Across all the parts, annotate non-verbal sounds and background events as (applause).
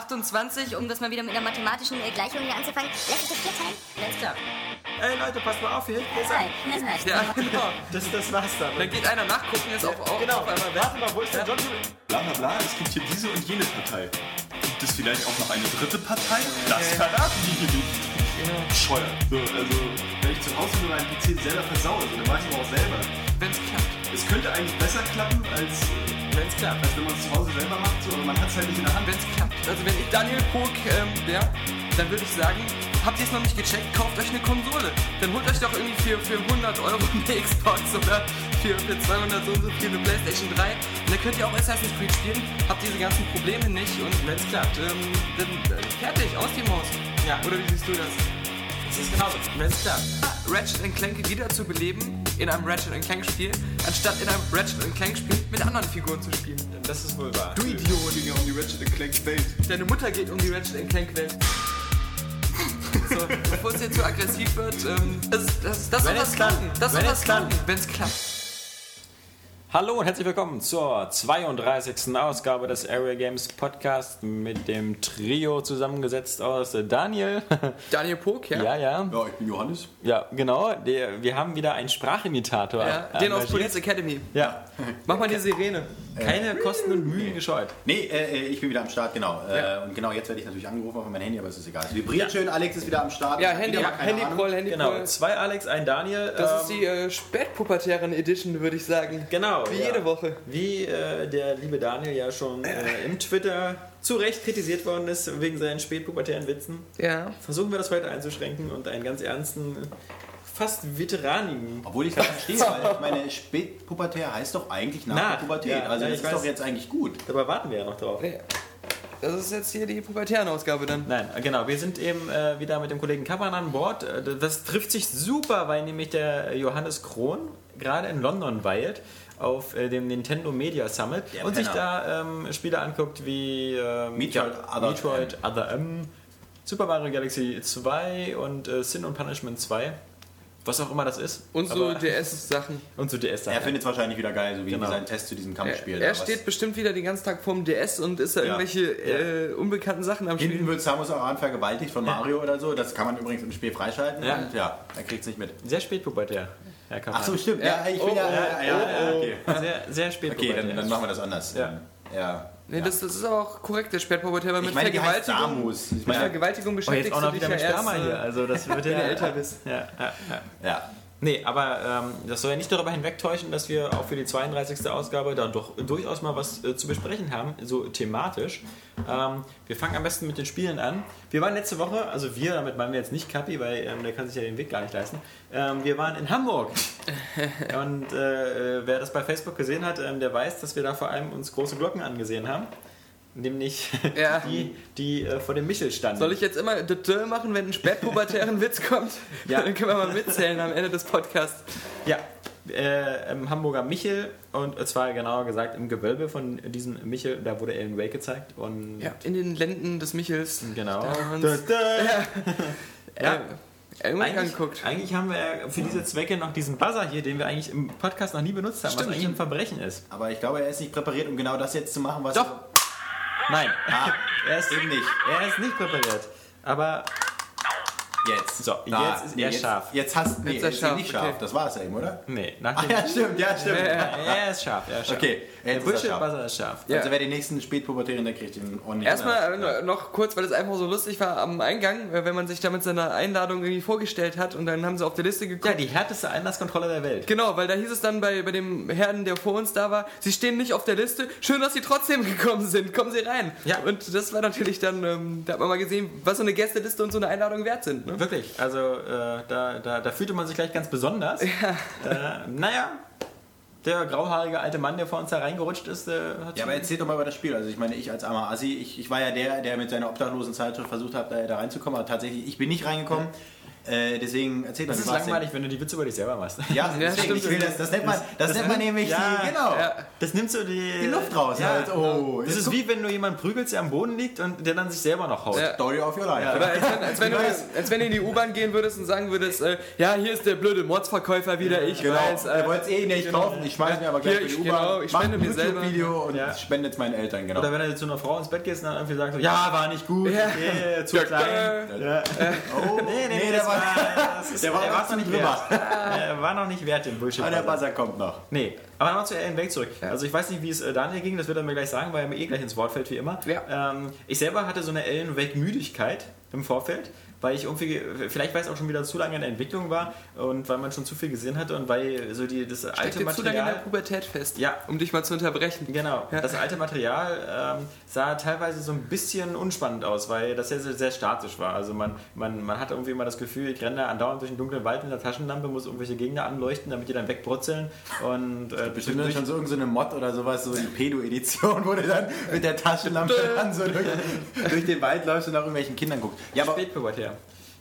28, um das mal wieder mit einer mathematischen äh, Gleichung hier anzufangen. Lass uns das vier teilen. Alles klar. Ey Leute, passt mal auf, hier hinten ist Zwei. ein... Das reicht. (laughs) Ja, genau. Das, das war's dann. Dann geht einer nachgucken, jetzt auf, auf, genau, auf einmal weg. warte mal, wo ist der John? Bla bla bla, es gibt hier diese und jene Partei. Gibt es vielleicht auch noch eine dritte Partei? Das verraten die hier nicht. Bescheuert. So, also, wenn ich zu Hause mit meinem PC selber versaue, so, dann mache ich es aber auch selber. Wenn's klappt. Es könnte eigentlich besser klappen, als, äh, Wenn's klappt. als wenn man es zu Hause selber macht, so, aber man hat es halt nicht in der Hand. Wenn's klappt. Also wenn ich Daniel Pog ähm, wäre, dann würde ich sagen, habt ihr es noch nicht gecheckt, kauft euch eine Konsole. Dann holt euch doch irgendwie für, für 100 Euro eine Xbox oder für, für 200 so und so viel eine Playstation 3. Und dann könnt ihr auch Assassin's Creed spielen, habt diese ganzen Probleme nicht und wenn's klappt, ähm, dann äh, fertig, aus dem Haus. Ja. Oder wie siehst du das? Das ist genauso. Wenn's klappt. Ah, Ratchet Clank wieder zu beleben in einem Ratchet Clank Spiel, anstatt in einem Ratchet Clank Spiel mit anderen Figuren zu spielen. Das ist wohl wahr. Du Idiot! Ging ja um die Ratchet Clank Welt. Deine Mutter geht um die Ratchet Clank Welt. So, bevor es jetzt zu aggressiv wird, ähm, das, das, das Wenn soll es was klappen. klappt. Das soll Wenn was es klappt. klappen, wenn es klappt. Hallo und herzlich willkommen zur 32. Ausgabe des Area Games Podcast mit dem Trio zusammengesetzt aus Daniel. (laughs) Daniel Pog, ja? ja, ja. Ja, ich bin Johannes. Ja, genau. Der, wir haben wieder einen Sprachimitator. Ja, Den aus engagiert. Police Academy. Ja. Äh. Mach mal die Sirene. Keine Kosten und Mühen gescheut. Nee, äh, äh, ich bin wieder am Start, genau. Ja. Äh, und genau jetzt werde ich natürlich angerufen auf mein Handy, aber es ist egal. Es vibriert schön, Alex ist wieder am Start. Ja, Ich hab Handy, wieder mal keine Handy Ahnung. Call, Handy Genau. Call. Zwei Alex, ein Daniel. Das ist ähm, die äh, spätpubertären Edition, würde ich sagen. Genau. Wie ja. jede Woche. Wie äh, der liebe Daniel ja schon äh, im Twitter zu Recht kritisiert worden ist wegen seinen spätpubertären Witzen, Ja. versuchen wir das heute einzuschränken und einen ganz ernsten, fast veteranigen Obwohl ich das (laughs) verstehe, weil ich meine, spätpubertär heißt doch eigentlich nach Na, der Pubertät. ja, also ja, das ich ist weiß. doch jetzt eigentlich gut. Dabei warten wir ja noch drauf. Nee. Das ist jetzt hier die pubertären Ausgabe dann. Nein, äh, genau. Wir sind eben äh, wieder mit dem Kollegen Kappan an Bord. Äh, Das trifft sich super, weil nämlich der Johannes Krohn gerade in London weilt auf äh, dem Nintendo Media Summit Der und sich Penner. da ähm, Spiele anguckt wie ähm, Metroid ja, Other Metroid Other M, Super Mario Galaxy 2 und äh, Sin und Punishment 2. Was auch immer das ist. Und so Aber- DS-Sachen. und so DS. Er findet es wahrscheinlich wieder geil, so wie Genau. sein Test zu diesem Er, Kampfspiel. er da, was- steht bestimmt wieder den ganzen Tag vorm DS und ist da Ja. irgendwelche äh, unbekannten Sachen am Hinten Spielen. wird Samus Aran vergewaltigt von Mario oder so. Das kann man übrigens im Spiel freischalten. Ja. Und ja, er kriegt es nicht mit. Sehr spät pubertär. Herr Kappan. Ach so, stimmt. Ja, ich bin ja. ja, ja, ja, okay, Sehr, sehr spät okay dann, pubertär. dann machen wir das anders. oh. Ja. ja. Nee, das, das ist auch korrekt, der Spätpubertär, weil mit Ich meine, die heißt Vergewaltigung. Samus. Ich Mit meine, Vergewaltigung Oh, jetzt beschäftigst auch noch du wieder dich mit ja erst, Sperma äh, hier. Also (laughs) das wird ja, wenn du älter bist. Ja, ja, ja. ja. Nee, aber ähm, das soll ja nicht darüber hinwegtäuschen, dass wir auch für die 32. Ausgabe da doch durchaus mal was äh, zu besprechen haben, so thematisch. Ähm, wir fangen am besten mit den Spielen an. Wir waren letzte Woche, also wir, damit meinen wir jetzt nicht Kapi, weil ähm, der kann sich ja den Weg gar nicht leisten. Ähm, wir waren in (laughs) Hamburg. Und äh, äh, wer das bei Facebook gesehen hat, ähm, der weiß, dass wir da vor allem uns große Glocken angesehen haben. Nämlich (laughs) Ja. die, die äh, vor dem Michel standen. Soll ich jetzt immer d -d machen, wenn ein spätpubertären Witz kommt? Ja. Dann können wir mal mitzählen am Ende des Podcasts. Ja, äh, im Hamburger Michel und zwar genauer gesagt im Gewölbe von diesem Michel, da wurde Alan Wake gezeigt und In den Lenden des Michels. genau. Da haben wir Da, uns- da. (laughs) Ja. Äh, irgendwie Eigentlich, angeguckt. eigentlich haben wir ja für diese Zwecke noch diesen Buzzer hier, den wir eigentlich im Podcast noch nie benutzt haben, was eigentlich ein Verbrechen ist. Aber ich glaube, er ist nicht präpariert, um genau das jetzt zu machen, was. Doch. (laughs) Nein, Ah, er ist, eben nicht. er ist nicht präpariert. Aber Jetzt. So, jetzt ist er jetzt, scharf. Jetzt hast nee, Jetzt ist er jetzt ist er scharf, nicht scharf. okay. Das war es ja (laughs) eben, oder? nee, nach Ah, dem, (laughs) ja, stimmt, ja, stimmt. er ist scharf, er ist scharf. Okay, der jetzt ist er scharf. Bullshit-Buzzer ist scharf. Ja. Also wer den nächsten Spätpubertären, der kriegt den ordentlich. Erstmal äh, noch kurz, weil es einfach so lustig war am Eingang, äh, wenn man sich da mit seiner Einladung irgendwie vorgestellt hat und dann haben sie auf der Liste geguckt. Ja, die härteste Einlasskontrolle der Welt. Genau, weil da hieß es dann bei, bei dem Herrn, der vor uns da war, sie stehen nicht auf der Liste, schön, dass sie trotzdem (laughs) gekommen sind, kommen sie rein. Ja. Und das war natürlich dann, ähm, da hat man mal gesehen, was so eine Gästeliste und so eine Einladung wert sind. Ne? Wirklich, also äh, da, da, da fühlte man sich gleich ganz besonders. Äh, naja, der grauhaarige alte Mann, der vor uns da reingerutscht ist, äh, hat Ja, aber erzähl doch mal über das Spiel. Also ich meine, ich als armer Assi, ich, ich war ja der, der mit seiner obdachlosen Zeitschrift versucht hat, da, da reinzukommen, aber tatsächlich, ich bin nicht reingekommen. Äh, deswegen erzähl doch Das ist wie war's denn? langweilig, wenn du die Witze über dich selber machst. Ja, Ja, deswegen, ich stimmt. will das, das nennt man, das nennt man nämlich die, genau, Ja. Das nimmt so die, die Luft raus. Ja, halt. oh, Das jetzt ist wie wenn du jemanden prügelst, der am Boden liegt und der dann sich selber noch haut. Ja. Story of your life. Genau. Aber als wenn, als, wenn du, als wenn du in die U-Bahn gehen würdest und sagen würdest, äh, ja, hier ist der blöde Mordsverkäufer wieder, ich Genau, weiß. er Äh, wollte es eh nicht kaufen, ich schmeiß mir aber gleich Hier, für ich- die U-Bahn, genau, ich mach spende ein mir selber. YouTube-Video und Ja. spende es meinen Eltern, genau. Oder wenn du zu einer Frau ins Bett gehst und dann irgendwie sagst, so, ja, war nicht gut, Ja. okay, zu Ja, klein. Ja. Äh, oh, nee, nee, der war, Das ist- der war, noch nicht drüber. Er war noch nicht wert, den Bullshit. Aber der Buzzer kommt noch. Nee, aber nochmal zu Alan Wake zurück. Also ich weiß nicht, wie es äh, Daniel ging, das wird er mir gleich sagen, weil er mir eh gleich ins Wort fällt, wie immer. Ja. Ähm, ich selber hatte so eine Alan Wake-Müdigkeit im Vorfeld, weil ich irgendwie, ge- vielleicht weil es auch schon wieder zu lange in der Entwicklung war und weil man schon zu viel gesehen hatte und weil so die, das Steckt alte dir zu lange in der Material... Pubertät fest, Ja. um dich mal zu unterbrechen. Genau, das alte Material ähm, sah teilweise so ein bisschen unspannend aus, weil das ja sehr, sehr statisch war. Also man, man, man hat irgendwie immer das Gefühl, ich renne da andauernd durch einen dunklen Wald mit einer Taschenlampe, muss irgendwelche Gegner anleuchten, damit die dann wegbrutzeln und äh, Bestimmt dann schon so irgendeine Mod oder sowas, so die Pedo-Edition, wo du dann mit (laughs) der Taschenlampe dann so durch, durch den Wald läufst und nach irgendwelchen Kindern guckst. Ja, aber Spätpubertät, ja.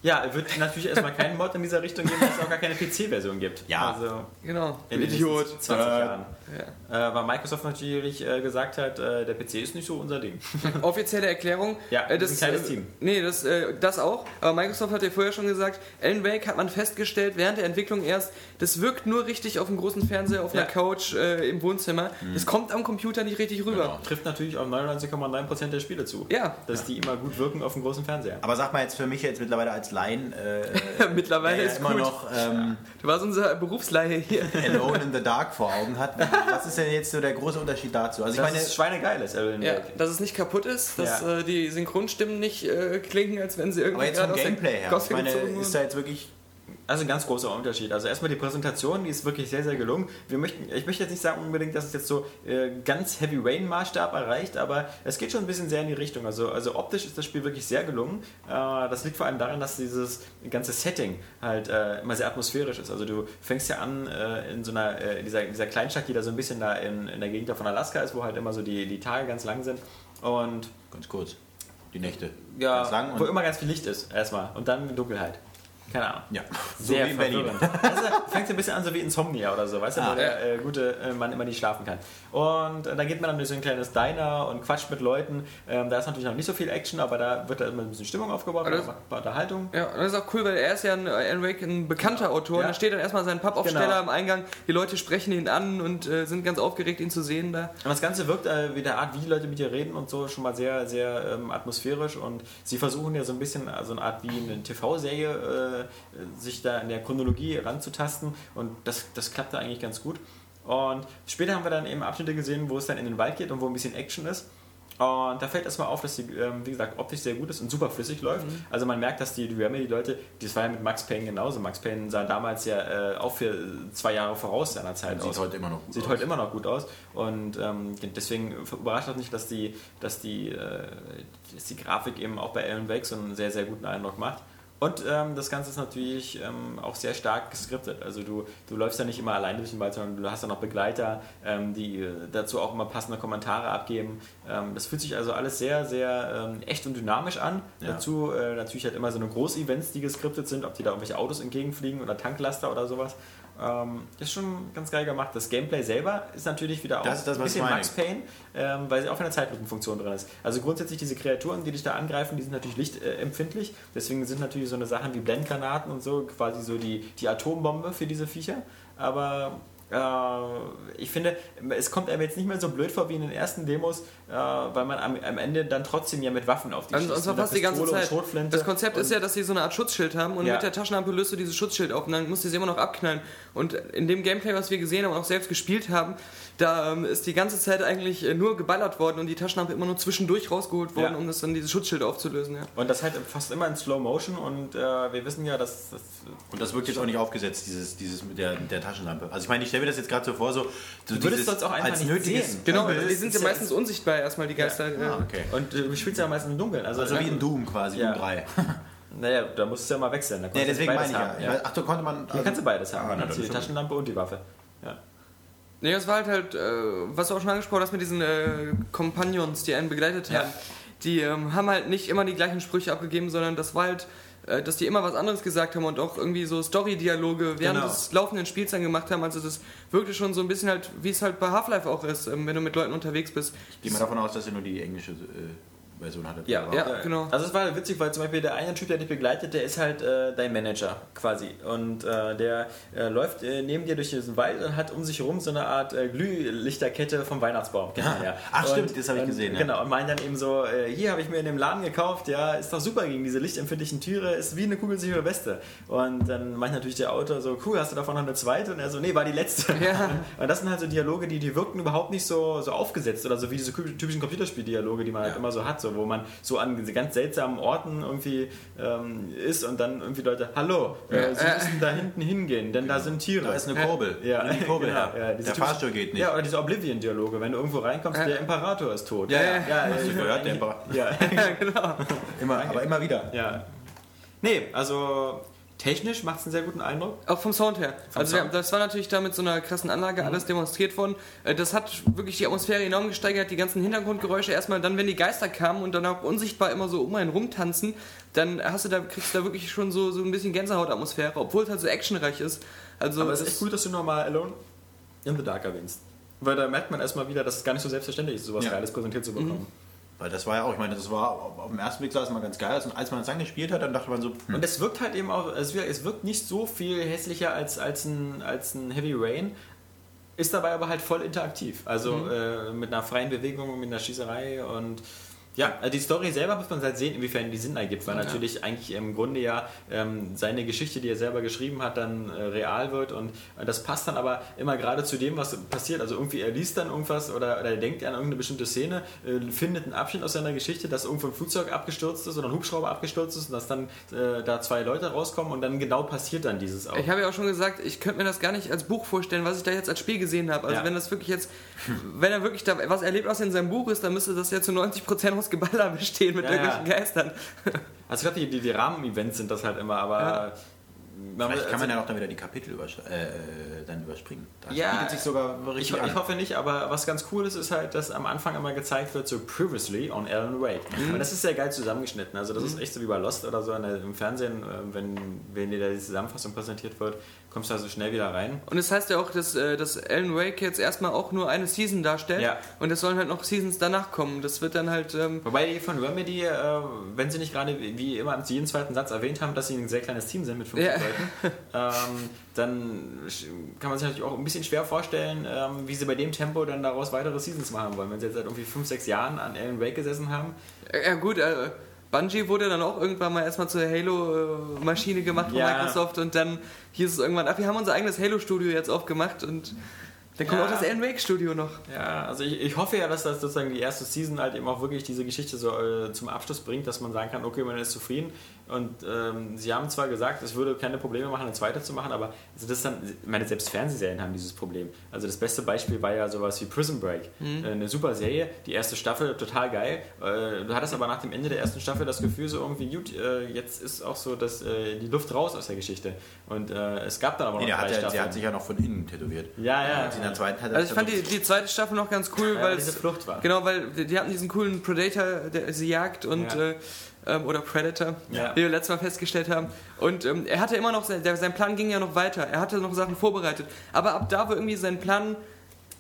Ja, wird natürlich erstmal keinen Mod in dieser Richtung geben, weil es auch gar keine PC-Version gibt. Ja. Also Genau. in den Idiot. nächsten 20 Äh. Jahren. Äh, weil Microsoft natürlich äh, gesagt hat, äh, der PC ist nicht so unser Ding. (laughs) Offizielle Erklärung. Ja, äh, ein kleines Team. äh, Nee, das, äh, das auch. Aber Microsoft hat ja vorher schon gesagt, Alan Wake hat man festgestellt während der Entwicklung erst, das wirkt nur richtig auf dem großen Fernseher, auf einer Ja. Mhm. Couch, äh, im Wohnzimmer. Das kommt am Computer nicht richtig rüber. Trifft natürlich auf 99,9% der Spiele zu. Ja. Dass die immer gut wirken auf dem großen Fernseher. Aber sag mal jetzt für mich jetzt mittlerweile als Laien, äh, (laughs) Genau. Mittlerweile der ja ist immer gut. noch ähm, Du warst unser Berufsleihe hier. Alone in the Dark vor Augen (laughs) hat. Was ist denn jetzt so der große Unterschied dazu? Also ich Das meine, ist schweinegeil, ist Alan Ja, Wake. dass es nicht kaputt ist, dass Ja. äh, die Synchronstimmen nicht äh, klingen, als wenn sie aber irgendwie jetzt vom gerade aus der Gameplay her, Gosse ich meine, gezogen ist wurden. da jetzt wirklich Also ein ganz großer Unterschied. Also erstmal die Präsentation, die ist wirklich sehr, sehr gelungen. Wir möchten, ich möchte jetzt nicht sagen unbedingt, dass es jetzt so äh, ganz Heavy Rain Maßstab erreicht, aber es geht schon ein bisschen sehr in die Richtung. Also, also optisch ist das Spiel wirklich sehr gelungen. Äh, das liegt vor allem daran, dass dieses ganze Setting halt äh, immer sehr atmosphärisch ist. Also du fängst ja an äh, in so einer, äh, in dieser, in dieser Kleinstadt, die da so ein bisschen da in, in der Gegend da von Alaska ist, wo halt immer so die, die Tage ganz lang sind. Und ganz kurz die Nächte ja, ganz lang wo und immer ganz viel Licht ist, erstmal. Und dann Dunkelheit. Keine Ahnung. ja, so Sehr wie in Berlin. Ah. verwirrend. Weißt du, fängt so ein bisschen an, so wie Insomnia oder so, weißt du, wo der äh, gute äh, Mann immer nicht schlafen kann. Und äh, da geht man dann durch so ein kleines Diner und quatscht mit Leuten. Ähm, da ist natürlich noch nicht so viel Action, aber da wird da immer ein bisschen Stimmung aufgebaut, Aber ein das- paar Unterhaltung. Ja, und das ist auch cool, weil er ist ja ein, äh, Alan Wake ein bekannter Genau. Autor. Und Ja. da steht dann erstmal sein Pappaufsteller Genau. am Eingang. Die Leute sprechen ihn an und äh, sind ganz aufgeregt, ihn zu sehen da. Und das Ganze wirkt äh, wie der Art, wie die Leute mit dir reden und so schon mal sehr, sehr ähm, atmosphärisch. Und sie versuchen ja so ein bisschen, also eine Art wie eine TV-Serie, äh, sich da in der Chronologie ranzutasten. Und das, das klappt da eigentlich ganz gut. Und später haben wir dann eben Abschnitte gesehen, wo es dann in den Wald geht und wo ein bisschen Action ist. Und da fällt erstmal auf, dass die, ähm, wie gesagt, optisch sehr gut ist und super flüssig läuft. Mhm. Also man merkt, dass die, die Remedy-Leute, das war ja mit Max Payne genauso. Max Payne sah damals ja äh, auch für zwei Jahre voraus seiner Zeit Sieht aus. heute immer noch gut Sieht aus. heute immer noch gut aus. Und ähm, deswegen überrascht das nicht, dass die, dass, die, äh, dass die Grafik eben auch bei Alan Wake so einen sehr, sehr guten Eindruck macht. Und ähm, das Ganze ist natürlich ähm, auch sehr stark geskriptet. Also du, du läufst ja nicht immer alleine durch den Wald, sondern du hast ja noch Begleiter, ähm, die äh, dazu auch immer passende Kommentare abgeben. Ähm, das fühlt sich also alles sehr, sehr ähm, echt und dynamisch an. Ja. Dazu äh, natürlich halt immer so eine Groß-Events, die geskriptet sind, ob die da irgendwelche Autos entgegenfliegen oder Tanklaster oder sowas. Ähm, ist schon ganz geil gemacht. Das Gameplay selber ist natürlich wieder auch Das ist das, ein was bisschen ich meine. Max Payne, ähm, weil sie auch in der Zeitlupenfunktion drin ist. Also grundsätzlich diese Kreaturen, die dich da angreifen, die sind natürlich lichtempfindlich. Deswegen sind natürlich so eine Sachen wie Blendgranaten und so quasi so die, die Atombombe für diese Viecher. Aber äh, ich finde, es kommt einem jetzt nicht mehr so blöd vor wie in den ersten Demos, äh, weil man am, am Ende dann trotzdem ja mit Waffen auf die Also, und zwar mit einer fast die ganze Pistole und Zeit. Schrotflinte Das Konzept und ist ja, dass sie so eine Art Schutzschild haben und Ja. mit der Taschenlampe löst du dieses Schutzschild auf und dann musst du sie immer noch abknallen. Und in dem Gameplay, was wir gesehen haben und auch selbst gespielt haben, da ähm, ist die ganze Zeit eigentlich äh, nur geballert worden und die Taschenlampe immer nur zwischendurch rausgeholt worden, Ja. um das dann dieses Schutzschild aufzulösen. Ja. Und das halt fast immer in Slow Motion und äh, wir wissen ja, dass das Und das wirkt jetzt auch nicht aufgesetzt, dieses, dieses mit der, mit der Taschenlampe. Also ich meine, ich stelle mir das jetzt gerade so vor, so, so würdest sonst auch einfach nicht sehen. Genau, Dunkel die ist- sind ja meistens unsichtbar erstmal, die Geister. Ja. Ah, okay. Und äh, du spielst ja meistens im Dunkeln. Also, Also wie in Doom quasi, Ja. (laughs) Doom 3. Naja, da musst du ja mal wechseln. Da Ja, konntest du deswegen meine beides ich ja. haben, Ich weiß- Ach, da konnte man... Da kannst du beides Ah, haben. na, Dann hast du dann die ist schon Taschenlampe und die Waffe. Ja. Nee, das war halt halt, äh, was du auch schon angesprochen hast mit diesen äh, Companions, die einen begleitet haben. Die ähm, haben halt nicht immer die gleichen Sprüche abgegeben, sondern das war halt äh, dass die immer was anderes gesagt haben und auch irgendwie so Story-Dialoge während Genau. des laufenden Spiels dann gemacht haben. Also das wirkte schon so ein bisschen halt, wie es halt bei Half-Life auch ist, ähm, wenn du mit Leuten unterwegs bist. Ich gehe mal davon aus, dass ihr nur die englische äh, Version hattet. Ja, Aber- ja. Genau. Also es war witzig, weil zum Beispiel der eine Typ, der dich begleitet, der ist halt äh, dein Manager quasi. Und äh, der äh, läuft äh, neben dir durch diesen Wald und hat um sich herum so eine Art äh, Glühlichterkette vom Weihnachtsbaum. Kennt man ja. Ach, und, stimmt, das habe ich und, gesehen, ja. Genau, und meint dann eben so, äh, hier habe ich mir in dem Laden gekauft, ja, ist doch super gegen diese lichtempfindlichen Türe, ist wie eine kugelsichere Weste. Und dann meint natürlich der Autor so, cool, hast du davon noch eine zweite? Und er so, nee, war die (laughs) letzte. Ja. Und das sind halt so Dialoge, die, die wirkten überhaupt nicht so, so aufgesetzt oder so wie diese kü- typischen Computerspieldialoge, die man halt immer so hat, so, wo man so an diese ganz seltsamen Orten irgendwie ähm, ist und dann irgendwie Leute, hallo, äh, Sie Ja. müssen da hinten hingehen, denn da sind Tiere. Genau. Da ist eine Kurbel. ja, Nimm die Kurbel genau, her. ja, diese der typischen- Fahrstuhl geht nicht. Ja, oder diese Oblivion-Dialoge, wenn du irgendwo reinkommst, Ja. der Imperator ist tot. Ja, ja. Hast du ich- (laughs) gehört, der Imperator? Ja, (laughs) (laughs) genau. Immer, aber immer wieder. ja. Nee, also technisch macht es einen sehr guten Eindruck. Auch vom Sound her. also Sound. Mhm. wir- das war natürlich da mit so einer krassen Anlage alles demonstriert worden. Äh, Das hat wirklich die Atmosphäre enorm gesteigert, die ganzen Hintergrundgeräusche erstmal. Dann, wenn die Geister kamen und dann auch unsichtbar immer so um einen rumtanzen, dann hast du da, kriegst du da wirklich schon so, so ein bisschen Gänsehautatmosphäre, obwohl es halt so actionreich ist. Also Aber es das- ist gut, dass du nochmal Alone in the Dark erwähnst. Weil da merkt man erstmal wieder, dass es gar nicht so selbstverständlich ist, sowas Ja. Geiles präsentiert zu bekommen. Weil das war ja auch, ich meine, das war auf, auf dem ersten Blick sah es mal ganz geil aus. Und als man es dann gespielt hat, dann dachte man so, hm, Und es wirkt halt eben auch, es wirkt, es wirkt nicht so viel hässlicher als, als, ein, als ein Heavy Rain, ist dabei aber halt voll interaktiv. Also äh, mit einer freien Bewegung, mit einer Schießerei und ja, also die Story selber muss man halt sehen, inwiefern die Sinn ergibt, weil natürlich eigentlich im Grunde ja ähm, seine Geschichte, die er selber geschrieben hat, dann äh, real wird und äh, das passt dann aber immer gerade zu dem, was passiert. Also irgendwie er liest dann irgendwas oder, oder er denkt an irgendeine bestimmte Szene, äh, findet einen Abschnitt aus seiner Geschichte, dass irgendwo ein Flugzeug abgestürzt ist oder ein Hubschrauber abgestürzt ist und dass dann äh, da zwei Leute rauskommen und dann genau passiert dann dieses auch. Ich habe ja auch schon gesagt, ich könnte mir das gar nicht als Buch vorstellen, was ich da jetzt als Spiel gesehen habe. Also Ja. wenn das wirklich jetzt, wenn er wirklich da was erlebt, was in seinem Buch ist, dann müsste das ja zu 90% aus Geballer bestehen mit Ja, ja. irgendwelchen Geistern. Also ich glaube, die, die, die Rahmenevents sind das halt immer, aber Ja. man, vielleicht kann also- man ja auch dann wieder die Kapitel übersch- äh, äh, dann überspringen. Da Ja, bietet sich sogar Ich, richtig an. ich hoffe nicht, aber was ganz cool ist, ist halt, dass am Anfang immer gezeigt wird, so previously on Alan Wake. Mhm. Und das ist sehr geil zusammengeschnitten. Also das ist echt so wie bei Lost oder so in der, im Fernsehen, äh, wenn, wenn dir da die Zusammenfassung präsentiert wird, kommst du da so schnell wieder rein. Und es das heißt ja auch, dass, äh, dass Alan Wake jetzt erstmal auch nur eine Season darstellt. Ja. Und es sollen halt noch Seasons danach kommen. Das wird dann halt. Ähm, Wobei die von Remedy, äh, wenn sie nicht gerade wie wie immer jeden zweiten Satz erwähnt haben, dass sie ein sehr kleines Team sind mit 15 Ja. (laughs) Leuten, ähm, dann sch- kann man sich natürlich auch ein bisschen schwer vorstellen, ähm, wie sie bei dem Tempo dann daraus weitere Seasons machen wollen. Wenn sie jetzt seit irgendwie 5, 6 Jahren an Alan Wake gesessen haben, äh, ja, gut, äh, Bungie wurde dann auch irgendwann mal erstmal zur Halo-Maschine gemacht von Ja. Microsoft. Und dann hieß es irgendwann, ach, wir haben unser eigenes Halo-Studio jetzt aufgemacht. Und dann kommt Ja. auch das Alan Wake-Studio noch. Ja, also ich, ich hoffe ja, dass das sozusagen die erste Season halt eben auch wirklich diese Geschichte so äh, zum Abschluss bringt, dass man sagen kann, okay, man ist zufrieden. Und ähm, sie haben zwar gesagt, es würde keine Probleme machen, eine zweite zu machen, aber also das ist dann, ich meine, selbst Fernsehserien haben dieses Problem. Also das beste Beispiel war ja sowas wie Prison Break. Mhm. Äh, eine super Serie, die erste Staffel, total geil. Äh, du hattest aber nach dem Ende der ersten Staffel das Gefühl, so irgendwie, gut, äh, jetzt ist auch so dass, äh, die Luft raus aus der Geschichte. Und äh, es gab dann aber noch nee, der drei hat, ja, Staffeln. der hat sich ja noch von innen tätowiert. Ja, ja. Als in der zweiten hat er Also ich sich fand dann die, die zweite Staffel noch ganz cool, Ja, weil weil diese es Flucht war. Genau, weil die die hatten diesen coolen Predator, der sie jagt und Ja. äh, ähm, oder Predator, Ja. wie wir letztes Mal festgestellt haben. Und ähm, er hatte immer noch, sein, der, sein Plan ging ja noch weiter. Er hatte noch Sachen vorbereitet. Aber ab da, wo irgendwie sein Plan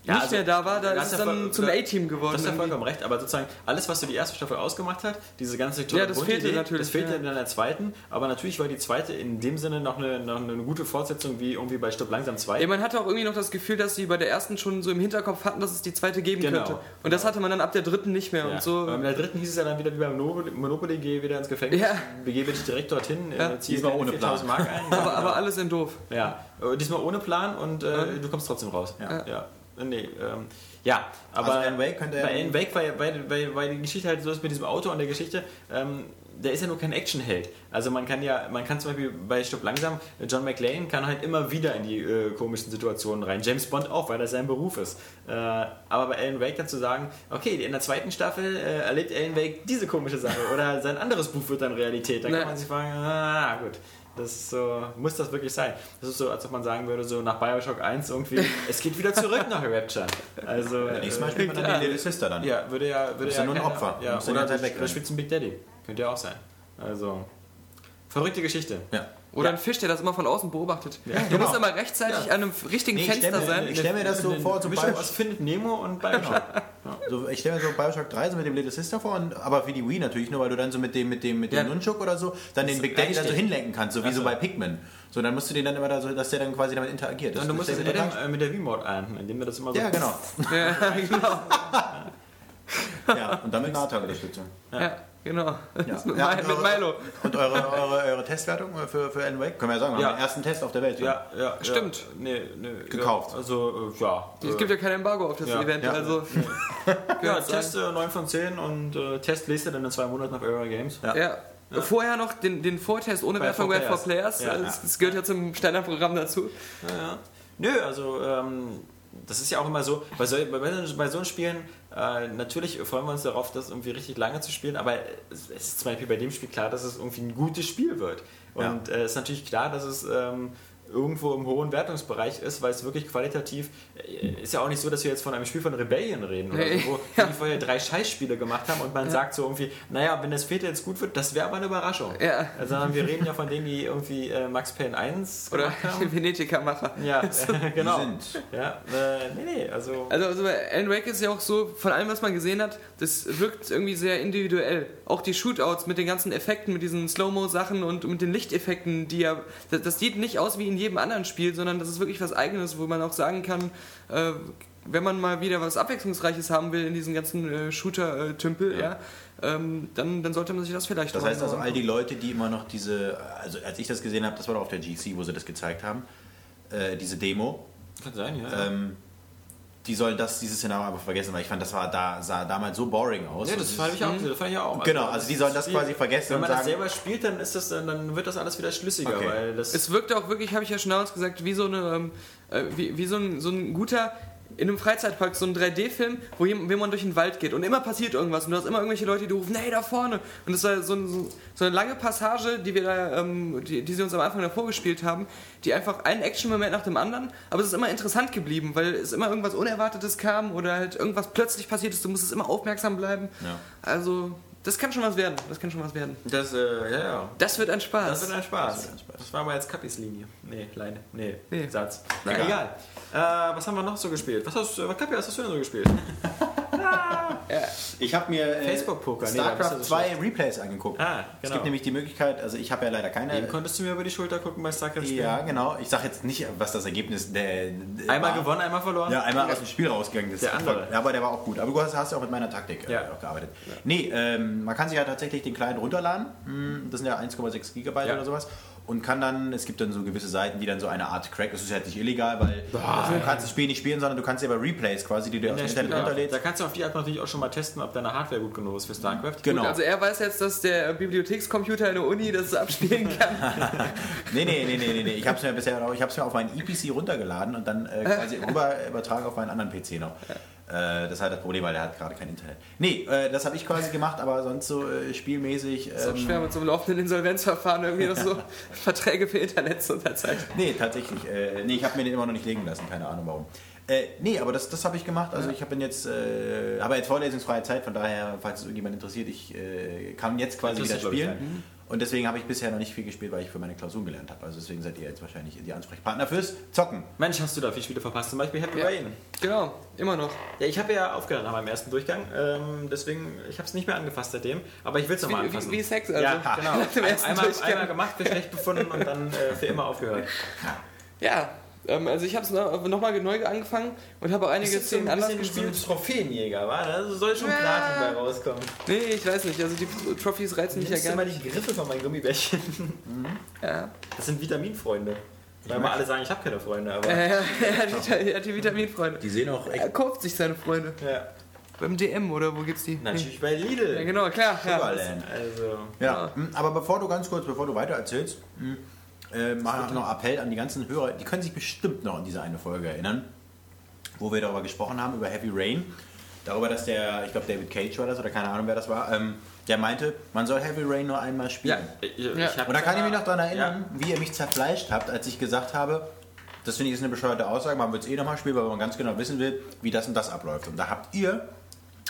Ja, nicht also, mehr da war, da das ist ist es ja dann voll- zum da- A-Team geworden. Das ist ja irgendwie. vollkommen recht, aber sozusagen alles, was so die erste Staffel ausgemacht hat, diese ganze tolle Ja, das bunte fehlte Idee, natürlich, das fehlte ja. dann in der zweiten, aber natürlich war die zweite in dem Sinne noch eine, noch eine gute Fortsetzung wie irgendwie bei Stopp Langsam 2. Ey, man hatte auch irgendwie noch das Gefühl, dass sie bei der ersten schon so im Hinterkopf hatten, dass es die zweite geben Genau. könnte. Und das hatte man dann ab der dritten nicht mehr. Ja. Und so Weil mit der dritten hieß es ja dann wieder wie bei Monopoly, Monopoly geh wieder ins Gefängnis, Ja. begeh bitte direkt dorthin, Ja. äh, zieh Diesmal deine ohne Plan. 4000 Mark ein. (laughs) aber, aber alles in doof. Ja, äh, diesmal ohne Plan und äh, du kommst trotzdem raus. Ja. ja. Nee, ähm, ja, aber Also Alan Wake könnte ja- bei Alan Wake war, ja- weil, weil, weil die Geschichte halt so ist mit diesem Auto und der Geschichte, ähm, der ist ja nur kein Actionheld. Also man kann ja, man kann zum Beispiel bei Stopp langsam, äh, John McClane kann halt immer wieder in die äh, komischen Situationen rein. James Bond auch, weil das sein Beruf ist. Äh, aber bei Alan Wake dann zu sagen, okay, in der zweiten Staffel äh, erlebt Alan Wake diese komische Sache oder sein anderes Buch wird dann Realität. Dann Na. kann man sich fragen, ah, gut. Das ist so, muss das wirklich sein? Das ist so, als ob man sagen würde, so nach Bioshock 1 irgendwie, es geht wieder zurück nach Rapture. Also, Nächstes Mal spielt man dann klar. den Little Sister dann. ja, würde ja, würde Bist ja ja nur ein keiner- Opfer. Ja, Musst ja oder die ganze Zeit du- wegrennen. oder spielst du einen Big Daddy. Könnte ja auch sein. Also, Verrückte Geschichte. Ja. Oder ein Fisch, der das immer von außen beobachtet. du genau. musst immer rechtzeitig an einem richtigen Nee, ich Fenster stell mir- sein. ich stell mir das so vor, zum Mischung Beispiel. genau. aus Findet Nemo und Bioshock. So, ich stelle mir so Bioshock 3 so mit dem Little Sister vor, und, aber für die Wii natürlich nur, weil du dann so mit dem, mit dem, mit dem Ja. Nunchuk oder so dann den Big Daddy dann so hinlenken kannst, so wie so bei Pikmin. So, dann musst du den dann immer da so, dass der dann quasi damit interagiert. Das Und du musst ist das der Adam Kontakt. äh, mit der V-Mode ahnden, indem wir das immer so. Ja, genau. (laughs) Ja, genau. Ja, und damit NATO-Unterstützung. Ja, genau. Das mit, Ja, Mi- und mit eure- Milo. Und eure, eure, eure Testwertung für, für Alan Wake? Können wir ja sagen, wir Ja. haben den ersten Test auf der Welt. schon. Ja, ja, ja. Stimmt. Nee, nee, Gekauft. Ja, also, äh, ja. Es gibt ja kein Embargo auf das Ja. Event, Ja. also. (laughs) ja, Ja, Test äh, 9 von 10 und äh, Test lest ihr dann in zwei Monaten auf Era Games. Ja. Vorher noch den, den Vortest ohne Bei Wertung For bei For Players. Ja. Das, das gehört ja zum Standardprogramm dazu. Ja, ja. Nö, also ähm, das ist ja auch immer so, bei so, bei, bei so Spielen, äh, natürlich freuen wir uns darauf, das irgendwie richtig lange zu spielen, aber es, es ist zum Beispiel bei dem Spiel klar, dass es irgendwie ein gutes Spiel wird. Und es äh, ist natürlich klar, dass es ähm, irgendwo im hohen Wertungsbereich ist, weil es wirklich qualitativ äh, ist ja auch nicht so, dass wir jetzt von einem Spiel von Rebellion reden oder Nee. so, (laughs) wo die vorher drei Scheißspiele gemacht haben und man sagt so irgendwie, naja, wenn das vierte jetzt gut wird, das wäre aber eine Überraschung. Ja. Sondern wir reden ja von denen, die irgendwie äh, Max Payne 1 Oder (laughs) gemacht haben. Venetiker-Macher. Ja, äh, Die genau. sind. (laughs) Ja, äh, nee, nee, also. Also, also bei Alan Wake ist ja auch so, von allem, was man gesehen hat, das wirkt irgendwie sehr individuell. Auch die Shootouts mit den ganzen Effekten, mit diesen Slow-Mo-Sachen und mit den Lichteffekten, die ja. Das, das sieht nicht aus wie in jedem anderen Spiel, sondern das ist wirklich was Eigenes, wo man auch sagen kann, äh, wenn man mal wieder was Abwechslungsreiches haben will in diesem ganzen äh, Shooter-Tümpel, ja, ähm, dann, dann sollte man sich das vielleicht Das mal heißt also, genau all die Leute, die immer noch diese, also als ich das gesehen habe, das war doch auf der GC, wo sie das gezeigt haben, äh, diese Demo, Kann sein, ja. ähm, die sollen das, dieses Szenario einfach vergessen, weil ich fand, das war da, sah damals so boring aus. ja, Und das Hm? es fand ist- ich auch. Das fand ich auch. Genau, also die sollen das Spiel- quasi vergessen Wenn und man das sagen- selber spielt, dann ist das dann, dann wird das alles wieder schlüssiger, Okay. weil das Es wirkte auch wirklich, habe ich ja schon damals gesagt, wie so, eine, ähm, äh, wie, wie so, ein, so ein guter, in einem Freizeitpark, so ein 3D-Film, wo jem- wenn man durch den Wald geht und immer passiert irgendwas und du hast immer irgendwelche Leute, die rufen, hey, da vorne. Und das war so, ein, so, so eine lange Passage, die wir da, ähm, die, die sie uns am Anfang davor gespielt haben, die einfach einen Action-Moment nach dem anderen, aber es ist immer interessant geblieben, weil es immer irgendwas Unerwartetes kam oder halt irgendwas plötzlich passiert ist, du musstest immer aufmerksam bleiben. Ja. Also, das kann schon was werden, das kann schon was werden. das äh, ja, ja. Das wird ein Spaß. Das wird ein Spaß. Das war aber jetzt Kappis Linie. Nee, Leine. Nee, Nee. Satz. Na, egal. Äh, was haben wir noch so gespielt? Was hast du, äh, Kappi, was hast du denn so gespielt? Ich habe mir äh, Facebook-Poker, nee, da bist du StarCraft so 2 Replays angeguckt. Ah, Es genau. gibt nämlich die Möglichkeit, also ich habe ja leider Eben keine. konntest du mir über die Schulter gucken bei StarCraft spielen? Ja, genau. Ich sage jetzt nicht, was das Ergebnis der. der Einmal war. gewonnen, einmal verloren? Ja, einmal aus dem Spiel rausgegangen ist. Der andere. Ja, aber der war auch gut. Aber du hast, hast ja auch mit meiner Taktik äh, Ja. auch gearbeitet. Nee, ähm, man kann sich ja tatsächlich den Client runterladen. Hm, Das sind ja 1,6 Gigabyte Ja. oder sowas. Und kann dann, es gibt dann so gewisse Seiten, die dann so eine Art Crack, das ist halt nicht illegal, weil also du kannst das Spiel nicht spielen, sondern du kannst dir aber Replays quasi, die du aus Ja, dem Internet stimmt, ja. runterlädst. Da kannst du auf die Art natürlich auch schon mal testen, ob deine Hardware gut genug ist für StarCraft. Genau. Also er weiß jetzt, dass der Bibliothekscomputer in der Uni das (laughs) abspielen kann. Nee, nee, nee, nee, nee, nee. Ich hab's mir bisher noch, ich hab's mir auf meinen EPC runtergeladen und dann (laughs) äh, quasi rüber übertragen auf meinen anderen PC noch. Äh, das ist halt das Problem, weil der hat gerade kein Internet. Nee, äh, das habe ich quasi gemacht, aber sonst so äh, spielmäßig. Das ist auch ähm, schwer mit so einem laufenden Insolvenzverfahren irgendwie noch so Verträge für Internet zu unterzeichnen. Nee, tatsächlich. Äh, nee, ich habe mir den immer noch nicht legen lassen, keine Ahnung warum. Äh, nee, aber das, das habe ich gemacht. Also ich habe ihn jetzt, äh, aber jetzt vorlesungsfreie Zeit, von daher, falls es irgendjemand interessiert, ich äh, kann jetzt quasi Das wieder ist, glaub ich, spielen. Und deswegen habe ich bisher noch nicht viel gespielt, weil ich für meine Klausuren gelernt habe. Also deswegen seid ihr jetzt wahrscheinlich die Ansprechpartner fürs Zocken. Mensch, hast du da viele Spiele verpasst, zum Beispiel Happy Ja. Rain. Genau, immer noch. Ja, ich habe ja aufgehört nach meinem ersten Durchgang, ähm, deswegen, ich habe es nicht mehr angefasst seitdem, aber ich will es nochmal Wie, anfassen. wie, wie Sex also. ja, (laughs) genau. nach dem ersten einmal, Durchgang. einmal gemacht, für schlecht befunden und dann äh, für immer aufgehört. Ja, ähm, also ich habe es nochmal neu angefangen und habe auch einige Szenen anders gespielt. Trophäenjäger, war? Da soll schon Ja. Platin bei rauskommen. Nee, ich weiß nicht, also die Tro- Trophies reizen mich ja Ich ja gerne. mal die Griffe von meinen Gummibärchen. Ja. Das sind Vitaminfreunde. Weil immer alle sagen, ich habe keine Freunde, aber... Äh, (laughs) er hat die, er hat die Vitaminfreunde. Die sehen auch echt Er kauft sich seine Freunde. Ja. Beim DM oder wo gibt's die? Natürlich bei Lidl. Ja, genau, klar. Ja. überall. hin. Also... Ja, mh, Hm, aber bevor du ganz kurz, bevor du weiter erzählst, mh, äh, mache ich noch einen Appell an die ganzen Hörer. Die können sich bestimmt noch an diese eine Folge erinnern, wo wir darüber gesprochen haben, über Heavy Rain. Darüber, dass der, ich glaube, David Cage war das oder keine Ahnung, wer das war, ähm, der meinte, man soll Heavy Rain nur einmal Ja, spielen. ich, Ja. ich hab Und da kann ich mich noch daran erinnern, wie ihr mich zerfleischt habt, als ich gesagt habe, das finde ich ist eine bescheuerte Aussage, man wird es eh nochmal spielen, weil man ganz genau wissen will, wie das und das abläuft. Und da habt ihr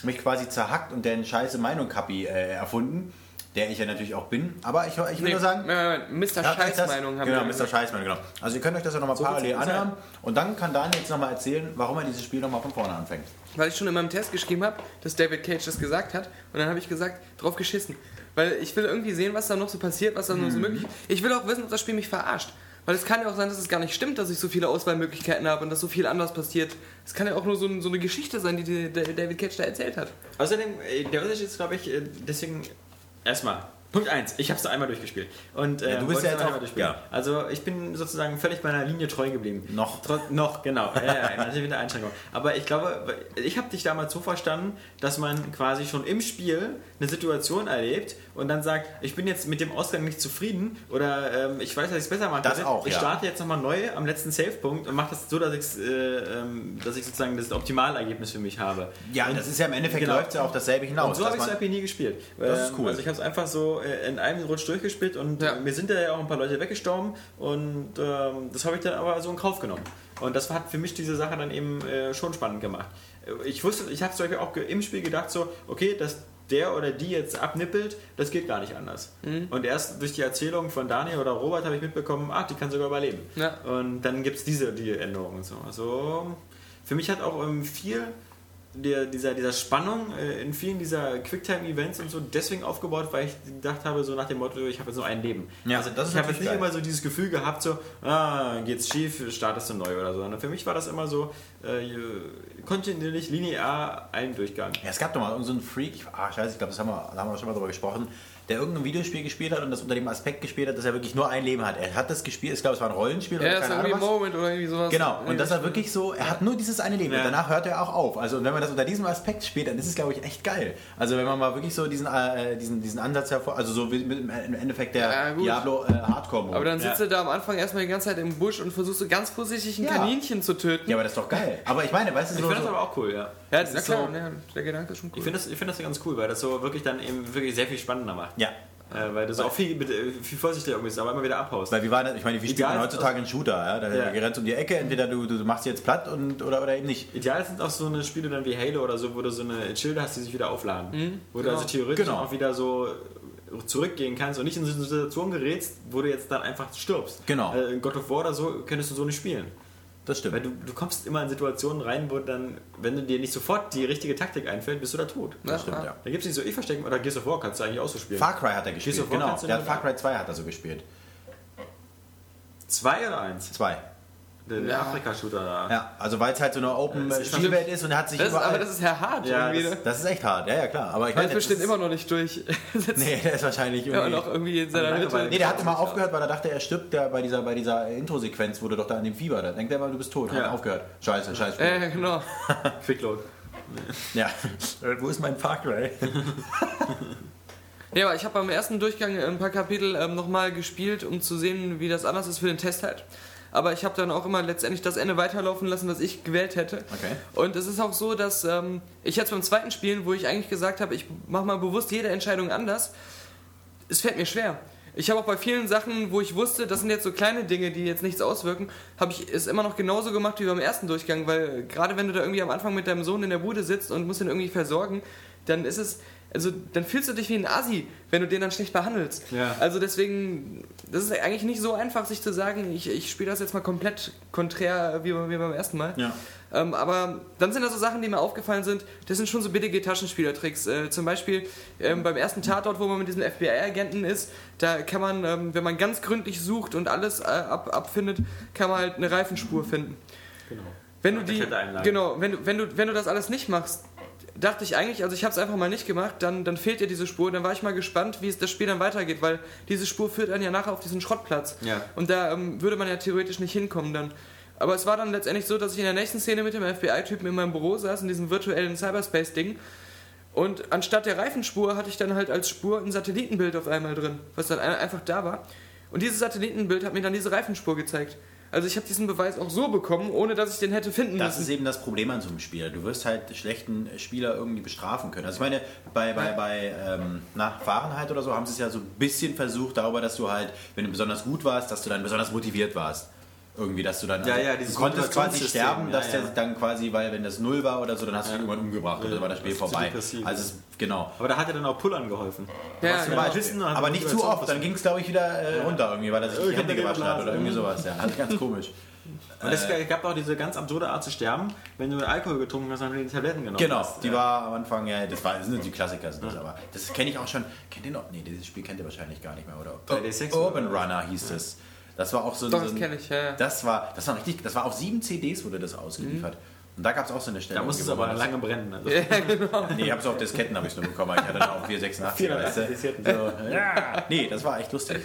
mich quasi zerhackt und deren scheiße Meinung Kappi äh, erfunden, der ich ja natürlich auch bin. Aber ich, ich will Nee, nur sagen, nein, nein, Mr. ja, Scheißmeinung das, haben genau, wir. Mr. Scheißmann, genau. Also ihr könnt euch das ja nochmal parallel wird's anhören und dann kann Daniel jetzt nochmal erzählen, warum er dieses Spiel nochmal von vorne anfängt. weil ich schon in meinem Test geschrieben habe, dass David Cage das gesagt hat. Und dann habe ich gesagt, drauf geschissen. Weil ich will irgendwie sehen, was da noch so passiert, was da noch so möglich ist. Ich will auch wissen, ob das Spiel mich verarscht. Weil es kann ja auch sein, dass es gar nicht stimmt, dass ich so viele Auswahlmöglichkeiten habe und dass so viel anders passiert. Es kann ja auch nur so, ein- so eine Geschichte sein, die, die der David Cage da erzählt hat. Außerdem, äh, der Unterschied ist, glaube ich, äh, deswegen erstmal. Punkt 1, ich habe es einmal durchgespielt. Und, äh, Ja, du wollte bist ja es jetzt einmal auch- durchspielen. ja. Also ich bin sozusagen völlig meiner Linie treu geblieben. Noch. Trotz, noch, genau. Ja, (laughs) ja, natürlich mit der Einschränkung. Aber ich glaube, ich habe dich damals so verstanden, dass man quasi schon im Spiel eine Situation erlebt und dann sagt, ich bin jetzt mit dem Ausgang nicht zufrieden oder ähm, ich weiß, dass ich es besser machen Das könnte. auch, Ich ja. starte jetzt nochmal neu am letzten Save-Punkt und mache das so, dass, ich's, äh, ähm, dass ich sozusagen das Optimalergebnis für mich habe. Ja, und das ist ja im Endeffekt Genau. läuft es ja auf dasselbe Und hinaus. so habe ich dass es man- IP nie gespielt. Das ist cool. Also ich habe es einfach so äh, in einem Rutsch durchgespielt und Ja. äh, mir sind da ja auch ein paar Leute weggestorben und ähm, das habe ich dann aber so in Kauf genommen. Und das hat für mich diese Sache dann eben äh, schon spannend gemacht. Äh, Ich wusste, ich habe zum Beispiel auch ge- im Spiel gedacht so, okay, dass der oder die jetzt abnippelt, das geht gar nicht anders. Mhm. Und erst durch die Erzählung von Daniel oder Robert habe ich mitbekommen, ach, die kann sogar überleben. Ja. Und dann gibt es diese die Änderungen und so. Also für mich hat auch ähm, viel der, dieser, dieser Spannung äh, in vielen dieser Quicktime-Events und so deswegen aufgebaut, weil ich gedacht habe, so nach dem Motto, ich habe jetzt nur ein Leben. Ja, das ist ich habe natürlich jetzt nicht geil. immer so dieses Gefühl gehabt, so, ah, geht's schief, startest du neu oder so. Sondern für mich war das immer so äh, kontinuierlich linear ein Durchgang. Ja, es gab doch mal irgendeinen so einen Freak, ich- ah scheiße, ich glaube, das haben wir, da haben wir schon mal drüber gesprochen, der irgendein Videospiel gespielt hat und das unter dem Aspekt gespielt hat, dass er wirklich nur ein Leben hat. Er hat das gespielt, ich glaube, es war ein Rollenspiel Ja, oder das ist keine irgendwie ein Ahnung was. Moment oder irgendwie sowas. Genau, und dass er wirklich so, er hat nur dieses eine Leben Ja. und danach hört er auch auf. Also und wenn man das unter diesem Aspekt spielt, dann ist es, glaube ich, echt geil. Also wenn man mal wirklich so diesen, äh, diesen, diesen Ansatz hervor, also so wie mit, im Endeffekt der Ja, gut. Diablo äh, Hardcore-Mode. Aber dann Ja. sitzt er da am Anfang erstmal die ganze Zeit im Busch und versuchst so ganz vorsichtig ein Ja. Kaninchen zu töten. ja, aber das ist doch geil. Aber ich meine, weißt du, Ich so, finde das so, aber auch cool, ja. Ja, Das na ist klar, ne? so- ja, der Gedanke ist schon cool. Ich finde das, ich find das ganz cool, weil das so wirklich dann eben wirklich sehr viel spannender macht. ja. Äh, weil du so auch viel, mit, äh, viel vorsichtiger irgendwie bist, aber immer wieder abhaust. Weil wie war das? Ich meine, wie spielt Egal, man heutzutage einen Shooter? Ja? Da Ja. rennt um die Ecke, entweder du, du machst sie jetzt platt und, oder, oder eben nicht. Ideal sind auch so eine Spiele dann wie Halo oder so, wo du so eine Schilder hast, die sich wieder aufladen. wo du genau. also theoretisch Genau. auch wieder so zurückgehen kannst und nicht in so eine Situation gerätst, wo du jetzt dann einfach stirbst. Genau. Äh, in God of War oder so könntest du so nicht spielen. Das stimmt. Weil du, du kommst immer in Situationen rein, wo dann, wenn du dir nicht sofort die richtige Taktik einfällt, bist du da tot. Ja, stimmt, ja. ja. Da gibt es nicht so, ich verstecke oder Gears of War kannst du eigentlich auch so spielen. Far Cry hat er gespielt, Gears of War genau. kannst du Der hat nicht Far Cry 2 hat er so gespielt. Zwei oder eins? Zwei. Der der Ja. Afrika-Shooter da. Ja, also weil es halt so eine Open Das ist Spielwelt ist und er hat sich Das ist, aber überall... das ist Herr Hart Ja, irgendwie. das- ne? das ist echt hart, ja, ja, klar. Aber ich Der meine, ist das bestimmt ist- immer noch nicht durch. (laughs) Sitzt Nee, (laughs) der ist wahrscheinlich immer irgendwie... noch äh, irgendwie in seiner Langeweile. Mitte. Nee, der hat immer aufgehört, weil er dachte, er stirbt der bei dieser, bei dieser Intro-Sequenz, wo du doch da an dem Fieber, da denkt er immer, du bist tot, hat Ja. er aufgehört. Scheiße, scheiße. Äh, genau. Quickload. Ja. (laughs) wo ist mein Far Cry? Ja, aber ich habe beim ersten Durchgang ein paar Kapitel ähm, nochmal gespielt, um zu sehen, wie das anders ist für den Test halt. Aber ich habe dann auch immer letztendlich das Ende weiterlaufen lassen, was ich gewählt hätte. Okay. Und es ist auch so, dass ähm, ich jetzt beim zweiten Spielen, wo ich eigentlich gesagt habe, ich mache mal bewusst jede Entscheidung anders, es fällt mir schwer. Ich habe auch bei vielen Sachen, wo ich wusste, das sind jetzt so kleine Dinge, die jetzt nichts auswirken, habe ich es immer noch genauso gemacht wie beim ersten Durchgang, weil gerade wenn du da irgendwie am Anfang mit deinem Sohn in der Bude sitzt und musst ihn irgendwie versorgen, dann ist es, also dann fühlst du dich wie ein Asi, wenn du den dann schlecht behandelst. Ja. Also deswegen, das ist eigentlich nicht so einfach, sich zu sagen, ich, ich spiele das jetzt mal komplett konträr wie, beim- wie beim ersten Mal. Ja. Ähm, aber dann sind da so Sachen, die mir aufgefallen sind. Das sind schon so billige Taschenspielertricks. Äh, zum Beispiel ähm, beim ersten Tatort, wo man mit diesem FBI-Agenten ist, da kann man, ähm, wenn man ganz gründlich sucht und alles äh, ab, abfindet, kann man halt eine Reifenspur finden. Genau. Wenn du Eine die, Klettereinlage. genau, wenn du, wenn du, wenn du das alles nicht machst, dachte ich eigentlich, also ich habe es einfach mal nicht gemacht, dann, dann fehlt dir diese Spur. Dann war ich mal gespannt, wie es das Spiel dann weitergeht, weil diese Spur führt dann ja nachher auf diesen Schrottplatz. Ja. Und da ähm, würde man ja theoretisch nicht hinkommen dann. Aber es war dann letztendlich so, dass ich in der nächsten Szene mit dem FBI-Typen in meinem Büro saß, in diesem virtuellen Cyberspace-Ding. Und anstatt der Reifenspur hatte ich dann halt als Spur ein Satellitenbild auf einmal drin, was dann ein- einfach da war. Und dieses Satellitenbild hat mir dann diese Reifenspur gezeigt. Also ich habe diesen Beweis auch so bekommen, ohne dass ich den hätte finden Das ist müssen. eben das Problem an so einem Spiel. Du wirst halt schlechten Spieler irgendwie bestrafen können. Also ich meine, bei, bei, bei ähm, na, Fahrenheit oder so haben sie es ja so ein bisschen versucht darüber, dass du halt, wenn du besonders gut warst, dass du dann besonders motiviert warst. Irgendwie, dass du dann. Ja, ja, du dieses konntest quasi Motivationssystem, sterben, ja, dass ja. der dann quasi, weil wenn das Null war oder so, dann hast du irgendwann umgebracht und dann war das Spiel das ist zu vorbei. depressiv. genau. Also, es- genau. Aber da hat er dann auch Pullern geholfen. Ja, Hast du ja. mal geschissen und hat Aber die nicht zu Motivation oft, dann ging es, glaube ich, wieder äh, runter irgendwie, weil er sich Ich die hab Hände den gewaschen hat oder geblasen. irgendwie sowas. Ja, (laughs) also ganz komisch. Und es Äh. gab auch diese ganz absurde Art zu sterben, wenn du Alkohol getrunken hast, dann die Tabletten genommen Genau, hast. die war am Anfang, ja, das, war, das sind die Klassiker, sind das, aber das kenne ich auch schon. Kennt ihr noch? Nee, dieses Spiel kennt ihr wahrscheinlich gar nicht mehr, oder? 3D6 Urban oder was? Runner hieß das. Das war auch so ein. Doch, so ein- das kenn ich, ja, ja. Das war, das war richtig, das war auf sieben CDs wurde das Mhm. ausgeliefert. Und da gab es auch so eine Stelle. Da musste es wo man aber das- lange brennen. Also. Nee, ich hab's auf Disketten habe ich nur bekommen, weil ich hatte dann (laughs) auch 486. 486 Disketten. So, (laughs) ja. Nee, das war echt lustig.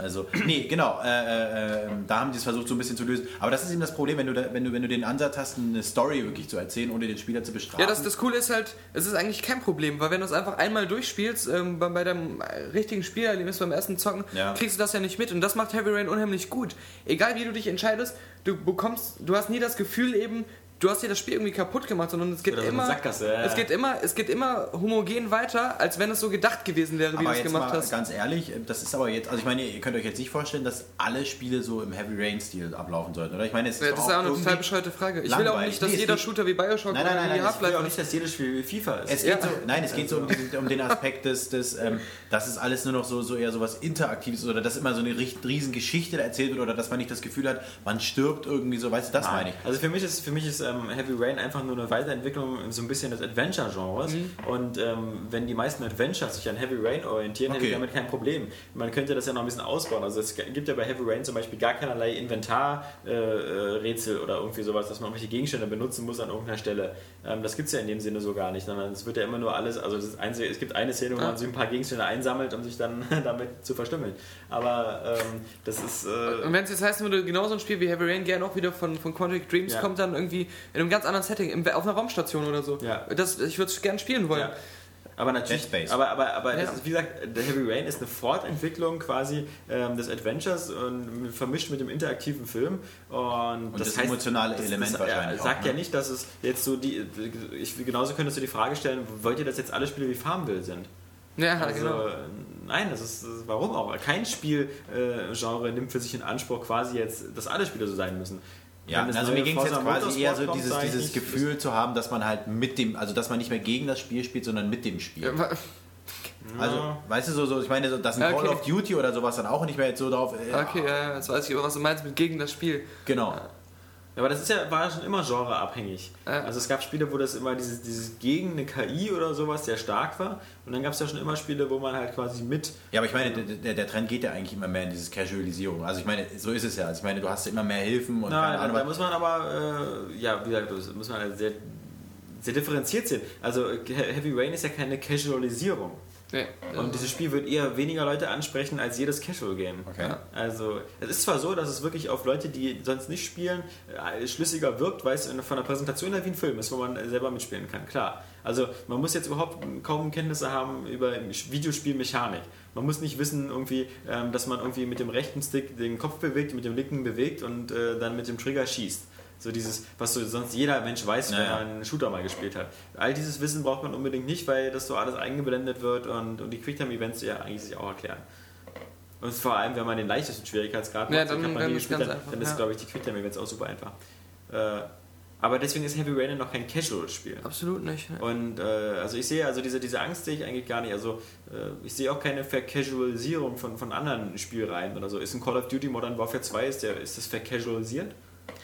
Also, nee, genau, äh, äh, äh, da haben die es versucht so ein bisschen zu lösen. Aber das ist eben das Problem, wenn du, da, wenn du, wenn du den Ansatz hast, eine Story wirklich zu erzählen, ohne den Spieler zu bestrafen. Ja, das, das Coole ist halt, es ist eigentlich kein Problem, weil wenn du es einfach einmal durchspielst, ähm, bei, bei deinem äh, richtigen Spielerlebnis beim ersten Zocken, Ja. kriegst du das ja nicht mit und das macht Heavy Rain unheimlich gut. Egal wie du dich entscheidest, du bekommst, du hast nie das Gefühl eben, du hast dir das Spiel irgendwie kaputt gemacht, sondern es geht Oder so eine immer, Sackgasse, ja, ja. es geht immer, es geht immer homogen weiter, als wenn es so gedacht gewesen wäre, wie du aber es jetzt gemacht mal hast. ganz ehrlich, das ist aber jetzt, also ich meine, ihr könnt euch jetzt nicht vorstellen, dass alle Spiele so im Heavy Rain-Stil ablaufen sollten, oder? Ich meine, es ist Ja, doch das ist ja auch eine irgendwie- total bescheuerte Frage. Ich will auch langweilig. nicht, dass Nee, es jeder geht- Shooter wie Bioshock Nein, nein, nein, wie nein, es Ich will Half-Life auch nicht, dass jedes Spiel wie FIFA ist. Es geht Ja. so, nein, es geht so um, Also. diesen, um den Aspekt des, des ähm, dass es alles nur noch so, so eher so was Interaktives ist oder dass immer so eine richt- riesen Geschichte da erzählt wird oder dass man nicht das Gefühl hat, man stirbt irgendwie so, weißt du, das meine ich. Also für mich ist, für mich ist ähm, Heavy Rain einfach nur eine Weiterentwicklung so ein bisschen des Adventure-Genres. Und ähm, wenn die meisten Adventures sich an Heavy Rain orientieren, hätte ich Okay. damit kein Problem. Man könnte das ja noch ein bisschen ausbauen. Also es gibt ja bei Heavy Rain zum Beispiel gar keinerlei Inventarrätsel äh, Rätsel oder irgendwie sowas, dass man irgendwelche Gegenstände benutzen muss an irgendeiner Stelle. Ähm, das gibt es ja in dem Sinne so gar nicht, sondern es wird ja immer nur alles, also das ist einzige, es gibt eine Szene, wo Ah. man sich ein paar Gegenstände einsammelt, um sich dann (laughs) damit zu verstümmeln. Aber ähm, das ist... Äh, Und wenn es jetzt heißen würde, genauso ein Spiel wie Heavy Rain gerne auch wieder von, von Quantic Dreams Ja. kommt, dann irgendwie in einem ganz anderen Setting, im, auf einer Raumstation oder so. Ja. Das, ich würde es gerne spielen wollen. Ja. Aber natürlich, Dead Space. aber, aber, aber Ja. das ist, wie gesagt, der Heavy Rain ist eine Fortentwicklung quasi ähm, des Adventures und vermischt mit dem interaktiven Film. Und, das emotionale Element das, wahrscheinlich äh, sagt auch, ja ne? nicht, dass es jetzt so die, ich, genauso könntest du die Frage stellen, wollt ihr, dass jetzt alle Spiele wie Farmville sind? Ja, genau. Also, genau. äh, Nein, das ist, das- warum auch? Kein Spielgenre äh, Genre nimmt für sich in Anspruch quasi jetzt, dass alle Spiele so sein müssen. Ja, Wenn das also mir neue ging es jetzt Forza quasi eher so Motorsport kommt, dieses, sag ich nicht, dieses Gefühl zu haben, dass man halt mit dem, also dass man nicht mehr gegen das Spiel spielt, sondern mit dem Spiel. genau. Also, weißt du, so, so ich meine, so, dass ein Okay. Call of Duty oder sowas dann auch nicht mehr jetzt so drauf. Äh, Okay, ja, ja, jetzt weiß ich aber, was du meinst mit gegen das Spiel. Genau. Ja, aber das ist ja, war ja schon immer genreabhängig. Ja. Also es gab Spiele, wo das immer dieses, dieses gegen eine KI oder sowas sehr stark war. Und dann gab es ja schon immer Spiele, wo man halt quasi mit. Ja, aber ich meine, der- der, der Trend geht ja eigentlich immer mehr in dieses Casualisierung. Also ich meine, so ist es ja. Also ich meine, du hast immer mehr Hilfen und Na, da, da was- muss man aber, äh, ja, wie gesagt, das muss man halt sehr, sehr differenziert sehen. Also äh, Heavy Rain ist ja keine Casualisierung. Nee. äh, Und dieses Spiel wird eher weniger Leute ansprechen als jedes Casual-Game. Okay. Also, es ist zwar so, dass es wirklich auf Leute, die sonst nicht spielen, äh, schlüssiger wirkt, weil es in- von der Präsentation her wie ein Film ist, wo man äh, selber mitspielen kann, klar. Also, man muss jetzt überhaupt kaum Kenntnisse haben über Videospielmechanik. Man muss nicht wissen, irgendwie, ähm, dass man irgendwie mit dem rechten Stick den Kopf bewegt, mit dem linken bewegt und äh, dann mit dem Trigger schießt. So dieses, was so sonst jeder Mensch weiß, wenn Naja. er einen Shooter mal gespielt hat. All dieses Wissen braucht man unbedingt nicht, weil das so alles eingeblendet wird und, und die Quicktime-Events ja eigentlich sich auch erklären. Und vor allem, wenn man den leichtesten Schwierigkeitsgrad Ja, macht, dann- die Kampagne dann ist gespielt ganz hat, einfach, dann ist, ja. glaube ich, die Quicktime-Events auch super einfach. Äh, aber deswegen ist Heavy Rain noch kein Casual-Spiel. Absolut nicht. ne. Und äh, also ich sehe, also diese, diese Angst sehe ich eigentlich gar nicht. Also äh, ich sehe auch keine Vercasualisierung von, von anderen Spielreihen oder so. Ist in Call of Duty Modern Warfare 2, ist, der, ist das vercasualisiert?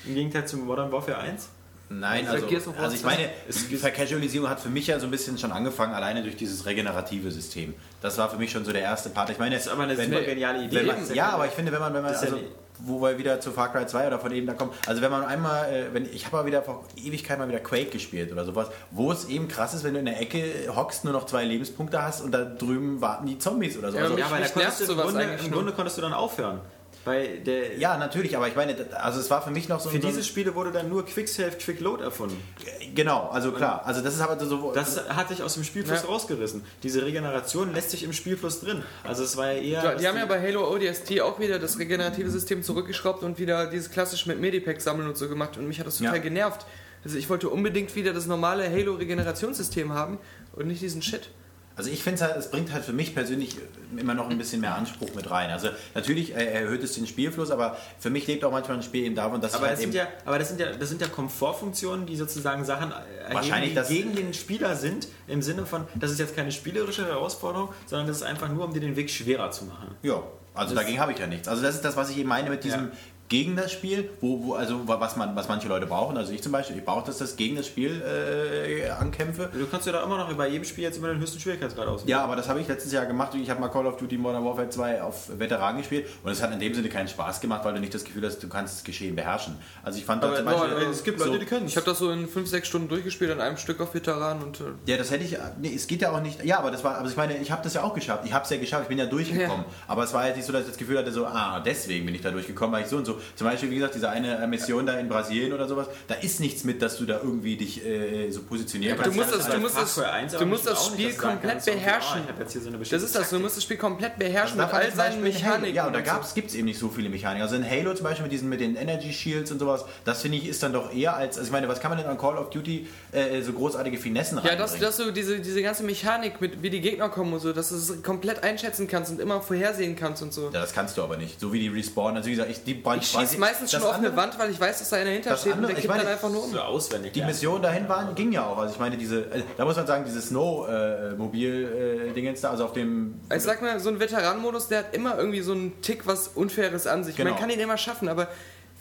Im Gegenteil zu Modern Warfare 1? Nein, Also also, Gears of War also ich zwei. meine, Es- die Vercasualisierung hat für mich ja so ein bisschen schon angefangen, alleine durch dieses regenerative System. Das war für mich schon so der erste Part. Ich meine, Das ist aber eine wenn, super geniale Idee. wenn man, ja, aber ich finde, wenn man, wenn man, Das ist ja also, die- wo wir wieder zu Far Cry 2 oder von eben da kommen, also wenn man einmal, äh, wenn ich habe mal wieder vor Ewigkeit mal wieder Quake gespielt oder sowas, wo es eben krass ist, wenn du in der Ecke hockst, nur noch zwei Lebenspunkte hast und da drüben warten die Zombies oder so. Ja, also, mich- ja, aber da mich konntest du nervt im sowas Grunde, eigentlich im nur. Grunde konntest du dann aufhören. Weil der, ja, natürlich, aber ich meine, das- also es war für mich noch so für ein- so ein- diese Spiele wurde dann nur Quicksave, Quickload erfunden. Genau, also klar. Also das ist aber so. Das hat sich aus dem Spielfluss Ja. rausgerissen. Diese Regeneration lässt sich im Spielfluss drin. Also es war ja eher... Die, dass die haben ja bei Halo ODST auch wieder das regenerative System zurückgeschraubt und wieder dieses klassisch mit Medipack sammeln und so gemacht und mich hat das total Ja. genervt. Also ich wollte unbedingt wieder das normale Halo-Regenerationssystem haben und nicht diesen Shit. Also ich finde es halt, es bringt halt für mich persönlich äh, immer noch ein bisschen mehr Anspruch mit rein. Also natürlich äh, erhöht es den Spielfluss, aber für mich lebt auch manchmal ein Spiel eben davon, dass Aber, ich das halt eben... sind, ja, aber das, sind ja, das sind ja Komfortfunktionen, die sozusagen Sachen Wahrscheinlich, erheben, dass- die gegen den Spieler sind, im Sinne von, das ist jetzt keine spielerische Herausforderung, sondern das ist einfach nur, um dir den Weg schwerer zu machen. Ja, also dagegen habe ich ja nichts. Also das ist das, was ich eben meine mit diesem gegen das Spiel, wo, wo also wa- was man was manche Leute brauchen. Also ich zum Beispiel, ich brauche, dass das gegen das Spiel äh, ankämpfe. Du kannst ja da immer noch bei jedem Spiel jetzt immer den höchsten Schwierigkeitsgrad auswählen. Ja, aber das habe ich letztes Jahr gemacht. Ich habe mal Call of Duty Modern Warfare 2 auf Veteran gespielt und es hat in dem Sinne keinen Spaß gemacht, weil du nicht das Gefühl hast, du kannst das Geschehen beherrschen. Also ich fand da Aber zum boah, Beispiel... aber Es gibt Leute, so- die können Ich habe das so in 5, 6 Stunden durchgespielt an einem Stück auf Veteran und äh, Ja, das hätte ich. Nee, es geht ja auch nicht. Ja, aber das war. Aber ich meine, ich habe das ja auch geschafft. Ich habe es ja geschafft. Ich bin ja durchgekommen. Aber es war halt nicht so, dass ich das Gefühl hatte, so, ah, deswegen bin ich da durchgekommen, weil ich so und so. Zum Beispiel, wie gesagt, diese eine äh, Mission da in Brasilien oder sowas. Da ist nichts mit, dass du da irgendwie dich äh, so positionieren du kannst. musst das, du Also Bei musst das, Far Cry 1 du aber musst bestimmt das auch nicht, Spiel dass du sagen komplett kannst, irgendwie, beherrschen. Oh, ich hab jetzt hier so eine Das ist das, du musst das Spiel komplett beherrschen mit all seinen Mechaniken. Ja, und da so. gab es gibt's eben nicht so viele Mechaniken. Also in Halo zum Beispiel mit, diesen, mit den Energy Shields und sowas, das finde ich ist dann doch eher als. Also ich meine, was kann man denn an Call of Duty äh, so großartige Finessen Ja, dass, reinbringen? dass du diese, diese ganze Mechanik, mit wie die Gegner kommen und so, dass du es komplett einschätzen kannst und immer vorhersehen kannst und so. Ja, das kannst du aber nicht. So wie die Respawn. Also wie gesagt, ich, die Brand Ich schieß meistens schon auf eine Wand, weil ich weiß, dass da einer hinter das steht und andere- der ich kippt dann meine, einfach nur um. So auswendig. Die ja. Mission dahin waren, ging ja auch. Also ich meine, diese, also da muss man sagen, diese äh, Snow-Mobil-Dingens da, also auf dem. Ich sag mal, so ein Veteran-Modus, der hat immer irgendwie so einen Tick was Unfaires an sich. Man Genau. kann ihn immer schaffen, aber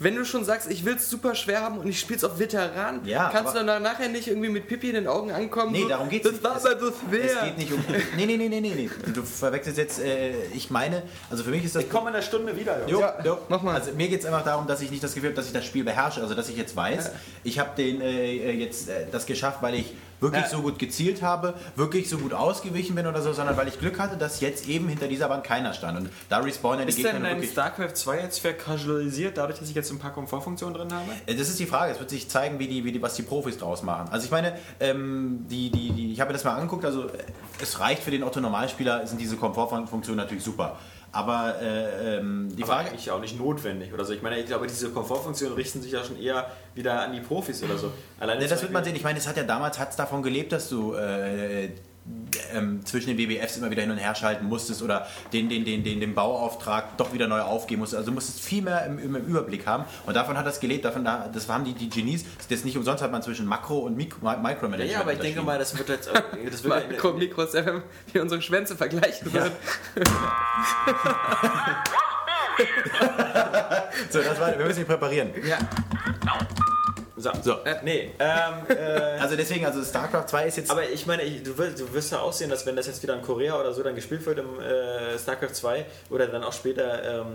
wenn du schon sagst, ich will es super schwer haben und ich spiel's auf Veteran, Ja, kannst aber- du dann nachher nicht irgendwie mit Pipi in den Augen ankommen. Nee, so, darum geht's das nicht. war Es- aber so Es schwer. geht nicht um. Nee, nee, nee, nee, nee, nee. Du verwechselst jetzt, äh, ich meine, also für mich ist das. Ich komme in einer Stunde wieder. Jungs. Jo, Ja, jo. mach mal. Also mir geht es einfach darum, dass ich nicht das Gefühl habe, dass ich das Spiel beherrsche. Also dass ich jetzt weiß, ich habe den äh, äh, jetzt äh, das geschafft, weil ich wirklich Ja. so gut gezielt habe, wirklich so gut ausgewichen bin oder so, sondern weil ich Glück hatte, dass jetzt eben hinter dieser Wand keiner stand. Und da respawnen ja die Ist Gegner denn nun dein wirklich. StarCraft 2 jetzt vercasualisiert, dadurch, dass ich jetzt ein paar Komfortfunktionen drin habe? Äh, Das ist die Frage. Es wird sich zeigen, wie die, wie die, was die Profis draus machen. Also ich meine, ähm, die, die, die, ich habe mir das mal angeguckt. Also äh, es reicht für den Otto Normalspieler, sind diese Komfortfunktionen natürlich super. Aber äh, ähm, die Aber Frage, eigentlich auch nicht notwendig oder so. Ich meine, ich glaube, diese Komfortfunktionen richten sich ja schon eher wieder an die Profis oder so. Alleine zum Ne, das wird Beispiel- man sehen. Ich meine, es hat ja damals hat's davon gelebt, dass du äh, ähm, zwischen den WBFs immer wieder hin und her schalten musstest oder den, den, den, den, den Bauauftrag doch wieder neu aufgeben musstest. Also du musstest viel mehr im, im, im Überblick haben und davon hat das gelebt. Davon, da- das haben die, die Genies. Das nicht umsonst hat man zwischen Makro und Mikro, Mi- Ja, Micromanagement. ja, aber ich denke unterschieden. mal, das wird jetzt. (laughs) Das wird Äh, Mal gucken, Mikros FM, wie unsere Schwänze vergleichen würden. So, das war, wir müssen ihn präparieren. Ja. so, so. Nee. Ähm, äh, Also deswegen, also StarCraft 2 ist jetzt. aber ich meine, ich, du, wirst, du wirst ja auch sehen, dass wenn das jetzt wieder in Korea oder so dann gespielt wird im äh, StarCraft 2 oder dann auch später ähm,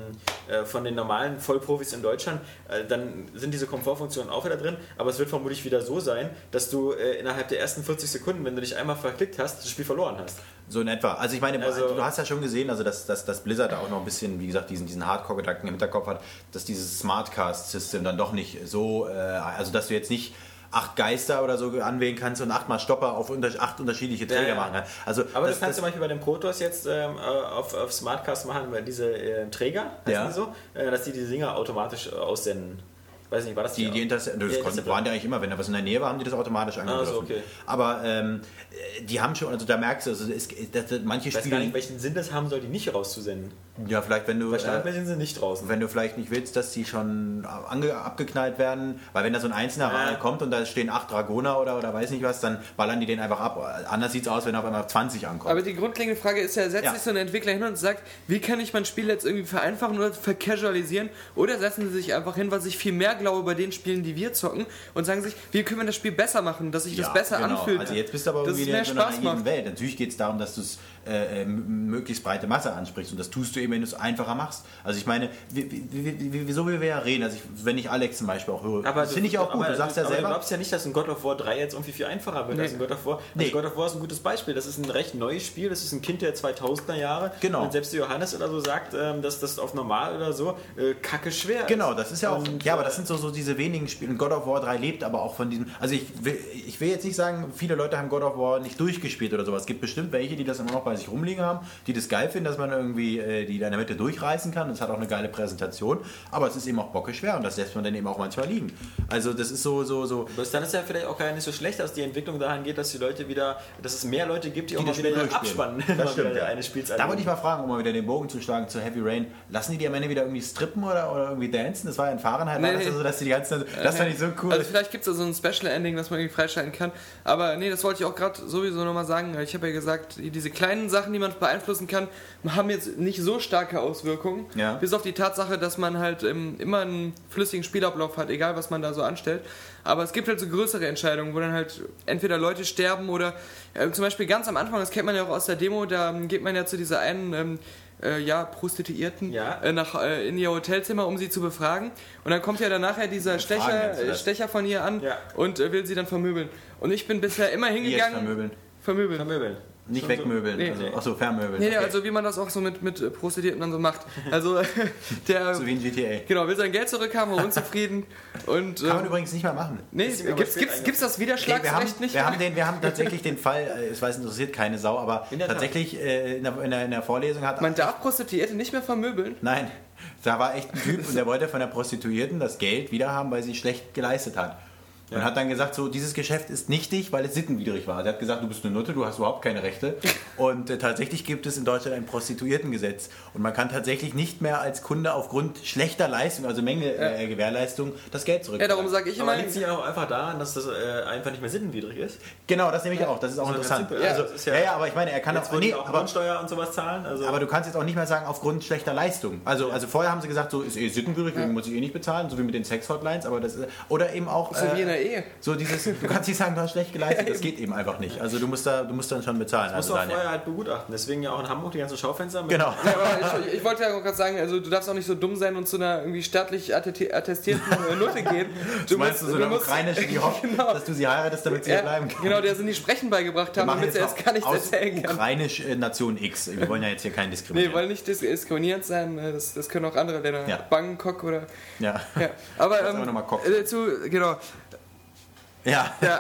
äh, von den normalen Vollprofis in Deutschland, äh, dann sind diese Komfortfunktionen auch wieder drin. Aber es wird vermutlich wieder so sein, dass du äh, innerhalb der ersten 40 Sekunden, wenn du dich einmal verklickt hast, das Spiel verloren hast. So in etwa. Also ich meine, Also- du hast ja schon gesehen, also dass, dass, dass Blizzard auch noch ein bisschen, wie gesagt, diesen, diesen Hardcore-Gedanken im Hinterkopf hat, dass dieses Smartcast-System dann doch nicht so, äh, also dass du jetzt nicht acht Geister oder so anwählen kannst und achtmal Stopper auf unter, acht unterschiedliche Träger ja. machen kannst. Also Aber das, kannst du zum Beispiel bei dem Protoss jetzt ähm, äh, auf, auf Smartcast machen, weil diese äh, Träger, heißen Ja. die so, äh, dass die die Singer automatisch äh, aussenden. Ich weiß nicht, war das Die, die Interse Nö, das Ja, konnten, Intercept- waren die eigentlich immer, wenn da was in der Nähe war, haben die das automatisch angegriffen. so, okay. Aber ähm, die haben schon, also da merkst du, also es, das, das, manche Ich weiß gar nicht, Spiele, welchen Sinn das haben soll, die nicht rauszusenden. ja vielleicht wenn du, Bei äh, Standardmäßig sind sie nicht draußen. wenn du vielleicht nicht willst, dass die schon äh, ange abgeknallt werden, weil wenn da so ein einzelner Wal kommt und da stehen acht Dragoner oder, oder weiß nicht was, dann ballern die den einfach ab. Anders sieht's aus, wenn auf einmal 20 ankommt. Aber die grundlegende Frage ist ja, setzt Ja. sich so ein Entwickler hin und sagt, wie kann ich mein Spiel jetzt irgendwie vereinfachen oder vercasualisieren? Oder setzen sie sich einfach hin, was ich viel mehr glaube bei den Spielen, die wir zocken, und sagen sich, wie können wir das Spiel besser machen, dass sich das besser anfühlt. Also jetzt bist du aber dass es irgendwie mehr in so einer Spaß eigenen macht. Welt. Natürlich geht es darum, dass du es äh, äh, m- möglichst breite Masse ansprichst. Und das tust du eben, wenn du es einfacher machst. Also ich meine, wie- wie- wie- wie- wieso wir ja reden, also ich, wenn ich Alex zum Beispiel auch höre, das du- finde ich auch gut. aber Du sagst ja aber Du selber, glaubst ja nicht, dass ein God of War 3 jetzt irgendwie viel einfacher wird als ein God of War. Also Nee. God of War ist ein gutes Beispiel. Das ist ein recht neues Spiel. Das ist ein Kind der 2000er Jahre. Genau. Und selbst der Johannes oder so sagt, ähm, dass das auf normal oder so äh, kacke schwer ist. Genau, das ist ja auch. Und, äh, ja, aber das sind so, so diese wenigen Spiele. Und God of War 3 lebt aber auch von diesem. Also ich will, ich will jetzt nicht sagen, viele Leute haben God of War nicht durchgespielt oder sowas. Es gibt bestimmt welche, die das immer noch bei sich rumliegen haben, die das geil finden, dass man irgendwie äh, die da in der Mitte durchreißen kann. Es hat auch eine geile Präsentation. Aber es ist eben auch bockeschwer und das lässt man dann eben auch manchmal liegen. Also das ist so, so, so. Bloß dann ist ja vielleicht auch gar nicht so schlecht, dass die Entwicklung dahin geht, dass die Leute wieder, dass es mehr Leute gibt, die, auch mal wieder den Abspann (laughs) Das mal stimmt, wieder ja. eines Spiels Da wollte ich mal fragen, um mal wieder den Bogen zu schlagen zu Heavy Rain. Lassen die die am Ende wieder irgendwie strippen oder, oder irgendwie dancen? Das war ja in Fahrenheit, war Nee, das ja nee. so, dass die die ganze Äh, Zeit, Das fand ich so cool. Also vielleicht gibt es da so ein Special Ending, das man irgendwie freischalten kann. Aber nee, das wollte ich auch gerade sowieso nochmal sagen. Ich habe ja gesagt, diese kleinen Sachen, die man beeinflussen kann, haben jetzt nicht so starke Auswirkungen. Ja. Bis auf die Tatsache, dass man halt ähm, immer einen flüssigen Spielablauf hat, egal was man da so anstellt. Aber es gibt halt so größere Entscheidungen, wo dann halt entweder Leute sterben oder äh, zum Beispiel ganz am Anfang, das kennt man ja auch aus der Demo, da ähm, geht man ja zu dieser einen... Ähm, äh, ja, Prostituierten Ja. Äh, nach, äh, in ihr Hotelzimmer, um sie zu befragen. Und dann kommt ja dann nachher dieser nennst du Stecher, äh, das? Stecher von ihr an Ja. und äh, will sie dann vermöbeln. Und ich bin bisher immer Wie jetzt hingegangen. vermöbeln. Vermöbeln. Vermöbeln. Nicht wegmöbeln. Nee. also, achso, vermöbeln. Nee, nee, okay. also wie man das auch so mit, mit äh, Prostituierten dann so macht. Also (laughs) der so wie in GTA. genau, will sein Geld zurückhaben, war unzufrieden. Und Kann man äh, übrigens nicht mehr machen. nee, ihm aber gibt's, spät gibt's, gibt's das Nee, wir, haben, Widerschlagsrecht nicht? wir, haben den, wir haben tatsächlich den Fall, äh, ich weiß, interessiert keine Sau, aber der Tat. tatsächlich äh, in, der, in, der, in der Vorlesung hat man darf Prostituierte nicht mehr vermöbeln. Nein, da war echt ein Typ und der wollte von der Prostituierten das Geld wiederhaben, weil sie schlecht geleistet hat. Und hat dann gesagt, so, dieses Geschäft ist nichtig, weil es sittenwidrig war. Sie hat gesagt, du bist eine Nutte, du hast überhaupt keine Rechte. Und äh, tatsächlich gibt es in Deutschland ein Prostituiertengesetz. Und man kann tatsächlich nicht mehr als Kunde aufgrund schlechter Leistung, also Mängel, äh, Gewährleistung, das Geld zurück. Ja, darum sage ich Aber immer. liegt es nicht auch einfach daran, dass das äh, einfach nicht mehr sittenwidrig ist? genau, das nehme ich auch. Das ist auch ganz interessant. simpel. also, Ja, das ist ja, ja- ja, aber ich meine, er kann Jetzt auch, wollen nee, die auch aber, Grundsteuer und sowas zahlen. Also Aber du kannst jetzt auch nicht mehr sagen, aufgrund schlechter Leistung. Also, also vorher haben sie gesagt, so ist eh sittenwürdig, deswegen muss ich eh nicht bezahlen, so wie mit den Sex-Hotlines, aber das ist- oder eben auch. äh, So wie in der Ehe. So dieses, du kannst nicht sagen, du hast schlecht geleistet, das geht eben einfach nicht. Also du musst da, du musst dann schon bezahlen. musst du Also auch Daniel. vorher halt begutachten. Deswegen ja auch in Hamburg die ganzen Schaufenster. Mit Genau. Ja, aber ich, ich wollte ja auch gerade sagen, also du darfst auch nicht so dumm sein und zu einer irgendwie staatlich attesti- attestierten äh, (laughs) Nutte gehen. Du Meinst du so du eine musst- Genau. ukrainische, (laughs) die hofft, dass du sie heiratest, damit sie ja, hier bleiben kann? Genau, der sie nicht sprechen beigebracht haben, damit sie erst gar nichts aus erzählen kann. ukrainisch äh, Nation X. Wir wollen ja jetzt hier keinen Nee, diskriminieren. wollen nicht dis- diskriminierend sein, äh, das, das können auch andere Länder. Ja. Bangkok oder. ja. Ja. Aber, aber noch mal Kopf. äh, zu, genau. (laughs) ja. Ja.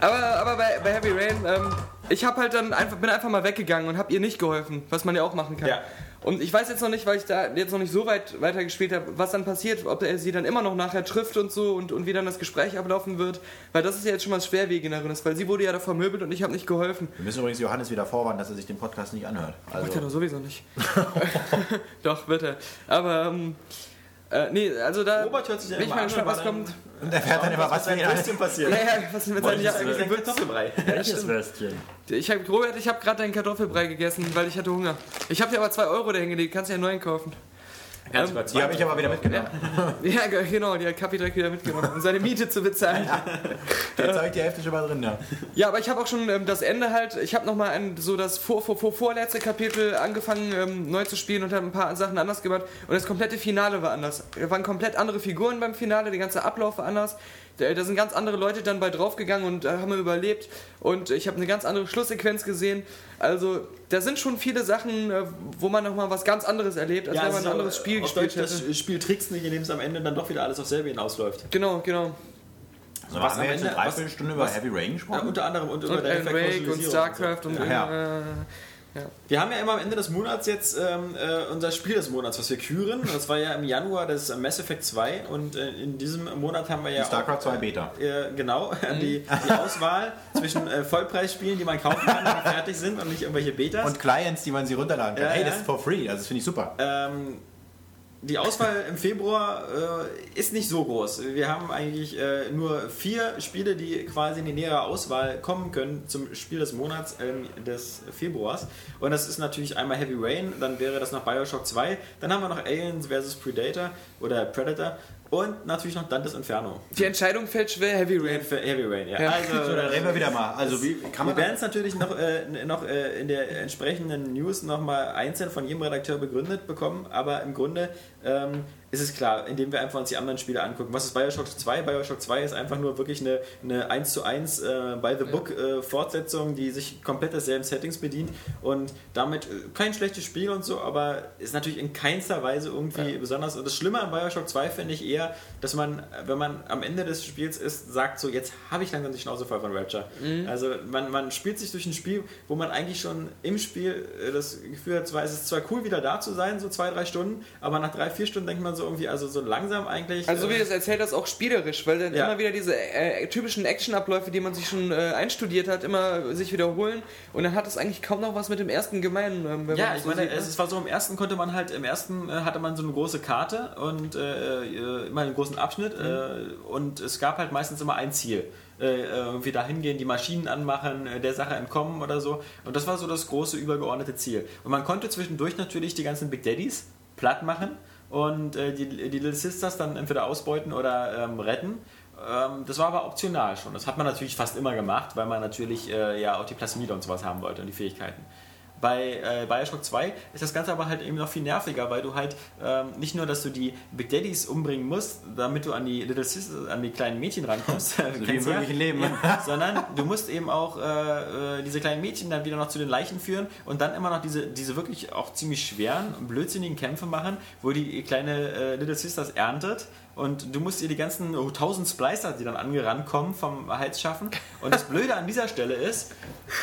aber aber bei, bei Heavy Rain, ähm, ich hab halt dann einfach, bin einfach mal weggegangen und habe ihr nicht geholfen, was man ja auch machen kann. Ja. Und ich weiß jetzt noch nicht, weil ich da jetzt noch nicht so weit weitergespielt habe, was dann passiert, ob er sie dann immer noch nachher trifft und so und, und wie dann das Gespräch ablaufen wird. Weil das ist ja jetzt schon mal das Schwerwiegenderin, weil sie wurde ja da vermöbelt und ich habe nicht geholfen. Wir müssen übrigens Johannes wieder vorwarnen, dass er sich den Podcast nicht anhört. Macht er Also, doch sowieso nicht. (laughs) doch, bitte. Aber, ähm, äh, nee, also da Robert hört sich ja bin ich immer mal an, gespannt, aber was dann- kommt. und er fährt dann immer was Was für mit ihn seinem an. Würstchen passiert? Ja, ja, was denn mit seinem Ja, Jahr? ja, Kartoffelbrei. (laughs) (laughs) Welches Würstchen? Ich habe Robert, ich habe gerade deinen Kartoffelbrei gegessen, weil ich hatte Hunger. Ich habe dir aber 2 Euro dahingelegt, kannst dir einen neuen kaufen. (laughs) Ganz über Die zwei. habe ich aber wieder mitgenommen. Ja, ge- genau, die hat Kapi direkt wieder mitgenommen, um seine Miete zu bezahlen. Jetzt habe ich die Hälfte schon mal drin. Ja. Also Ja, aber ich habe auch schon ähm, das Ende halt, ich habe nochmal ein, so das vor, vor, vor, vorletzte Kapitel angefangen ähm, neu zu spielen und habe ein paar Sachen anders gemacht. Und das komplette Finale war anders. Da waren komplett andere Figuren beim Finale, der ganze Ablauf war anders. Da, da sind ganz andere Leute dann bei draufgegangen und äh, haben überlebt. Und ich habe eine ganz andere Schlusssequenz gesehen. Also, da sind schon viele Sachen, äh, wo man nochmal was ganz anderes erlebt, als Ja, wenn man also ein anderes Spiel auf gespielt Deutsch, hätte. Das Spiel trickst nicht, indem es am Ende dann doch wieder alles auf Serbien ausläuft. Genau, genau. So, was am haben wir jetzt eine Ende- was- Dreiviertelstunde über Heavy Rain Ja, gesprochen? unter anderem und über Und deine Alan Wake und Verkaufelisierung StarCraft und, Ach ja. äh, Wir haben ja immer am Ende des Monats jetzt ähm, äh, unser Spiel des Monats, was wir küren. Das war ja im Januar das ist Mass Effect 2 und äh, in diesem Monat haben wir ja StarCraft 2 Beta. auch, äh, genau (laughs) die, Mhm. die Auswahl zwischen äh, Vollpreisspielen, die man kaufen kann, (laughs) wenn die fertig sind und nicht irgendwelche Betas. Und Clients, die man sie runterladen kann. Ja, hey, ja. das ist for free. Also das finde ich super. ähm, die Auswahl im Februar äh, ist nicht so groß. Wir haben eigentlich äh, nur vier Spiele, die quasi in die nähere Auswahl kommen können zum Spiel des Monats ähm, des Februars. Und das ist natürlich einmal Heavy Rain, dann wäre das noch Bioshock 2, dann haben wir noch Aliens vs. Predator oder Predator und natürlich noch Dantes Inferno. die Entscheidung fällt schwer, Heavy Rain. Für Heavy Rain, ja. Ja. Also, (laughs) so, dann reden wir wieder mal. Also wie kann man wir werden es natürlich noch, äh, noch äh, in der entsprechenden News nochmal einzeln von jedem Redakteur begründet bekommen, aber im Grunde ähm, ist es klar, indem wir einfach uns die anderen Spiele angucken. Was ist Bioshock 2? Bioshock 2 ist einfach nur wirklich eine, eine 1 zu 1 äh, By-the-Book-Fortsetzung, die sich komplett desselben Settings bedient und damit äh, kein schlechtes Spiel und so, aber ist natürlich in keinster Weise irgendwie besonders. Und das Schlimme an Bioshock 2 finde ich eher, dass man, äh, wenn man am Ende des Spiels ist, sagt so, jetzt habe ich langsam die Schnauze voll von Rapture. Mhm. Also man, man spielt sich durch ein Spiel, wo man eigentlich schon im Spiel äh, das Gefühl hat, zwar, es ist zwar cool, wieder da zu sein, so zwei, drei Stunden, aber nach drei, vier Stunden denkt man so irgendwie, also so langsam eigentlich. Also so wie äh, ihr das erzählt, das auch spielerisch, weil dann Ja. immer wieder diese äh, typischen Actionabläufe, die man sich schon äh, einstudiert hat, immer sich wiederholen und dann hat es eigentlich kaum noch was mit dem ersten gemein. ähm, wenn Ja, man ich so meine, sieht, ne? es es war so, im ersten konnte man halt, im ersten äh, hatte man so eine große Karte und äh, äh, immer einen großen Abschnitt Mhm. äh, und es gab halt meistens immer ein Ziel. Äh, irgendwie dahin gehen, die Maschinen anmachen, äh, der Sache entkommen oder so. Und das war so das große übergeordnete Ziel. Und man konnte zwischendurch natürlich die ganzen Big Daddies platt machen und äh, die, die Little Sisters dann entweder ausbeuten oder ähm, retten. Ähm, das war aber optional schon. Das hat man natürlich fast immer gemacht, weil man natürlich äh, ja auch die Plasmide und sowas haben wollte und die Fähigkeiten. Bei äh, Bioshock 2 ist das Ganze aber halt eben noch viel nerviger, weil du halt ähm, nicht nur, dass du die Big Daddies umbringen musst, damit du an die Little Sisters, an die kleinen Mädchen rankommst, So wie im Kennst du ja? wirklichen Leben. (laughs) sondern du musst eben auch äh, äh, diese kleinen Mädchen dann wieder noch zu den Leichen führen und dann immer noch diese, diese wirklich auch ziemlich schweren und blödsinnigen Kämpfe machen, wo die kleine äh, Little Sisters erntet und du musst ihr die ganzen oh, 1000 Splicer, die dann angerannt kommen, vom Hals schaffen. Und das Blöde an dieser Stelle ist,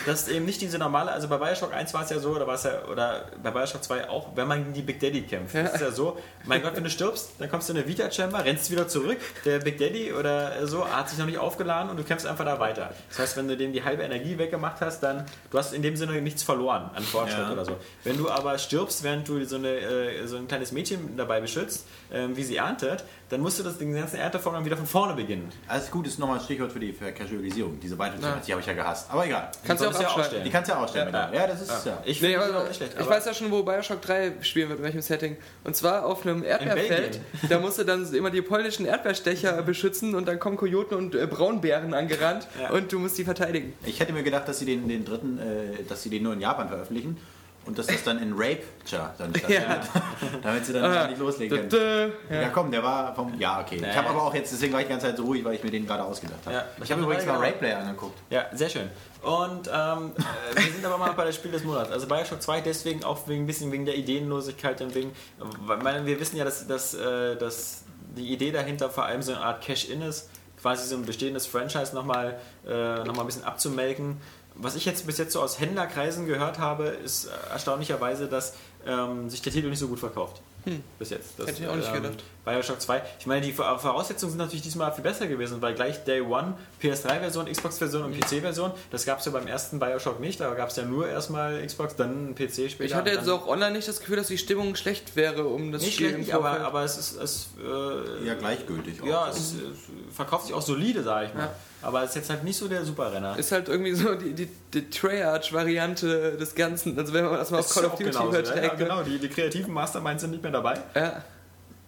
dass eben nicht diese normale, also bei Bioshock 1 war es ja so, oder war es ja, oder bei Bioshock 2 auch, wenn man gegen die Big Daddy kämpft, ist es ja so, mein Gott, wenn du stirbst, dann kommst du in eine Vita-Chamber, rennst wieder zurück, der Big Daddy oder so hat sich noch nicht aufgeladen und du kämpfst einfach da weiter. Das heißt, wenn du dem die halbe Energie weggemacht hast, dann, du hast in dem Sinne nichts verloren an Fortschritt Ja. oder so. Wenn du aber stirbst, während du so, eine, äh, so ein kleines Mädchen dabei beschützt, ähm, wie sie erntet, dann musst du das, den ganzen Erntevorgang wieder von vorne beginnen. Alles gut, ist nochmal ein Stichwort für die Casualisierung. Diese Weiterentwicklung, die habe ich ja gehasst. Aber egal. Kannst du solltest auch ja abschalten. Die kannst du ja ausstellen. Ja. Ja, ja das ist ja. Ich Nee, finde aber, das auch nicht schlecht. ich aber- weiß ja schon, wo Bioshock 3 spielen wird, in welchem Setting. Und zwar auf einem Erdbeerfeld. Belgien. Mhm. Da musst du dann immer die polnischen Erdbeerstecher beschützen und dann kommen Kojoten und äh, Braunbären angerannt Ja. und du musst die verteidigen. Ich hätte mir gedacht, dass sie den, den dritten, äh, dass sie den nur in Japan veröffentlichen und dass das dann in Rapture dann stattfindet. (laughs) Damit sie dann Ah, gar nicht loslegen können. Dö, Ja. komm, der war vom. Ja, okay. Ich habe aber auch jetzt, deswegen war ich die ganze Zeit so ruhig, weil ich mir den gerade ausgedacht habe. Ja. Ich habe übrigens mal Genau. Rayplay angeguckt. Ja, sehr schön. Und ähm, äh, wir sind aber mal noch bei der Spiel des Monats. Also Bioshock 2 deswegen auch wegen ein bisschen wegen der Ideenlosigkeit und wegen, weil weil wir wissen ja, dass, dass, äh, dass die Idee dahinter vor allem so eine Art Cash-In ist, quasi so ein bestehendes Franchise nochmal äh, noch mal ein bisschen abzumelken. Was ich jetzt bis jetzt so aus Händlerkreisen gehört habe, ist äh, erstaunlicherweise, dass ähm, sich der Titel nicht so gut verkauft. Bis jetzt. Hm. Das, ähm, Hätte ich auch nicht gedacht. Bioshock 2. Ich meine, die Vora- Voraussetzungen sind natürlich diesmal viel besser gewesen, weil gleich Day One PS3-Version, Xbox-Version Mhm. und PC-Version, das gab es ja beim ersten Bioshock nicht, da gab es ja nur erstmal Xbox, dann PC später. Ich hatte und jetzt dann- auch online nicht das Gefühl, dass die Stimmung schlecht wäre, um das Nicht Spiel schlecht, im aber, Vorfeld. aber es ist. Es, äh, Ja, gleichgültig. auch. ja, es, es verkauft sich auch solide, sag ich mal. Ja. Aber es ist jetzt halt nicht so der Superrenner. ist halt irgendwie so die, die, die Treyarch-Variante des Ganzen. Also wenn man das mal auf Call of Duty genauso, hört, ja, ja, direkt, ne? genau. Die, die kreativen Masterminds sind nicht mehr dabei. ja.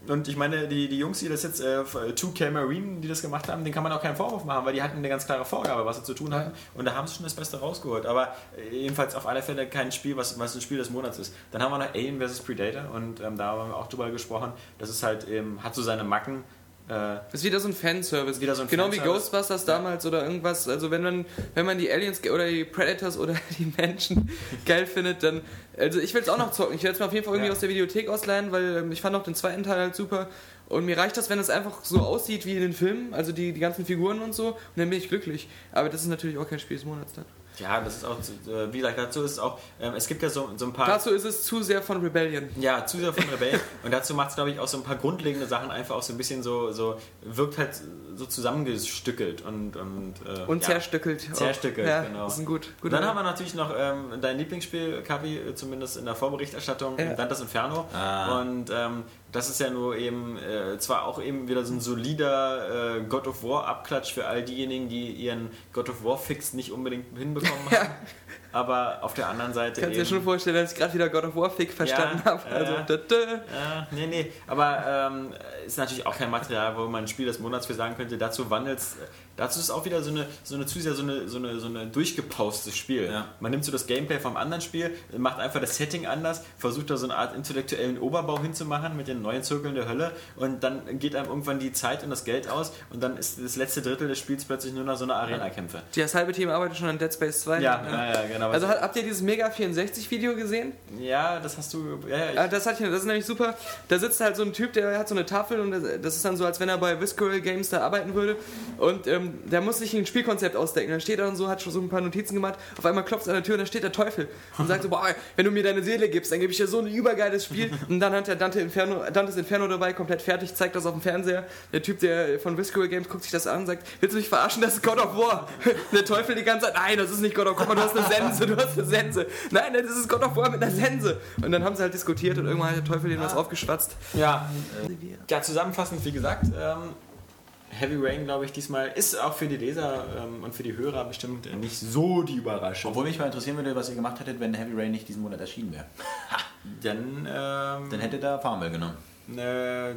Und ich meine, die, die Jungs, die das jetzt, äh, 2K Marine, die das gemacht haben, denen kann man auch keinen Vorwurf machen, weil die hatten eine ganz klare Vorgabe, was sie zu tun hatten. Und da haben sie schon das Beste rausgeholt. Aber äh, jedenfalls auf alle Fälle kein Spiel, was, was ein Spiel des Monats ist. Dann haben wir noch Alien vs. Predator und ähm, da haben wir auch drüber gesprochen. Das ist halt, eben, hat so seine Macken. Äh, Ist wieder so ein Fanservice. Wieder so ein genau wie Fanservice. Ghostbusters damals oder irgendwas. Also wenn man, wenn man die Aliens ge- oder die Predators oder (laughs) die (laughs) Menschen geil findet, dann. Also ich will es auch noch zocken. Ich werde es mir auf jeden Fall irgendwie Ja. aus der Videothek ausleihen, weil ähm, ich fand auch den zweiten Teil halt super. Und mir reicht das, wenn es einfach so aussieht wie in den Filmen, also die, die ganzen Figuren und so, und dann bin ich glücklich. Aber das ist natürlich auch kein Spiel des Monats dann. ja, das ist auch, äh, wie gesagt, dazu ist es auch, ähm, es gibt ja so, so ein paar. Dazu ist es zu sehr von Rebellion. Ja, Zuseher von Rebellen. Und dazu macht es, glaube ich, auch so ein paar grundlegende Sachen einfach auch so ein bisschen so, so wirkt halt so zusammengestückelt und. Und, äh, Und ja. zerstückelt. auch. Zerstückelt, ja, genau. Das ist ein gut, guter dann haben wir natürlich noch ähm, dein Lieblingsspiel, Kavi, äh, zumindest in der Vorberichterstattung, Ja. Dantes Inferno. Und ähm, das ist ja nur eben, äh, zwar auch eben wieder so ein solider äh, (laughs) God of War-Abklatsch für all diejenigen, die ihren God of War-Fix nicht unbedingt hinbekommen haben. Aber auf der anderen Seite. Kannst du dir eben- schon vorstellen, dass ich gerade wieder God of War Fick verstanden Ja, habe. Also, ja. da, da. Ja, nee, nee. Aber ähm, ist natürlich auch kein Material, wo man ein Spiel des Monats für sagen könnte, dazu wandelt's. äh, Dazu ist auch wieder so eine, so eine zu sehr so eine, so eine, so eine durchgepaustes Spiel. Ja. Man nimmt so das Gameplay vom anderen Spiel, macht einfach das Setting anders, versucht da so eine Art intellektuellen Oberbau hinzumachen mit den neuen Zirkeln der Hölle und dann geht einem irgendwann die Zeit und das Geld aus und dann ist das letzte Drittel des Spiels plötzlich nur noch so eine Arena-Kämpfe. Das halbe Team arbeitet schon an Dead Space 2. Ja, ja, ja, genau. Also hat- habt ihr dieses Mega 64 Video gesehen? ja, das hast du. Ja, ja, ich, Ah, Das, hat, das ist nämlich super. Da sitzt halt so ein Typ, der hat so eine Tafel und das das ist dann so, als wenn er bei Visceral Games da arbeiten würde. Und ähm, der muss sich ein Spielkonzept ausdenken. Da steht er und so, hat schon so ein paar Notizen gemacht. Auf einmal klopft an der Tür und da steht der Teufel und sagt so, boah, wenn du mir deine Seele gibst, dann gebe ich dir so ein übergeiles (laughs) Spiel. Und dann hat der Dante Inferno, Dantes Inferno dabei, komplett fertig, zeigt das auf dem Fernseher. Der Typ, der von Visceral Games guckt sich das an und sagt, willst du mich verarschen, das ist God of War. (laughs) Der Teufel die ganze Zeit, nein, das ist nicht God of War, du hast eine Sense, du hast eine Sense. Nein, nein, das ist God of War mit einer Sense. Und dann haben sie halt diskutiert und irgendwann hat der Teufel denen was aufgeschwatzt. Ja, Äh, ja zusammenfassend, wie gesagt, ähm, Heavy Rain, glaube ich, diesmal ist auch für die Leser ähm, und für die Hörer bestimmt äh, nicht so die Überraschung. Obwohl mich mal interessieren würde, was ihr gemacht hättet, wenn Heavy Rain nicht diesen Monat erschienen wäre. Dann, ähm, Dann hättet ihr Farmville genommen. äh,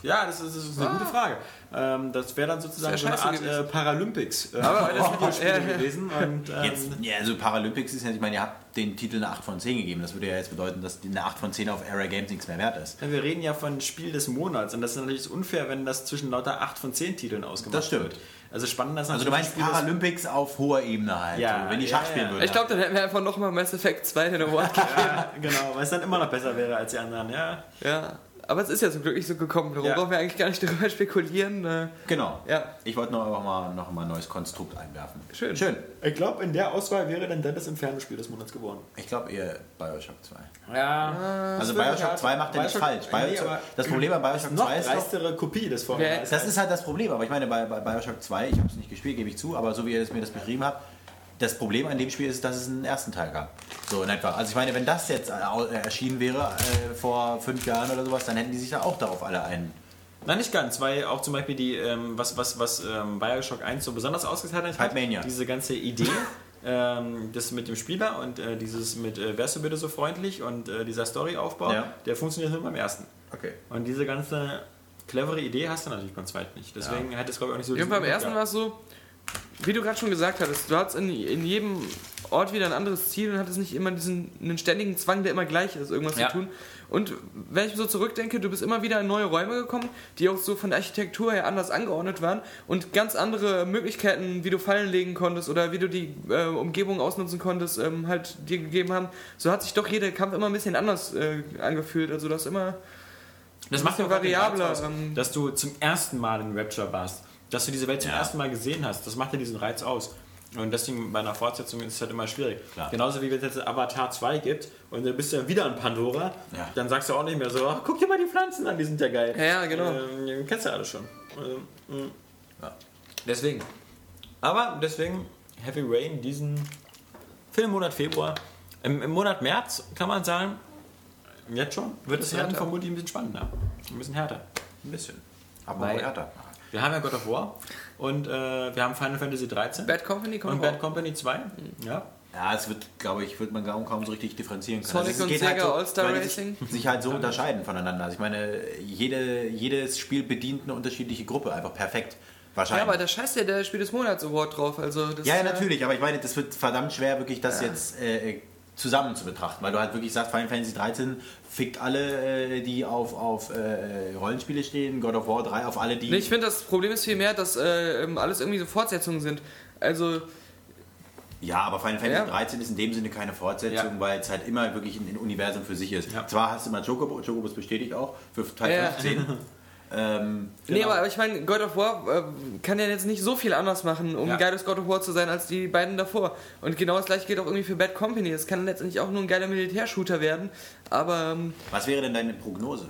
ja, das ist, das ist Ah. eine gute Frage. Ähm, das wäre dann sozusagen Das so wär eine Art scheiße äh, Paralympics (laughs) äh, Aber das- Videospiele ja, ja. gewesen. Und, ähm, Jetzt, ja, also Paralympics ist ja, ich meine, ihr habt den Titel eine 8 von 10 gegeben. Das würde ja jetzt bedeuten, dass die eine 8 von 10 auf Era Games nichts mehr wert ist. wir reden ja von Spiel des Monats und das ist natürlich unfair, wenn das zwischen lauter 8 von 10 Titeln ausgemacht Das stimmt. wird. Also spannender ist Also du meinst Spiel des- Paralympics auf hoher Ebene halt. Ja, so, wenn die ja, Schach spielen ja. würden. Ich glaube, dann hätten wir einfach nochmal Mass Effect 2 den Award (laughs) gegeben. Ja, genau, weil es dann immer noch besser wäre als die anderen, ja. Ja. Aber es ist ja zum Glück nicht so gekommen. Darum Ja. brauchen wir eigentlich gar nicht darüber spekulieren. Äh, Genau. Ja. Ich wollte noch einfach mal noch mal ein neues Konstrukt einwerfen. Schön. Schön. Ich glaube, in der Auswahl wäre dann das Inferno-Spiel des Monats geworden. Ich glaube, ihr Bioshock 2. Ja. Also wird Bioshock hart. 2 macht ja nichts Bioshock- falsch. Nee, Bioshock, aber- das Problem bei Bioshock 2 Noch ist doch, dreistere Kopie des vorher. das ist halt das Problem. Aber ich meine, bei, bei Bioshock 2, ich habe es nicht gespielt, gebe ich zu, aber so wie ihr das mir das beschrieben habt, das Problem an dem Spiel ist, dass es einen ersten Teil gab. So in etwa. Also ich meine, wenn das jetzt äh, au- äh, erschienen wäre äh, vor fünf Jahren oder sowas, dann hätten die sich da auch darauf alle einen. Nein, nicht ganz, weil auch zum Beispiel die, ähm, was, was, was ähm, Bioshock 1 so besonders ausgezeichnet hat, Hypemania. diese (laughs) ganze Idee, ähm, das mit dem Spieler und äh, dieses mit äh, Wärst du bitte so freundlich und äh, dieser Storyaufbau, Ja. der funktioniert nur beim ersten. Okay. Und diese ganze clevere Idee hast du natürlich beim zweiten nicht. Deswegen hat es, glaube ich, auch nicht so diesen Irgendwann beim ersten Impact gehabt. war es so, wie du gerade schon gesagt hattest, du hattest in, in jedem Ort wieder ein anderes Ziel und hattest nicht immer diesen einen ständigen Zwang, der immer gleich ist, irgendwas Ja. zu tun. Und wenn ich so zurückdenke, du bist immer wieder in neue Räume gekommen, die auch so von der Architektur her anders angeordnet waren und ganz andere Möglichkeiten, wie du Fallen legen konntest oder wie du die äh, Umgebung ausnutzen konntest, ähm, halt dir gegeben haben. So hat sich doch jeder Kampf immer ein bisschen anders äh, angefühlt. Also das immer. Das macht ja auch variabler, variabler, Reiz aus, ähm, dass du zum ersten Mal in Rapture warst, dass du diese Welt zum ersten Mal gesehen hast. Das macht ja diesen Reiz aus. Und deswegen bei einer Fortsetzung ist es halt immer schwierig. Klar. Genauso wie wenn es jetzt Avatar 2 gibt und dann bist du ja wieder in Pandora, Ja. dann sagst du auch nicht mehr so, ach, guck dir mal die Pflanzen an, die sind ja geil. Ja, ja, genau. Ähm, kennst du alle schon. Ähm, mh. Ja. Deswegen. Aber deswegen Heavy Rain diesen für den Monat Februar. Im, im Monat März kann man sagen, Jetzt schon? Wird es dann vermutlich ein bisschen spannender. Ein bisschen härter. Ein bisschen. Aber Weil- Weil, härter. Wir haben ja God of War und äh, wir haben Final Fantasy 13 Bad Company Mhm. kommt und Bad auch. Company 2. Ja. Ja, es wird, glaube ich, wird man kaum, kaum so richtig differenzieren können. Sonic Also es und geht Sega so, All-Star weil die sich- Racing. Sich halt so unterscheiden voneinander. Also ich meine, jede, jedes Spiel bedient eine unterschiedliche Gruppe, einfach perfekt. Ja, aber Wahrscheinlich. da scheißt ja der Spiel des Monats Award drauf. Also das Ja, ja, ist natürlich, aber ich meine, das wird verdammt schwer, wirklich das jetzt äh, zusammen zu betrachten, weil du halt wirklich sagst, Final Fantasy 13 fickt alle, äh, die auf, auf äh, Rollenspiele stehen, God of War 3 auf alle, die. Nee, ich finde, das Problem ist vielmehr, dass äh, ähm, alles irgendwie so Fortsetzungen sind. Also, Ja, aber Final Fantasy Ja. 13 ist in dem Sinne keine Fortsetzung, Ja. weil es halt immer wirklich ein, ein Universum für sich ist. Ja. Zwar hast du mal Chocobo, Chocobos bestätigt auch, für Teil Ja. 15. ähm, nee, aber ich meine, God of War äh, kann ja jetzt nicht so viel anders machen, um Ja. ein geiles God of War zu sein, als die beiden davor. Und genau das gleiche geht auch irgendwie für Bad Company. Es kann letztendlich auch nur ein geiler Militärshooter werden, aber ähm, was wäre denn deine Prognose?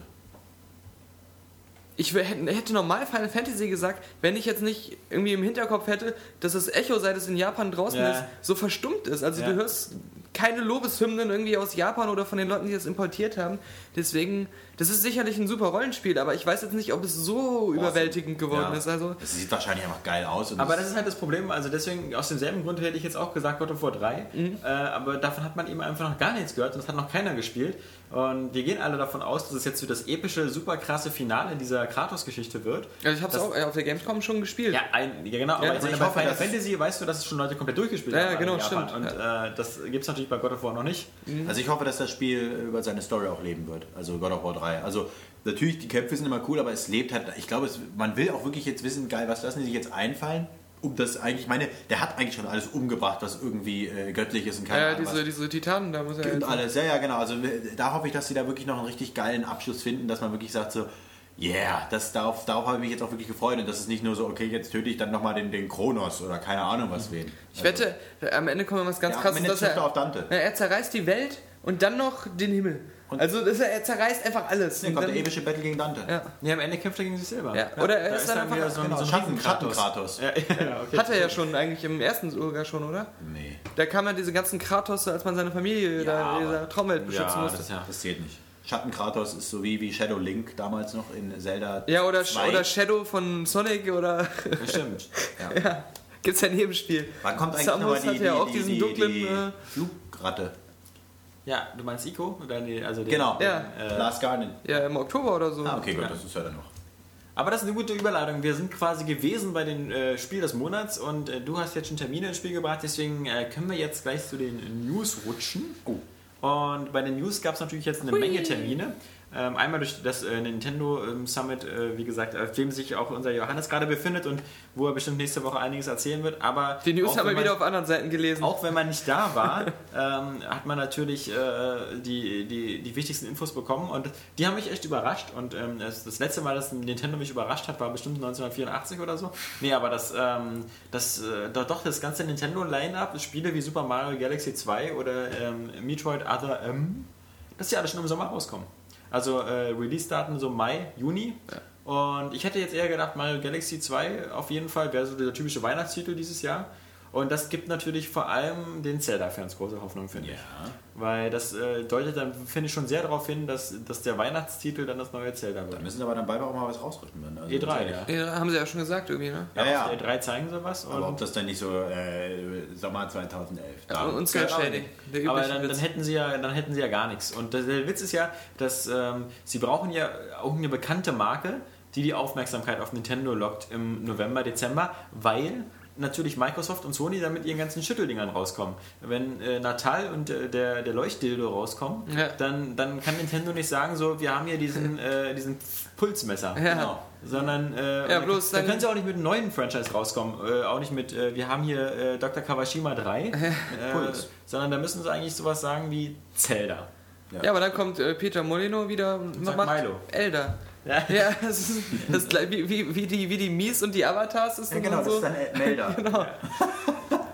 ich wär- hätte hätte normal Final Fantasy gesagt, wenn ich jetzt nicht irgendwie im Hinterkopf hätte, dass das Echo, seit es in Japan draußen Ja. ist, so verstummt ist. Also Ja. du hörst keine Lobeshymnen irgendwie aus Japan oder von den Leuten, die das importiert haben. Deswegen Das ist sicherlich ein super Rollenspiel, aber ich weiß jetzt nicht, ob es so überwältigend geworden Ja. ist. Also, Das sieht wahrscheinlich einfach geil aus. Und Aber das ist halt das Problem. Also deswegen, aus demselben Grund hätte ich jetzt auch gesagt God of War 3. Mhm. Äh, aber davon hat man eben einfach noch gar nichts gehört und das hat noch keiner gespielt. Und wir gehen alle davon aus, dass es jetzt so das epische, super krasse Finale dieser Kratos-Geschichte wird. ja, ich habe es Das- auch äh, auf der Gamescom schon gespielt. Ja, ein, ja genau, aber Ja, jetzt ich ich bei hoffe, Final dass- Fantasy weißt du, dass es schon Leute komplett durchgespielt Ja, haben. ja, genau, in Japan. stimmt. Und äh, das gibt es natürlich bei God of War noch nicht. Also ich hoffe, dass das Spiel über seine Story auch leben wird. Also God of War 3. Also natürlich, die Kämpfe sind immer cool, aber es lebt halt. Ich glaube, es, man will auch wirklich jetzt wissen, geil, was lassen die sich jetzt einfallen, um das eigentlich, ich meine, der hat eigentlich schon alles umgebracht, was irgendwie äh, göttlich ist und keine Ja, Ahnung was. diese, diese Titanen, da halt muss er Und jetzt- alles, ja, ja, genau. Also äh, da hoffe ich, dass sie da wirklich noch einen richtig geilen Abschluss finden, dass man wirklich sagt so, yeah, das, darauf, darauf habe ich mich jetzt auch wirklich gefreut. Und das ist nicht nur so, okay, jetzt töte ich dann nochmal den, den Kronos oder keine Ahnung was wen. Mhm. Also, Ich wette, am Ende kommt was ganz Ja, am krasses, Ende dass trifft er, er auf Dante. Ja, er zerreißt die Welt und dann noch den Himmel. Und- also das ist er, er zerreißt einfach alles. Dann Und kommt dann- der epische Battle gegen Dante. Ja. Nee, am Ende kämpft er gegen sich selber. Ja, oder er da ist dann einfach- wieder so ein, Genau, so ein Schatten, Riesenkratos. Schattenkratos. Ja, ja, okay. hat er ja schon eigentlich im ersten sogar schon, oder? Nee. Da kam ja diese ganzen Kratos, als man seine Familie da in dieser Traumwelt beschützen ja, musste. das, ja. Das zählt nicht. Schattenkratos ist so wie, wie Shadow Link damals noch in Zelda. Ja, oder, 2. oder Shadow von Sonic oder (laughs) das stimmt. gibt's ja neben Spiel. Wann kommt eigentlich Samus nochmal die, hat die, ja auch die, diesen die, dunklen, die äh, Flugratte? Ja, du meinst Ico? Oder nee, also den, Genau. Ja. Äh, Last Guardian. Ja, im Oktober oder so. Ah, okay, gut, Ja. das ist ja dann noch. Aber das ist eine gute Überleitung. Wir sind quasi gewesen bei dem äh, Spiel des Monats und äh, du hast jetzt schon Termine ins Spiel gebracht, deswegen äh, können wir jetzt gleich zu den News rutschen. Und bei den News gab es natürlich jetzt eine Menge Termine. Ähm, einmal durch das äh, Nintendo ähm, Summit, äh, wie gesagt, auf dem sich auch unser Johannes gerade befindet und wo er bestimmt nächste Woche einiges erzählen wird. Aber Die News haben auch wenn wir man- wieder auf anderen Seiten gelesen. auch wenn man nicht da war, (laughs) ähm, hat man natürlich äh, die, die, die wichtigsten Infos bekommen und die haben mich echt überrascht. Und ähm, das, das letzte Mal, dass Nintendo mich überrascht hat, war bestimmt 1984 oder so. Nee, aber das, ähm, das äh, doch, doch das ganze Nintendo-Line-Up, Spiele wie Super Mario Galaxy 2 oder ähm, Metroid Other M, dass die alle schon im Sommer rauskommen. Also äh, Release-Daten so Mai, Juni. Und ich hätte jetzt eher gedacht, Mario Galaxy 2 auf jeden Fall wäre so der typische Weihnachtstitel dieses Jahr. Und das gibt natürlich vor allem den Zelda-Fans große Hoffnung, finde ich. Weil das äh, deutet dann, finde ich, schon sehr darauf hin, dass, dass der Weihnachtstitel dann das neue Zelda Da wird. müssen aber dann bald auch mal was rausrücken. Dann. Also E3, ja. Ja, haben sie ja schon gesagt irgendwie, ne? Ja, Auf ja. der E3 zeigen sie was. Aber und- ob das dann nicht so äh, Sommer 2011 Und, und Cell Cell Shading. Shading. Der genau. Aber übliche dann, dann Witz. hätten sie ja, dann hätten sie ja gar nichts. Und der, der Witz ist ja, dass ähm, sie brauchen ja auch eine bekannte Marke, die die Aufmerksamkeit auf Nintendo lockt im November, Dezember, weil natürlich Microsoft und Sony dann mit ihren ganzen Schütteldingern rauskommen. Wenn äh, Natal und äh, der, der Leuchtdildo rauskommen, Ja. dann, dann kann Nintendo nicht sagen, so, wir haben hier diesen, äh, diesen Pulsmesser. Genau. Ja. Sondern äh, und Ja, dann- bloß dann dann- können sie auch nicht mit einem neuen Franchise rauskommen. Äh, auch nicht mit, äh, wir haben hier äh, Dr. Kawashima 3, äh, Puls. sondern da müssen sie eigentlich sowas sagen wie Zelda. ja, aber dann kommt äh, Peter Molino wieder und sagt macht Milo. Elder. Ja. Ja, (laughs) das ist, das ist gleich wie, wie, wie, die, wie die Mies und die Avatars ist Ja, das genau, und das so. ist dann äh, Melder. genau. (laughs)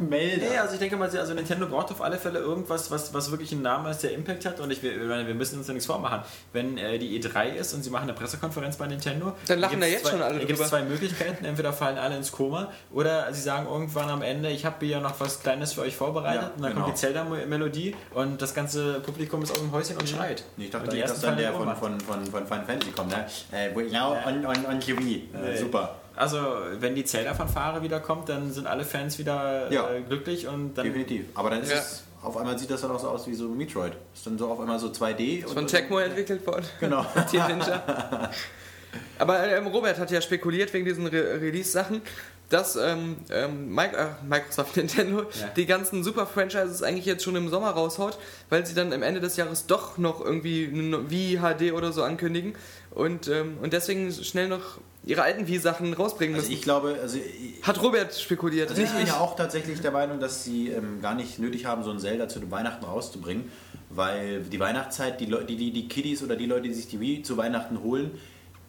Melder. Nee, also ich denke mal, also Nintendo braucht auf alle Fälle irgendwas, was, was wirklich einen Namen ist, der Impact hat. Und ich, wir- ich meine, wir müssen uns ja nichts vormachen. Wenn äh, die E3 ist und sie machen eine Pressekonferenz bei Nintendo, Dann lachen gibt's da jetzt zwei, schon alle Dann gibt drüber. es zwei Möglichkeiten. Entweder fallen alle ins Koma oder sie sagen irgendwann am Ende, ich habe hier noch was Kleines für euch vorbereitet. Ja, und dann genau. kommt die Zelda-Melodie und das ganze Publikum ist aus dem Häuschen und schreit. Ich und dachte eigentlich, dass dann fallen der in von, Ohnmacht. von, von, von Final Fantasy kommt, ne? Äh, we now on, on, on TV. Äh, super. Also, wenn die Zelda-Fanfare wieder kommt, dann sind alle Fans wieder Ja. äh, glücklich und dann. Definitiv. Aber dann ist Ja. es, auf einmal sieht das dann auch so aus wie so Metroid. Ist dann so auf einmal so 2D. und- Von Tecmo entwickelt worden. Genau. Team Ninja. (laughs) Aber ähm, Robert hat ja spekuliert wegen diesen Re Release-Sachen, dass ähm, ähm, Mi- äh, Microsoft (laughs) Nintendo Ja. die ganzen Super-Franchises eigentlich jetzt schon im Sommer raushaut, weil sie dann am Ende des Jahres doch noch irgendwie n- wie HD oder so ankündigen und, ähm, und deswegen schnell noch ihre alten Wii-Sachen rausbringen Also müssen. ich glaube, also ich, hat Robert spekuliert. Also ich bin ja auch tatsächlich der Meinung, dass sie ähm, gar nicht nötig haben, so ein Zelda zu Weihnachten rauszubringen, weil die Weihnachtszeit, die, Leute, die, die, die Kiddies oder die Leute, die sich die Wii zu Weihnachten holen,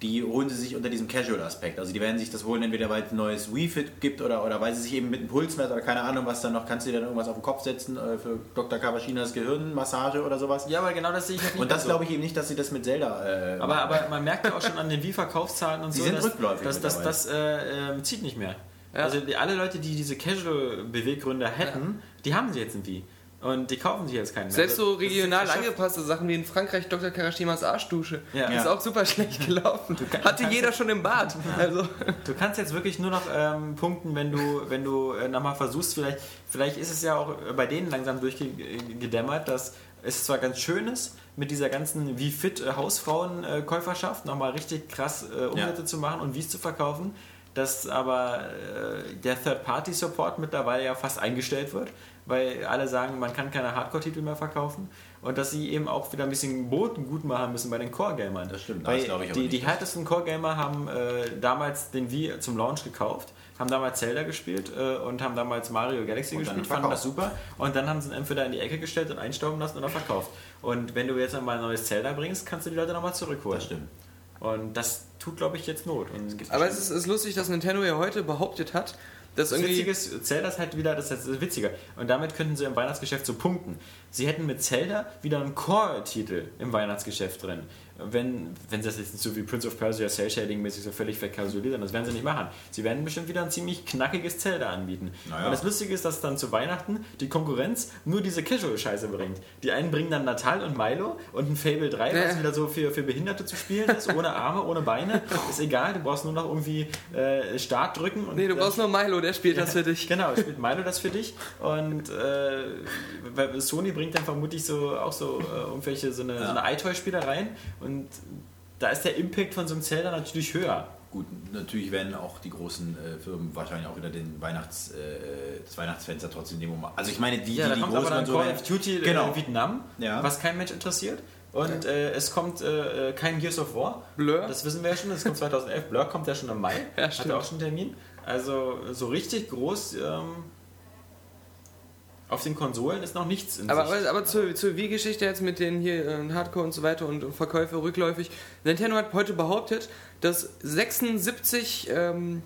die holen sie sich unter diesem Casual-Aspekt. Also die werden sich das holen, entweder weil es ein neues Wii-Fit gibt oder, oder weil sie sich eben mit einem Pulsmesser oder keine Ahnung was dann noch, kannst du dir dann irgendwas auf den Kopf setzen äh, für Dr. Kawashinas Gehirnmassage oder sowas. Ja, aber genau das sehe ich halt nicht Und das so. glaube ich eben nicht, dass sie das mit Zelda... Äh, Aber, aber man merkt ja auch schon an den Wii-Verkaufszahlen und Die so, sind dass, rückläufig dass, dass mittlerweile. das äh, ähm, zieht nicht mehr. Also die, alle Leute, die diese Casual-Beweggründe hätten, die haben sie jetzt in Wii. Und die kaufen sich jetzt keinen mehr. (laughs) Also Selbst so Das ist regional Geschäft. angepasste Sachen wie in Frankreich Dr. Karashimas Arschdusche. Ja. Ist Ja. auch super schlecht (laughs) gelaufen. Hatte jeder schon im (laughs) Bad. Also, Du kannst jetzt wirklich nur noch ähm, punkten, wenn du, wenn du äh, nochmal versuchst, vielleicht, vielleicht ist es ja auch äh, bei denen langsam durchgedämmert, dass es zwar ganz schön ist, mit dieser ganzen wie fit äh, Hausfrauen-Käuferschaft nochmal richtig krass äh, Umsätze zu machen und Wies zu verkaufen, dass aber äh, der Third-Party-Support mittlerweile ja fast eingestellt wird, weil alle sagen, man kann keine Hardcore-Titel mehr verkaufen und dass sie eben auch wieder ein bisschen Boten gut machen müssen bei den Core-Gamern. Das stimmt, Weil das glaube ich aber die, nicht. die die härtesten Core-Gamer haben äh, damals den Wii zum Launch gekauft, haben damals Zelda gespielt äh, und haben damals Mario Galaxy Und dann gespielt, fanden das verkauft. super und dann haben sie ihn entweder in die Ecke gestellt und einstauben lassen oder verkauft. Und wenn du jetzt nochmal ein neues Zelda bringst, kannst du die Leute nochmal zurückholen. Das stimmt. Und das tut, glaube ich, jetzt Not. Und aber es ist, ist lustig, dass Nintendo ja heute behauptet hat, dass das irgendwie. Witzige ist, Zelda ist halt wieder, das ist jetzt witziger. Und damit könnten sie im Weihnachtsgeschäft so punkten. Sie hätten mit Zelda wieder einen Core-Titel im Weihnachtsgeschäft drin. Wenn, wenn sie das jetzt nicht so wie Prince of Persia Cell Shading mäßig so völlig verklausulieren, das werden sie nicht machen. Sie werden bestimmt wieder ein ziemlich knackiges Zelda anbieten. Naja. Und das Lustige ist, dass dann zu Weihnachten die Konkurrenz nur diese Casual-Scheiße bringt. Die einen bringen dann Natal und Milo und ein Fable 3, was Ja. wieder so für, für Behinderte zu spielen ist, ohne Arme, (laughs) ohne Beine. Ist egal, du brauchst nur noch irgendwie äh, Start drücken und Nee, du dann- brauchst nur Milo, der spielt das für dich. Genau, spielt Milo das für dich und äh, weil Sony bringt dann vermutlich so auch so äh, irgendwelche so eine, so eine iToy-Spieler rein und da ist der Impact von so einem Zelda natürlich höher. Gut, natürlich werden auch die großen äh, Firmen wahrscheinlich auch wieder den Weihnachts, äh, das Weihnachtsfenster trotzdem nehmen. um- Also ich meine, die, Ja, die, da die kommt aber dann und so Call werden- of Duty Genau. in Vietnam, Ja. was kein Mensch interessiert. Und äh, es kommt äh, äh, kein Gears of War. Blur. Das wissen wir ja schon, das kommt 2011. Blur kommt ja schon im Mai. Ja, Hat stimmt. er auch schon einen Termin. Also so richtig groß ähm, auf den Konsolen ist noch nichts in Aber, Sicht. aber, aber zur, zur Wii-Geschichte jetzt mit den hier äh, Hardcore und so weiter und Verkäufe rückläufig. Nintendo hat heute behauptet, dass 76 ähm,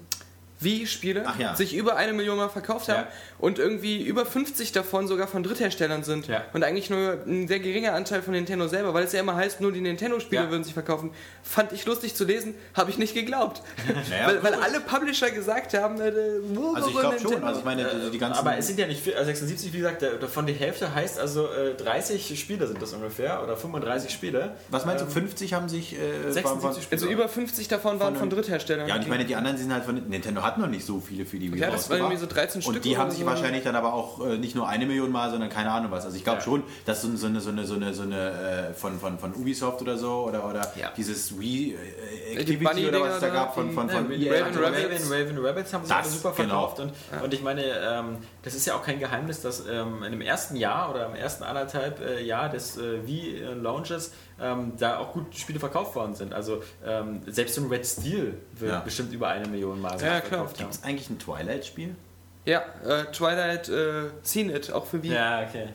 Wii-Spiele Ach ja. sich über eine Million Mal verkauft haben Ja. und irgendwie über 50 davon sogar von Drittherstellern sind. Ja. Und eigentlich nur ein sehr geringer Anteil von Nintendo selber, weil es ja immer heißt, nur die Nintendo-Spiele Ja. würden sich verkaufen. Fand ich lustig zu lesen, habe ich nicht geglaubt. (laughs) Naja, weil, cool. weil alle Publisher gesagt haben, äh, wo, Also ich wo glaube Nintendo? schon, also ich meine, die, die ganzen... Aber es sind ja nicht viel, also 76, wie gesagt, der- davon die Hälfte heißt also äh, 30 Spiele sind das ungefähr oder 35 Spiele. was meinst du, 50 haben sich... Äh, 76 waren- also über 50 davon waren Von- von Drittherstellern. Ja, und ich meine, die anderen sind halt von... Nintendo hat noch nicht so viele für die Wii Ja, das waren rausgebracht. irgendwie so 13 Und Stück die haben oder sich so. wahrscheinlich dann aber auch äh, nicht nur eine Million Mal, sondern keine Ahnung was. Also ich glaube Ja. schon, dass so, so eine, so eine, so eine, so eine äh, von, von, von Ubisoft oder so oder, oder Ja. dieses Wii äh, Die Activity Bunny-Dinger oder was es da da, gab von, die- von, von, E ne, EA. Raven Ähm, Raven Rabbits. Rabbits. Raven Rabbits haben sich Das, alle super genau. verkauft. Und, und ich meine, ähm, das ist ja auch kein Geheimnis, dass ähm, in dem ersten Jahr oder im ersten anderthalb äh, Jahr des äh, Wii-Launches ähm, da auch gut Spiele verkauft worden sind. Also ähm, selbst so ein Red Steel wird Ja. bestimmt über eine Million Mal Ja, verkauft. Gibt es eigentlich ein Twilight-Spiel? Ja, äh, Twilight äh, Seen It, auch für Wii. Ja, okay.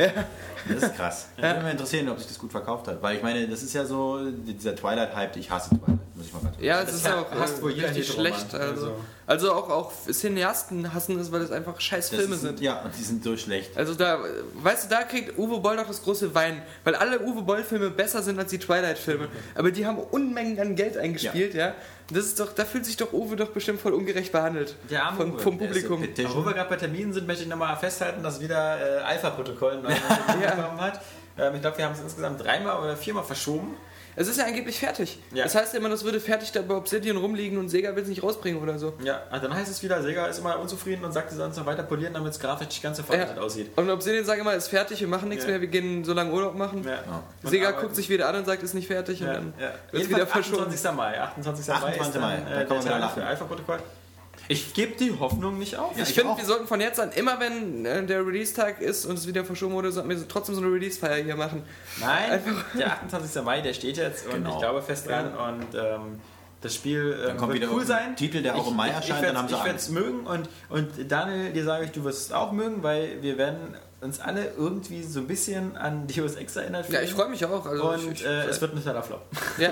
Das ist krass. Ich würde mich interessieren, ob sich das gut verkauft hat. Weil ich meine, das ist ja so, dieser Twilight-Hype, ich hasse Twilight, muss ich mal ganz Ja, es Das ist ja auch hasst wohl äh, jeder richtig Heteroman, schlecht. Also, also. also auch, auch Cineasten hassen das, weil das einfach scheiß Das Filme ist, sind. Ja, und die sind so schlecht. Also da, äh, weißt du, da kriegt Uwe Boll doch das große Wein, weil alle Uwe Boll-Filme besser sind als die Twilight-Filme. Aber die haben Unmengen an Geld eingespielt, ja. Das ist doch, da fühlt sich doch Uwe doch bestimmt voll ungerecht behandelt. Der arme vom, Uwe, vom der ist so Publikum. petition. Wo wir gerade bei Terminen sind, möchte ich nochmal festhalten, dass wieder äh, Alpha-Protokoll neu bekommen hat. Ähm, ich glaube, wir haben es insgesamt dreimal oder viermal verschoben. Es ist ja angeblich fertig. Ja. Das heißt ja immer, das würde fertig da bei Obsidian rumliegen und Sega will es nicht rausbringen oder so. Ja, ah, dann heißt es wieder, Sega ist immer unzufrieden und sagt, sie sollen es noch weiter polieren, damit es grafisch nicht ganz so veraltet Ja. aussieht. Und Obsidian sagen immer, ist fertig, wir machen nichts Ja. mehr, wir gehen so lange Urlaub machen. Ja. Und Sega arbeiten. guckt sich wieder an und sagt, ist nicht fertig Ja, und dann ja. wird's Jedenfalls wieder verschoben. 28. Mai. 28. Mai 28. ist dann, Mai, da äh, kann man der wieder Tag lachen. für Alpha-Protokoll. Ich gebe die Hoffnung nicht auf. Ja, Ich ich finde, auch. wir sollten von jetzt an, immer wenn äh, der Release-Tag ist und es wieder verschoben wurde, sollten wir so- trotzdem so eine Release-Feier hier machen. Nein, Einfach- der 28. Mai, der steht jetzt und Genau. ich glaube fest dran und ähm, das Spiel ähm, Dann kommt wird wieder cool irgendein sein. Titel, der auch im Mai erscheint, ich dann haben sie Ich werde Angst. es mögen und, und Daniel, dir sage ich, du wirst es auch mögen, weil wir werden uns alle irgendwie so ein bisschen an Deus Ex erinnert Ja, ich freue mich auch. Also Und ich, ich, äh, es wird ein totaler Flop. ja,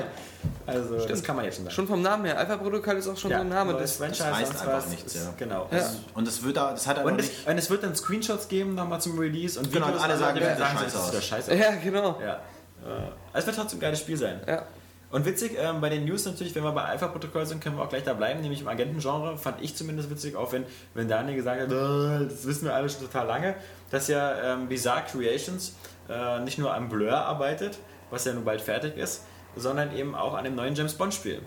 Also das kann man jetzt schon sagen. (laughs) schon vom Namen her. Alpha Protokoll ist auch schon ja, so ein Name. Das, neues Franchise, heißt sonst einfach was. nichts, Ist- ja. Genau. Ja. Und das wird da, das hat aber Und, es, nicht... und es wird dann Screenshots geben nochmal zum Release und Genau, und alle und sagen, Leute werden das (laughs) sieht sagen, das scheiße ist aus. wieder scheiße. ja, genau. Ja. Äh, Es wird trotzdem ein geiles Spiel sein. Ja. Und witzig, ähm, bei den News natürlich, wenn wir bei Alpha-Protokoll sind, können wir auch gleich da bleiben, nämlich im Agentengenre fand ich zumindest witzig, auch wenn, wenn Daniel gesagt hat, "Äh, das wissen wir alle schon total lange, dass ja ähm, Bizarre Creations äh, nicht nur am Blur arbeitet, was ja nun bald fertig ist, sondern eben auch an dem neuen James Bond-Spiel.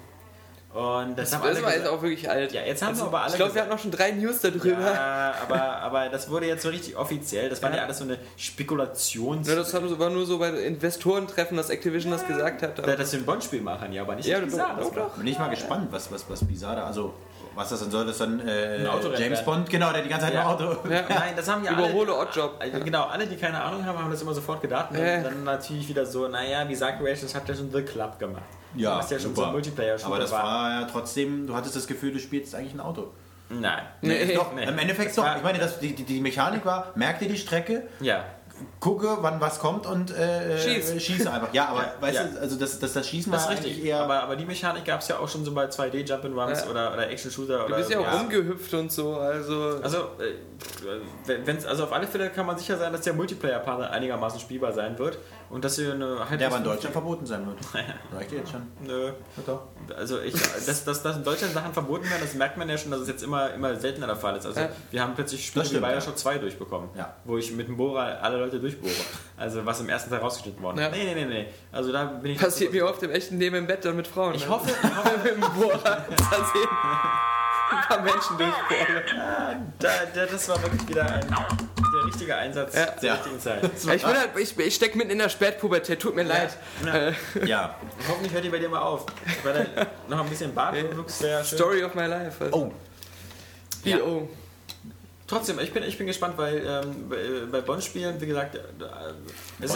Und das, haben alle Das war jetzt gesagt- auch wirklich alt. Ja, jetzt haben Also, wir aber alle Ich glaube, wir gesagt- hatten auch schon drei News darüber. ja, aber, aber das wurde jetzt so richtig offiziell. Das war ja, alles so eine Spekulations... Ja, das haben sie- war (laughs) nur so bei Investorentreffen, dass Activision das gesagt hat. Aber dass wir ein Bond-Spiel machen, ja, aber nicht Ja, wie doch, das doch, war- doch. Bin ich mal gespannt, was, was, was Bizarre, da- also was das dann soll, das dann äh, Ein Autorennen James werden. Bond, genau, der die ganze Zeit Ja. im (laughs) Auto. Ja. (laughs) Nein, das haben ja Überhole alle, Oddjob. Äh, Genau, alle, die keine Ahnung haben, haben das immer sofort gedacht. Und dann, Äh. dann natürlich wieder so, naja, wie sagt Creations, habt ihr schon The Club gemacht. du hast ja schon so super. ein multiplayer Aber das war ja trotzdem, du hattest das Gefühl, du spielst eigentlich ein Auto. Nein. Nee. Doch, nee. im Endeffekt Das doch. war- Ich meine, das, die, die, die Mechanik war, merk dir die Strecke, Ja. gucke, wann was kommt und äh, Schieß. äh, schieße einfach. Ja, aber Ja, weißt ja. du, also das, das, das Schießen Das war ist richtig. eigentlich eher... Aber, aber die Mechanik gab es ja auch schon so bei 2D-Jump-and-Runs Ja. oder, oder Action-Shooter. Du oder bist ja auch sowas. rumgehüpft und so, also. Also, äh, wenn- wenn's, also auf alle Fälle kann man sicher sein, dass der Multiplayer-Part dann einigermaßen spielbar sein wird und dass wir eine halbwegs der aber in Deutschland verboten sein wird. Reicht dir jetzt schon. Nö. Doch. Also ich, dass, dass, dass in Deutschland Sachen verboten werden, das merkt man ja schon, dass es jetzt immer, immer seltener der Fall ist. Also Ja. wir haben plötzlich Spiele Das wie stimmt, Bioshock 2 durchbekommen, Ja. wo ich mit dem Bohrer alle Leute durchbohre. Also was im ersten Teil rausgeschnitten worden ist. Ja. Nee, nee, nee, nee. Also da bin ich... Passiert mir oft im echten Leben im Bett dann mit Frauen. Ich ne? hoffe, ich hoffe mit dem (laughs) Bohrer versehen. Ein paar Menschen durchbohren. da, da, das war wirklich wieder ein, der richtige Einsatz Ja. zur Ja. richtigen Zeit. Ich, bin halt, ich, ich stecke mitten in der Spätpubertät, tut mir leid. Äh. Ja. Ja. Hoffentlich hört ihr bei dir mal auf. Weil da noch ein bisschen Bartwuchs, sehr schön. Story of my life. Also. Oh. Ja. Oh. Trotzdem, ich bin, ich bin gespannt, weil ähm, bei- bei Bond-Spielen, wie gesagt, äh, es ist, ja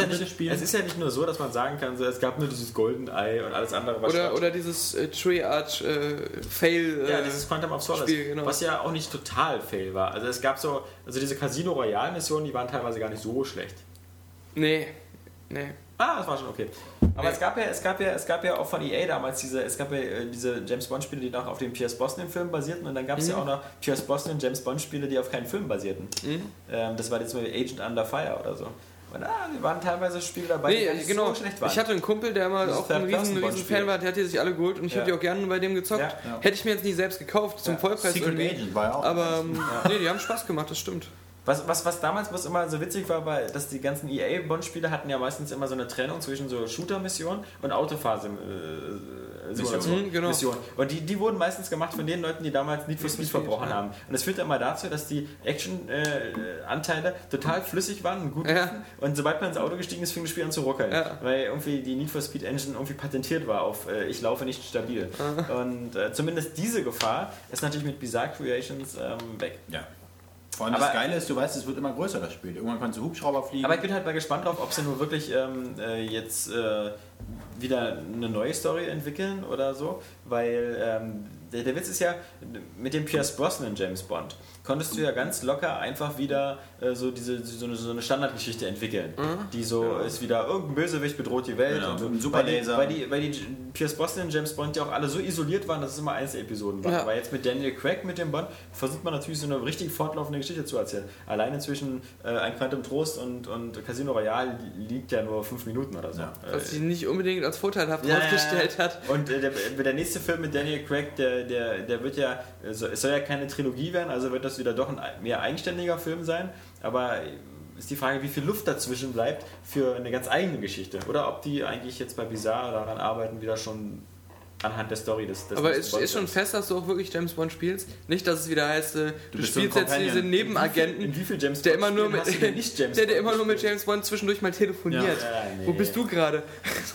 Bond-Spiele nicht, spielen? es ist ja nicht nur so, dass man sagen kann, so, es gab nur dieses Goldeneye und alles andere war Oder, Schrott. oder dieses äh, Tree-Arch äh, Fail. Äh, ja, dieses Quantum of Solace, Spiel, genau. was ja auch nicht total fail war. Also es gab so, also diese Casino Royale Missionen, die waren teilweise gar nicht so schlecht. nee. Nee. Ah, das war schon okay. Aber Nee. es gab ja, es gab ja, es gab ja auch von EA damals diese, es gab ja äh, diese James Bond Spiele, die noch auf dem Pierce Brosnan Film basierten und dann gab es Mhm. ja auch noch Pierce Brosnan James Bond Spiele, die auf keinen Film basierten. Ähm, das war jetzt mal Agent Under Fire oder so. Und ah, wir waren teilweise Spiele dabei, Nee, gar nicht genau. so schlecht waren. ich hatte einen Kumpel, der mal Dieses auch ein riesen, riesen Third-Person-Bond-Spiel. Fan war, der hat die sich alle geholt und ich Ja. habe die auch gerne bei dem gezockt. Ja, ja. Hätte ich mir jetzt nicht selbst gekauft, zum Vollpreis. Secret irgendwie. Agent war ja auch. Aber ähm, nee, die haben Spaß gemacht, das stimmt. Was, was, was damals was immer so witzig war, war, dass die ganzen EA-Bond-Spiele hatten ja meistens immer so eine Trennung zwischen so Shooter-Missionen und Autophase. Äh, Simulation. Mhm, genau. Mission. Und die, die wurden meistens gemacht von den Leuten, die damals Need for Speed for Speed, verbrochen ja. haben. Und das führte immer dazu, dass die Action-Anteile total flüssig waren und gut Ja. liefen. Und sobald man ins Auto gestiegen ist, fing das Spiel an zu ruckeln. Ja. Weil irgendwie die Need for Speed Engine irgendwie patentiert war auf äh, ich laufe nicht stabil. Und äh, zumindest diese Gefahr ist natürlich mit Bizarre Creations ähm, weg. Ja. Vor allem Aber- das Geile ist, du weißt, es wird immer größer, das Spiel. Irgendwann kannst du Hubschrauber fliegen. Aber ich bin halt mal gespannt drauf, ob sie nur wirklich ähm, äh, jetzt äh, wieder eine neue Story entwickeln oder so, weil ähm, der, der Witz ist ja, mit dem Pierce Brosnan James Bond konntest du ja ganz locker einfach wieder äh, so diese so eine, so eine Standardgeschichte entwickeln, die so ist wieder irgendein Bösewicht bedroht die Welt Mhm. Genau, und so. mit einem Superlaser. Weil die, weil die, weil die Pierce Brosnan James Bond ja auch alle so isoliert waren, dass es immer Einzelepisoden waren. Ja. Aber jetzt mit Daniel Craig mit dem Bond versucht man natürlich so eine richtig fortlaufende Geschichte zu erzählen. Alleine zwischen äh, Ein Quantum Trost und, und Casino Royale liegt ja nur fünf Minuten oder so. Ja. Äh, Was sie nicht unbedingt als vorteilhaft aufgestellt hat. und äh, der, der nächste Film mit Daniel Craig, der, der, der wird ja, äh, so- es soll ja keine Trilogie werden, also wird das wieder doch ein mehr eigenständiger Film sein, aber ist die Frage, wie viel Luft dazwischen bleibt für eine ganz eigene Geschichte. Oder ob die eigentlich jetzt bei Bizarre daran arbeiten, wieder schon anhand der Story des, des Aber des es Bond- ist schon fest, dass du auch wirklich James Bond spielst. Nicht, dass es wieder heißt, äh, du, bist so ein spielst jetzt Companion. diesen in Nebenagenten, wie viel James der immer nur Bond-Spielen mit hast du denn nicht (laughs) James der, der Bond immer nur mit gespielt? James Bond zwischendurch mal telefoniert. Ja, ja, nee. Wo bist du gerade?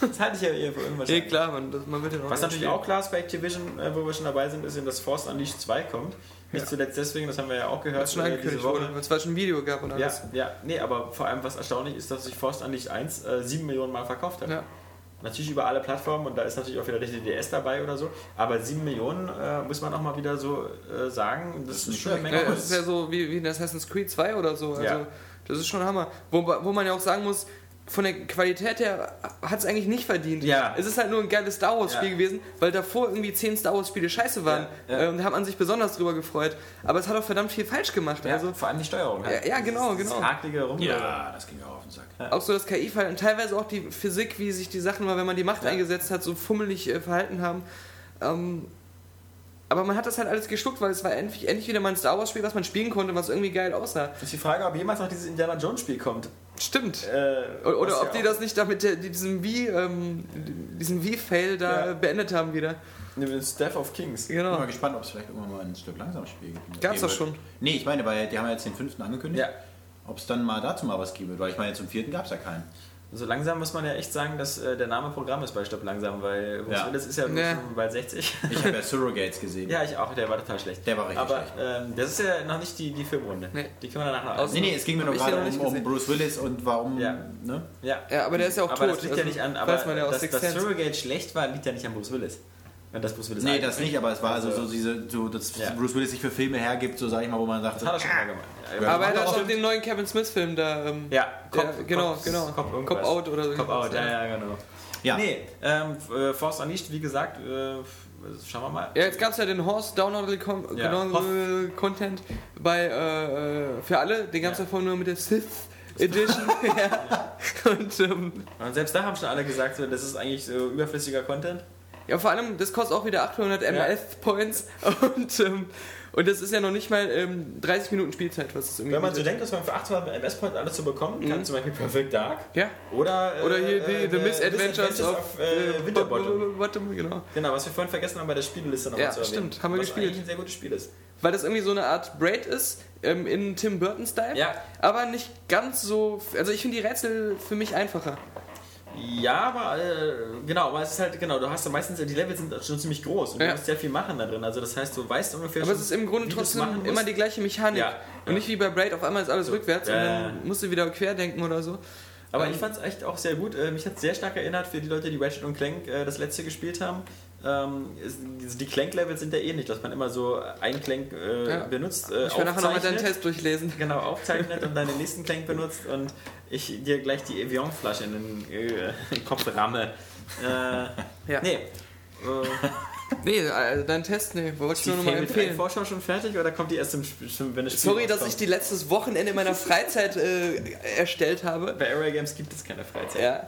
Das halte ich ja eher für irgendwas. Nee, klar, man, das, man wird ja noch Was natürlich spielen. auch klar ist bei Activision, äh, wo wir schon dabei sind, ist eben, dass Force Unleashed 2 kommt. Nicht zuletzt deswegen, das haben wir ja auch gehört. Das schon äh, angekündigt wurde, weil es war schon ein Video gab und Ja, alles. ja, nee, aber vor allem was erstaunlich ist, dass sich Forst an nicht 1 äh, 7 Millionen Mal verkauft hat. Ja. Natürlich über alle Plattformen und da ist natürlich auch wieder der DDS dabei oder so, aber 7 Millionen äh, muss man auch mal wieder so äh, sagen, das, ist schon eine Ja, Menge. das ist ja so wie, wie in Assassin's Creed 2 oder so. Also, Ja. Das ist schon Hammer. Wo, wo man ja auch sagen muss, von der Qualität her hat es eigentlich nicht verdient. Ja. Es ist halt nur ein geiles Star Wars Spiel Ja. gewesen, weil davor irgendwie zehn Star Wars Spiele scheiße waren. Ja, ja. Ähm, da hat man sich besonders drüber gefreut. Aber es hat auch verdammt viel falsch gemacht. Ja, Also vor allem die Steuerung. halt. Ja, ja, genau, genau. Das haklige Rum. Ja, das ging ja auf den Sack. auch so das KI-Fall und teilweise auch die Physik, wie sich die Sachen mal, wenn man die Macht Ja. eingesetzt hat, so fummelig äh, verhalten haben. Ähm, aber man hat das halt alles geschluckt, weil es war endlich, endlich wieder mal ein Star Wars Spiel, was man spielen konnte, was irgendwie geil aussah. Ist die Frage, ob jemals noch dieses Indiana Jones Spiel kommt. Stimmt. Äh, O- Oder was ob ja die auch- das nicht damit äh, diesem Wie, ähm, diesen Wie-Fail da Ja. beendet haben wieder. Ne, mit Death of Kings. Ich bin Genau. mal gespannt, ob es vielleicht irgendwann mal ein Stück langsames Spiel gibt. Gab's doch schon. Nee, ich meine, weil die haben ja jetzt den fünften angekündigt. Ja. Ob es dann mal dazu mal was gäbe, weil ich meine, zum vierten gab es ja keinen. So langsam muss man ja echt sagen, dass äh, der Name Programm ist bei Stopp langsam, weil Bruce Ja. Willis ist ja Ja. schon bald 60. Ich habe ja Surrogates (laughs) gesehen. ja, ich auch, der war total schlecht. Der war richtig Aber schlecht. ähm, das ist ja noch nicht die, die Filmrunde. Nee. Die können wir danach noch Aus- Nee, nee, es ging mir Hab nur ich den gerade noch um, nicht um gesehen. Bruce Willis und warum. Ja. Ne? Ja. Ja, aber der ist ja auch aber tot. das liegt ja also nicht an, aber weiß man ja aus dass, Sixth dass Sense. Surrogate schlecht war, liegt ja nicht an Bruce Willis. Wenn das Bruce Willis Nee, alt das ist. nicht, aber es war also so, diese, so dass Ja. Bruce Willis sich für Filme hergibt, so sag ich mal, wo man sagt, Das hat er schon mal gemacht. Aber Ja, Hat er er hat auch auch den neuen Kevin Smith-Film da. Ähm, Ja, der- genau, genau. Cop, irgendwas. Cop Out oder so. Cop Out, ja, ja, genau. Ja. Nee, ähm, äh, Force Unleashed, wie gesagt, äh, schauen wir mal. Ja, jetzt gab es ja den Horse Downloadable Com Ja, Downloadable Content bei äh, äh, für alle. Den gab es ja. Ja. vorhin nur mit der Sith Edition. (laughs) ja. Und ähm, Und selbst da haben schon alle gesagt, so, das ist eigentlich so überflüssiger Content. ja, vor allem, das kostet auch wieder 800 MF Points. (laughs) Und, ähm, und das ist ja noch nicht mal ähm, 30 Minuten Spielzeit, was es irgendwie Wenn man so bietet. denkt, dass man für 800 MS-Points alles zu bekommen kann, zum Beispiel Perfect Dark Ja. oder, äh, Mhm. Oder hier die äh, The Misadventures of, äh, Winterbottom. Winterbottom, genau. Genau, was wir vorhin vergessen haben bei der Spielliste nochmal Ja, zu erwähnen. stimmt, haben wir was gespielt. eigentlich ein sehr gutes Spiel ist. Weil das irgendwie so eine Art Braid ist, ähm, in Tim Burton-Style. Ja. Aber nicht ganz so. Also ich finde die Rätsel für mich einfacher. Ja, aber äh, genau, aber es ist halt, genau, du hast ja meistens, die Level sind schon ziemlich groß und Ja. du musst sehr viel machen da drin. Also das heißt, du weißt ungefähr Aber schon, es ist im Grunde wie du es machen trotzdem musst. immer die gleiche Mechanik. Ja, Und nicht wie bei Braid, auf einmal ist alles rückwärts und Ja, ja, dann musst du wieder querdenken oder so. Aber Ähm, ich fand es echt auch sehr gut. Äh, Mich hat sehr stark erinnert für die Leute, die Ratchet und Clank äh, das letzte gespielt haben. Ähm, ist- diese- Die Clank-Levels sind ja ähnlich, dass man immer so einen Clank äh, Ja. benutzt, äh, Ich will nachher nochmal deinen aufzeichnet, Test durchlesen. genau, aufzeichnet und dann den nächsten Clank benutzt und ich dir gleich die Evian-Flasche in den äh, (laughs) Kopf ramme. Äh, (laughs) Ja. Nee. Äh, Nee, also deinen Test, nee, wollte ich die nur nochmal Fable 3 empfehlen. Vorschau schon fertig oder kommt die erst im, Sp- schon, wenn das Spiel Sorry, dass ich rauskommt? die letztes Wochenende meiner Freizeit äh, erstellt habe. Bei Area Games gibt es keine Freizeit. Ja,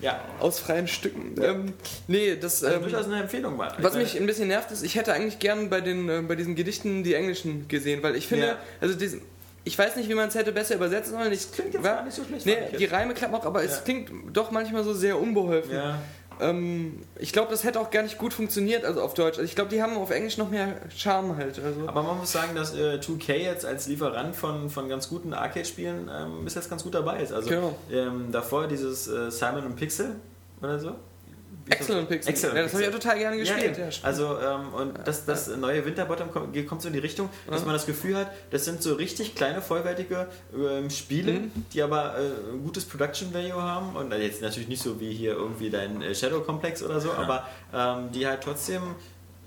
Ja. aus freien Stücken. Ähm, nee, das. Also Ähm, durchaus eine Empfehlung war. was mich ein bisschen nervt, ist, ich hätte eigentlich gern bei, den, äh, bei diesen Gedichten die Englischen gesehen, weil ich finde, Ja. also diesen, ich weiß nicht, wie man es hätte besser übersetzen sollen. Ich, klingt jetzt war, gar nicht so schlecht. nee, fand ich die jetzt. Reime klappen auch, aber es Ja. klingt doch manchmal so sehr unbeholfen. ja. Ähm, ich glaube, das hätte auch gar nicht gut funktioniert, also auf Deutsch. Also ich glaube, die haben auf Englisch noch mehr Charme halt. Also. Aber man muss sagen, dass äh, 2K jetzt als Lieferant von, von ganz guten Arcade-Spielen ähm, bis jetzt ganz gut dabei ist. Also Genau. ähm, davor dieses äh, Simon und Pixel oder so. Wie ist Excellent das? Pixel. Excel und ja, das habe ich Pixel. auch total gerne gespielt. Ja, Ja, eben. also ähm, und das, das neue Winterbottom kommt, kommt so in die Richtung, dass man das Gefühl hat, das sind so richtig kleine, vollwertige ähm, Spiele, Mhm. die aber äh, ein gutes Production Value haben und äh, jetzt natürlich nicht so wie hier irgendwie dein äh, Shadow Complex oder so, aber ähm, die halt trotzdem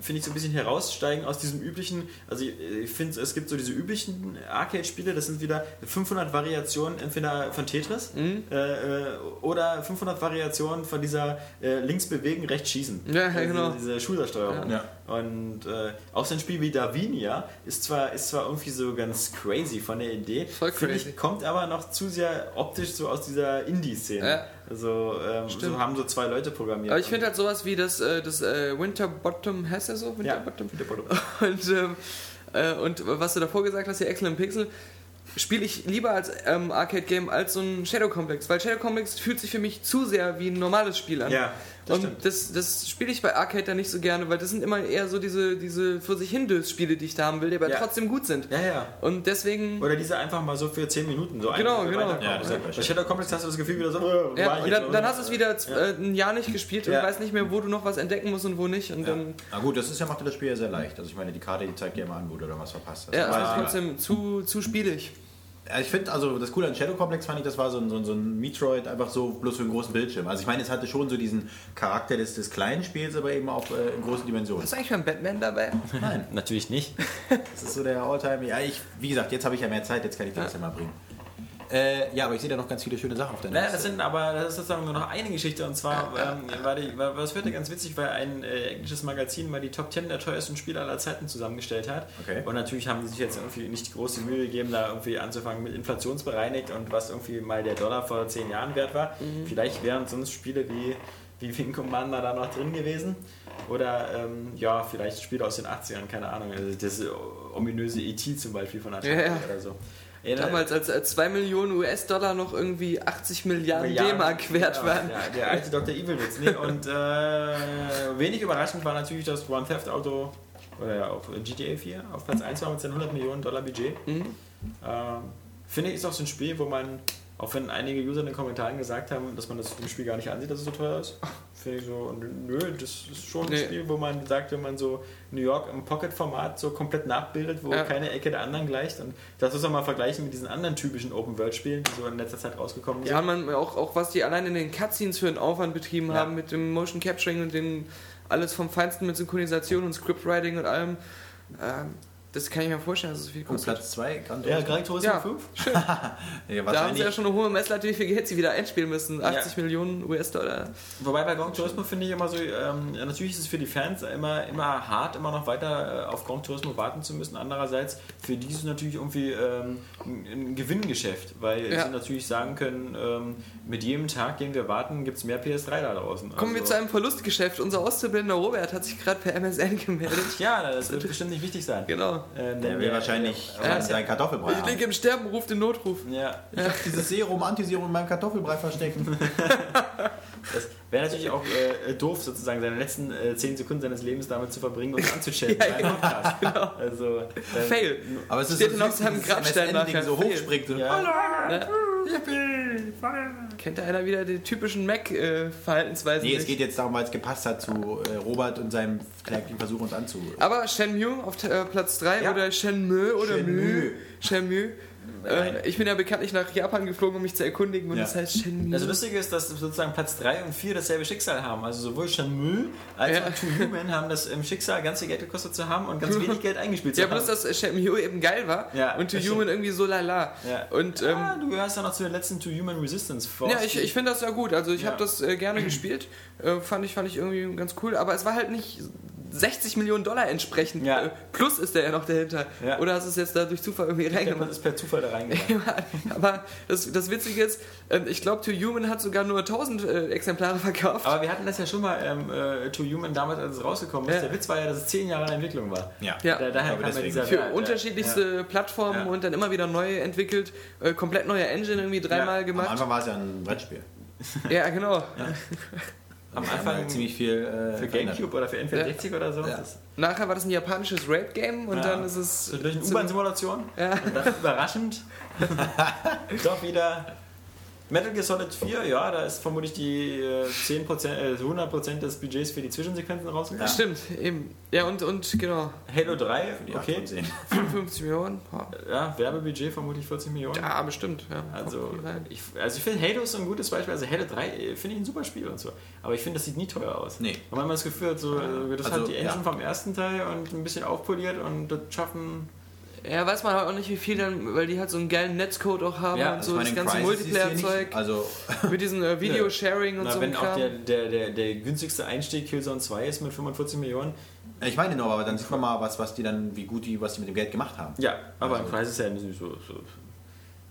finde ich so ein bisschen heraussteigen aus diesem üblichen, also ich, ich finde es gibt so diese üblichen Arcade-Spiele, das sind wieder 500 Variationen entweder von Tetris Mhm. äh, äh, oder 500 Variationen von dieser äh, links bewegen, rechts schießen. Ja, ja, Äh, genau. diese- diese Schultersteuerung. Ja. Und äh, auch so ein Spiel wie Davinia ist zwar, ist zwar irgendwie so ganz crazy von der Idee, Voll finde crazy. ich, kommt aber noch zu sehr optisch so aus dieser Indie-Szene. Ja. Also ähm, Stimmt. so haben so zwei Leute programmiert. aber ich finde halt sowas wie das, äh, das äh, Winterbottom, heißt der so? ja, Winterbottom? Winterbottom. (laughs) Und, ähm, äh, und was du davor gesagt hast, hier Excellent Pixel, spiele ich lieber als ähm, Arcade-Game als so ein Shadow Complex, weil Shadow Complex fühlt sich für mich zu sehr wie ein normales Spiel an. (laughs) ja, das und stimmt. das, das spiele ich bei Arcade dann nicht so gerne, weil das sind immer eher so diese, diese vor sich hin Spiele, die ich da haben will, die aber Ja. trotzdem gut sind. Ja, ja. Und deswegen. Oder diese einfach mal so für 10 Minuten so eine Genau, Minute genau. weiterkommen. Ja, das ist ja Bei schön. Shadow Complex hast du das Gefühl wieder so, äh, war Ja, ich und jetzt dann, noch? dann hast du es wieder z- äh, ein Jahr nicht gespielt und Ja. weißt nicht mehr, wo du noch was entdecken musst und wo nicht. Und dann Na gut, das ist ja, macht das Spiel ja sehr leicht. Also ich meine, die Karte, die zeigt ja immer an, wo du da was verpasst hast. ja, Aber es ist es- trotzdem zu, zu spielig. Ja, ich finde, also das Coole an Shadow Complex fand ich, das war so ein, so, ein, so ein Metroid, einfach so bloß für einen großen Bildschirm. Also ich meine, es hatte schon so diesen Charakter des, des kleinen Spiels, aber eben auf äh, in großen Dimensionen. Ist eigentlich beim Batman dabei? Nein, Natürlich nicht. das ist so der Alltime. Ja, ich, wie gesagt, jetzt habe ich ja mehr Zeit, jetzt kann ich das ja mal bringen. Äh, ja, aber ich sehe da noch ganz viele schöne Sachen auf der Naja, Liste. Ne, das sind aber das ist sozusagen nur noch eine Geschichte und zwar ähm, war, die, war, war das vierte ganz witzig, weil ein äh, englisches Magazin mal die Top 10 der teuersten Spiele aller Zeiten zusammengestellt hat. Okay. Und natürlich haben die sich jetzt irgendwie nicht die große Mühe gegeben, da irgendwie anzufangen mit inflationsbereinigt und was irgendwie mal der Dollar vor zehn Jahren wert war. Mhm. Vielleicht wären sonst Spiele wie wie Wing Commander da noch drin gewesen. Oder ähm, ja, vielleicht Spiele aus den 80ern, keine Ahnung. Also das ominöse E.T. zum Beispiel von Atari Ja, ja. oder so. Ja, Damals, als, als 2 Millionen US-Dollar noch irgendwie 80 Milliarden Milliarden. D-Mark wert Ja, waren. Der, der alte Dr. Evil Witz. Nee, und äh, wenig überraschend war natürlich das Grand Theft Auto oder ja, auf GTA 4 auf Platz 1 war mit seinem 100 Millionen Dollar Budget. Hm? Ähm, finde ich ist auch so ein Spiel, wo man, auch wenn einige User in den Kommentaren gesagt haben, dass man das im Spiel gar nicht ansieht, dass es so teuer ist, finde ich so, nö, das ist schon ein Nee. Spiel, wo man sagt, wenn man so New York im Pocket-Format so komplett nachbildet, wo Ja. keine Ecke der anderen gleicht. Und das muss man mal vergleichen mit diesen anderen typischen Open-World-Spielen, die so in letzter Zeit rausgekommen sind. Ja, und man auch, auch was die allein in den Cutscenes für einen Aufwand betrieben Ja. haben mit dem Motion Capturing und den alles vom Feinsten mit Synchronisation und Scriptwriting und allem. Ähm, das kann ich mir vorstellen, dass es viel Und kostet. Platz 2, Gran Ja, Turismo. Gran Turismo Ja. 5? Ja, Da haben sie wahrscheinlich. ja schon eine hohe Messlatte, wie viel Geld sie wieder einspielen müssen. 80 Millionen US-Dollar. Wobei bei Gran Turismo finde ich immer so, ähm, ja, natürlich ist es für die Fans immer, immer hart, immer noch weiter äh, auf Gran Turismo warten zu müssen. Andererseits, für die ist es natürlich irgendwie ähm, ein, ein Gewinngeschäft, weil Ja. sie natürlich sagen können, ähm, mit jedem Tag, den wir warten, gibt es mehr PS3 da draußen. Kommen wir Also- zu einem Verlustgeschäft. Unser Auszubildender Robert hat sich gerade per MSN gemeldet. (laughs) Ja, das wird bestimmt nicht wichtig sein. Genau. Ähm, Der will wahrscheinlich Ja, seinen Kartoffelbrei Ich liege haben. im Sterben, ruft den Notruf. ja. Ich hab dieses Serum, Antiserum in meinem Kartoffelbrei verstecken. Das wäre natürlich auch äh, doof, sozusagen seine letzten äh, 10 Sekunden seines Lebens damit zu verbringen und (laughs) anzuchatten. ja, genau. Also, äh, Fail. Aber es ist Steht so dann auf süß, seinem dieses Grabstein MSN -Ding nachher. so hochspringt. und- Ja. Kennt da einer wieder die typischen Mac-Verhaltensweisen? Nee, es geht jetzt darum, weil es gepasst hat zu äh, Robert und seinem kläglichen Versuch, uns anzu... Aber Shenmue auf äh, Platz 3 Ja. oder Shenmue oder Mü. Shenmue. Shenmue. Nein. Äh, ich bin ja bekanntlich nach Japan geflogen, um mich zu erkundigen und Ja. das heißt Shenmue. Also Das Lustige ist, dass sozusagen Platz 3 und 4 dasselbe Schicksal haben. Also sowohl Shenmue als Ja. Mhm. auch Two Human haben das im Schicksal ganz viel Geld gekostet zu haben und ganz wenig Geld eingespielt zu ja, haben. bloß, dass äh, Shenmue eben geil war Ja, und To das Human irgendwie so lala. Ja. Und ähm, ah, du gehörst ja noch zu den letzten Two Human Resistance Force. ja, ich, ich finde das ja gut. Also ich Ja. habe das äh, (clears throat) gerne gespielt. Äh, fand, ich, fand ich irgendwie ganz cool. Aber es war halt nicht 60 Millionen Dollar entsprechend. Ja. Äh, plus ist der ja noch dahinter. Ja. Oder hast du es jetzt da durch Zufall irgendwie ich glaube, reingemacht? das ist per Zufall da (laughs) reingegangen. Aber das, das Witzige ist, ähm, ich glaube, To Human hat sogar nur 1000 äh, Exemplare verkauft. Aber wir hatten das ja schon mal, ähm, äh, To Human damals, als es rausgekommen ist. Ja. Der Witz war ja, dass es 10 Jahre in Entwicklung war. Ja. Da, daher kam Aber ja deswegen. dieser für Wert, ja. unterschiedlichste Plattformen Ja. und dann immer wieder neu entwickelt, äh, komplett neue Engine irgendwie dreimal Am gemacht. Anfang war es ja ein Brettspiel. Ja, genau. Am Da haben wir Anfang ziemlich viel äh, für verändert. Gamecube oder für N64 oder so. Ja. Das ist Nachher war das ein japanisches Rape-Game und Ja. dann ist es. so durch eine Äh, U-Bahn-Simulation. Ja. Und das ist (laughs) überraschend. Doch wieder. Metal Gear Solid 4, ja, da ist vermutlich die äh, 10%, äh, 100% des Budgets für die Zwischensequenzen rausgegangen. äh, Stimmt, eben. Ja, und, und (clears throat) genau, Halo 3, Die acht okay. von zehn. 55 Millionen. Boah. Ja, Werbebudget vermutlich 40 Millionen. Ja, bestimmt. Ja. Also, Kommt viel rein. ich, also ich finde Halo ist so ein gutes Beispiel. Also Halo 3 äh, finde ich ein super Spiel und so. Aber ich finde, das sieht nie teuer aus. Nee. Weil man immer das Gefühl hat, so, äh, das Also, hat die Engine ja. vom ersten Teil und ein bisschen aufpoliert und das schaffen ja, weiß man halt auch nicht, wie viel dann, weil die halt so einen geilen Netzcode auch haben Ja, und Also so ich das meine, ganze Crysis ist hier nicht- Multiplayer-Zeug Also, (laughs) mit diesem (laughs) äh, Video-Sharing und Na, so. wenn einem auch Kram. der, der, der, der günstigste Einstieg Killzone 2 ist mit 45 Millionen. ich meine nur, aber dann sieht man mal, was, was die dann, wie gut die, was die mit dem Geld gemacht haben. Ja, aber im Preis ist ja ein bisschen so. so.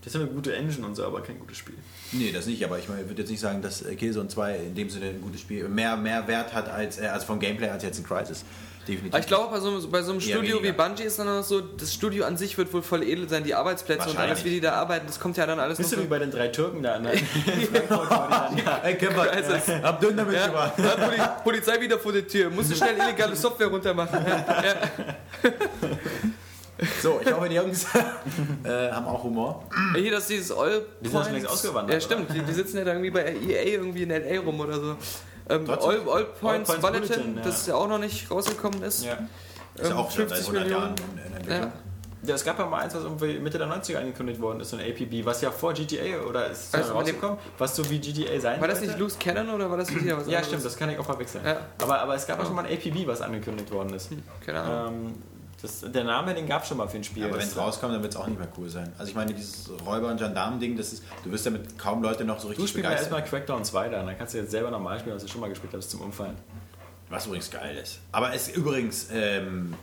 Das ist eine gute Engine und so, aber kein gutes Spiel. Nee, das nicht, aber ich meine, ich würde jetzt nicht sagen, dass äh, Killzone 2 in dem Sinne ein gutes Spiel, mehr, mehr Wert hat als, äh, also vom Gameplay als jetzt ein Crisis. Definitiv. Aber ich glaube, bei so, einem- bei so einem Eher Studio wie weniger. Bungie ist dann auch so, das Studio an sich wird wohl voll edel sein, die Arbeitsplätze und alles, Wahrscheinlich. wie die da arbeiten, das kommt ja dann alles Bist noch du wie so. bei den drei Türken da (laughs) an der in Frankfurt? wo die dann- ja. Ah, Ey, Kämpfer, Crisis. äh, (laughs) hab dünn damit Ja, gemacht. da hat Poli Polizei wieder vor der Tür. Musst du schnell illegale Software runtermachen. Ja. So, ich hoffe, die Jungs (laughs) äh, haben auch Humor. Hier, das ist dieses All Die sind doch schon längst ausgewandert, Ja, stimmt. Die, die sitzen ja da irgendwie bei EA irgendwie in L.A. rum oder so. Ähm, All, Trotzdem. All, Points Points Bulletin, Bulletin, ja. das ja auch noch nicht rausgekommen ist. Ja. Ist ja Ähm, auch schon seit 50 100 Millionen. Jahren in, in Entwicklung. Ja. Ja, Es gab ja mal eins, was irgendwie Mitte der 90er angekündigt worden ist, so ein APB, was ja vor GTA oder ist Also also mit dem- rausgekommen, was so wie GTA sein War das sollte. nicht Loose Cannon oder war das wieder was Ja, anderes? stimmt, das kann ich auch verwechseln. Ja. Aber, aber es gab auch schon mal ein APB, was angekündigt worden ist. Keine Ahnung. Ähm, Das, der Name, den gab es schon mal für ein Spiel. Ja, aber wenn Das- es rauskommt, dann wird es auch nicht mehr cool sein. Also ich meine, dieses Räuber- und Gendarmen-Ding, das ist, du wirst damit kaum Leute noch so du richtig spielst mal begeistern. erstmal Crackdown 2 dann. Dann kannst du jetzt selber normal spielen, was du schon mal gespielt hast, zum Umfallen. Was übrigens geil ist. Aber es übrigens, ähm,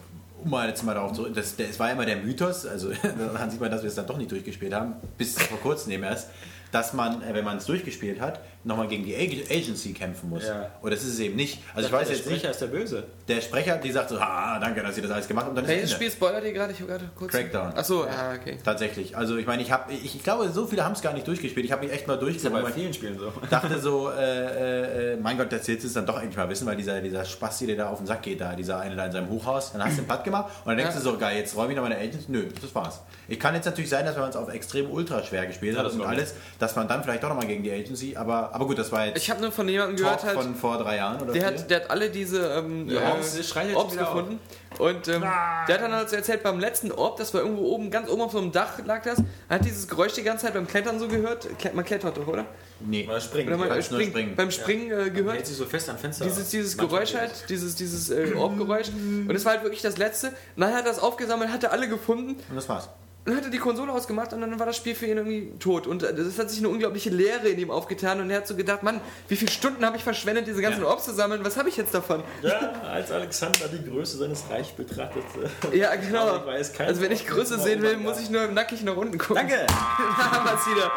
um mal jetzt mal darauf zurück, das, das war immer der Mythos, also (laughs) daran sieht man, dass wir es dann doch nicht durchgespielt haben, bis vor kurzem eben erst, dass man, äh, wenn man es durchgespielt hat, nochmal gegen die Ag- Agency kämpfen muss. Ja. Und das ist es eben nicht. Also ich Dachte, weiß der jetzt Sprecher nicht, ist der Böse. der Sprecher, die sagt so, ah, danke, dass ihr das alles gemacht habt. Und dann Welches ist Ende. Spiel spoilert ihr gerade? Ich habe gerade kurz. Crackdown. Achso, ja, ah, okay. Tatsächlich. Also ich meine, ich habe, ich, ich glaube, so viele haben es gar nicht durchgespielt. Ich habe mich echt mal Ist ja bei durchgespielt. vielen Spielen (laughs) so. dachte so, äh, äh, äh, mein Gott, das willst du es dann doch endlich mal wissen, weil dieser, dieser Spasti, der da auf den Sack geht, da, dieser eine da in seinem Hochhaus, dann hast du den Patt gemacht und dann denkst du so, geil, jetzt räume ich noch meine Agents. Nö, das war's. Ich kann jetzt natürlich sein, dass wenn man es auf extrem ultra schwer gespielt hat das und glaube ich. alles, dass man dann vielleicht doch nochmal gegen die Agency, aber, aber gut, das war jetzt Ich habe nur von jemandem Talk gehört, halt, von vor drei Jahren oder der vier. hat, der hat alle diese ähm, Ja, Orbs, ich schrei jetzt Orbs wieder auf. gefunden. Und ähm, der hat dann halt so erzählt, beim letzten Orb, das war irgendwo oben, ganz oben auf so einem Dach lag das, hat dieses Geräusch die ganze Zeit beim Klettern so gehört. Kle- Man klettert doch, oder? nee. Oder springen. Oder man kannst nur springt, springen. beim Springen äh, gehört. hält sich so fest am Fenster. Dieses, dieses Manchmal Geräusch geht halt, dieses, dieses äh, Orbgeräusch. Und es war halt wirklich das letzte. Und dann hat er das aufgesammelt, hatte alle gefunden, Und das war's. dann hat er die Konsole ausgemacht und dann war das Spiel für ihn irgendwie tot. Und äh, das hat sich eine unglaubliche Leere in ihm aufgetan und er hat so gedacht, Mann, wie viele Stunden habe ich verschwendet, diese ganzen Orbs zu sammeln, was habe ich jetzt davon? Ja, als Alexander die Größe seines Reichs betrachtete. (laughs) Ja, genau. Aber ich weiß, kein also wenn ich Ort, Größe wo sehen will, man muss kann. ich nur nackig nach unten gucken. (laughs) Danke! Da haben wir's wieder.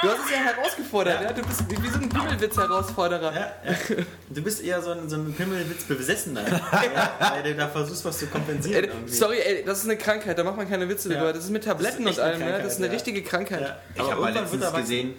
Du hast es ja herausgefordert, ja. Du bist wie so ein Bibelwitz-Herausforderer. Ja, ja. Du bist eher so ein, so ein (laughs) Pimmelwitz-Besessener, ja, weil du da versuchst, was zu kompensieren. Ey, irgendwie. sorry, ey, das ist eine Krankheit, da macht man keine Witze Ja. drüber. Das ist mit Tabletten Das ist und echt allem, eine ne? das ist eine Krankheit, richtige Krankheit. Ja. Ich habe mal irgendwann wird letztens er wachsen. gesehen,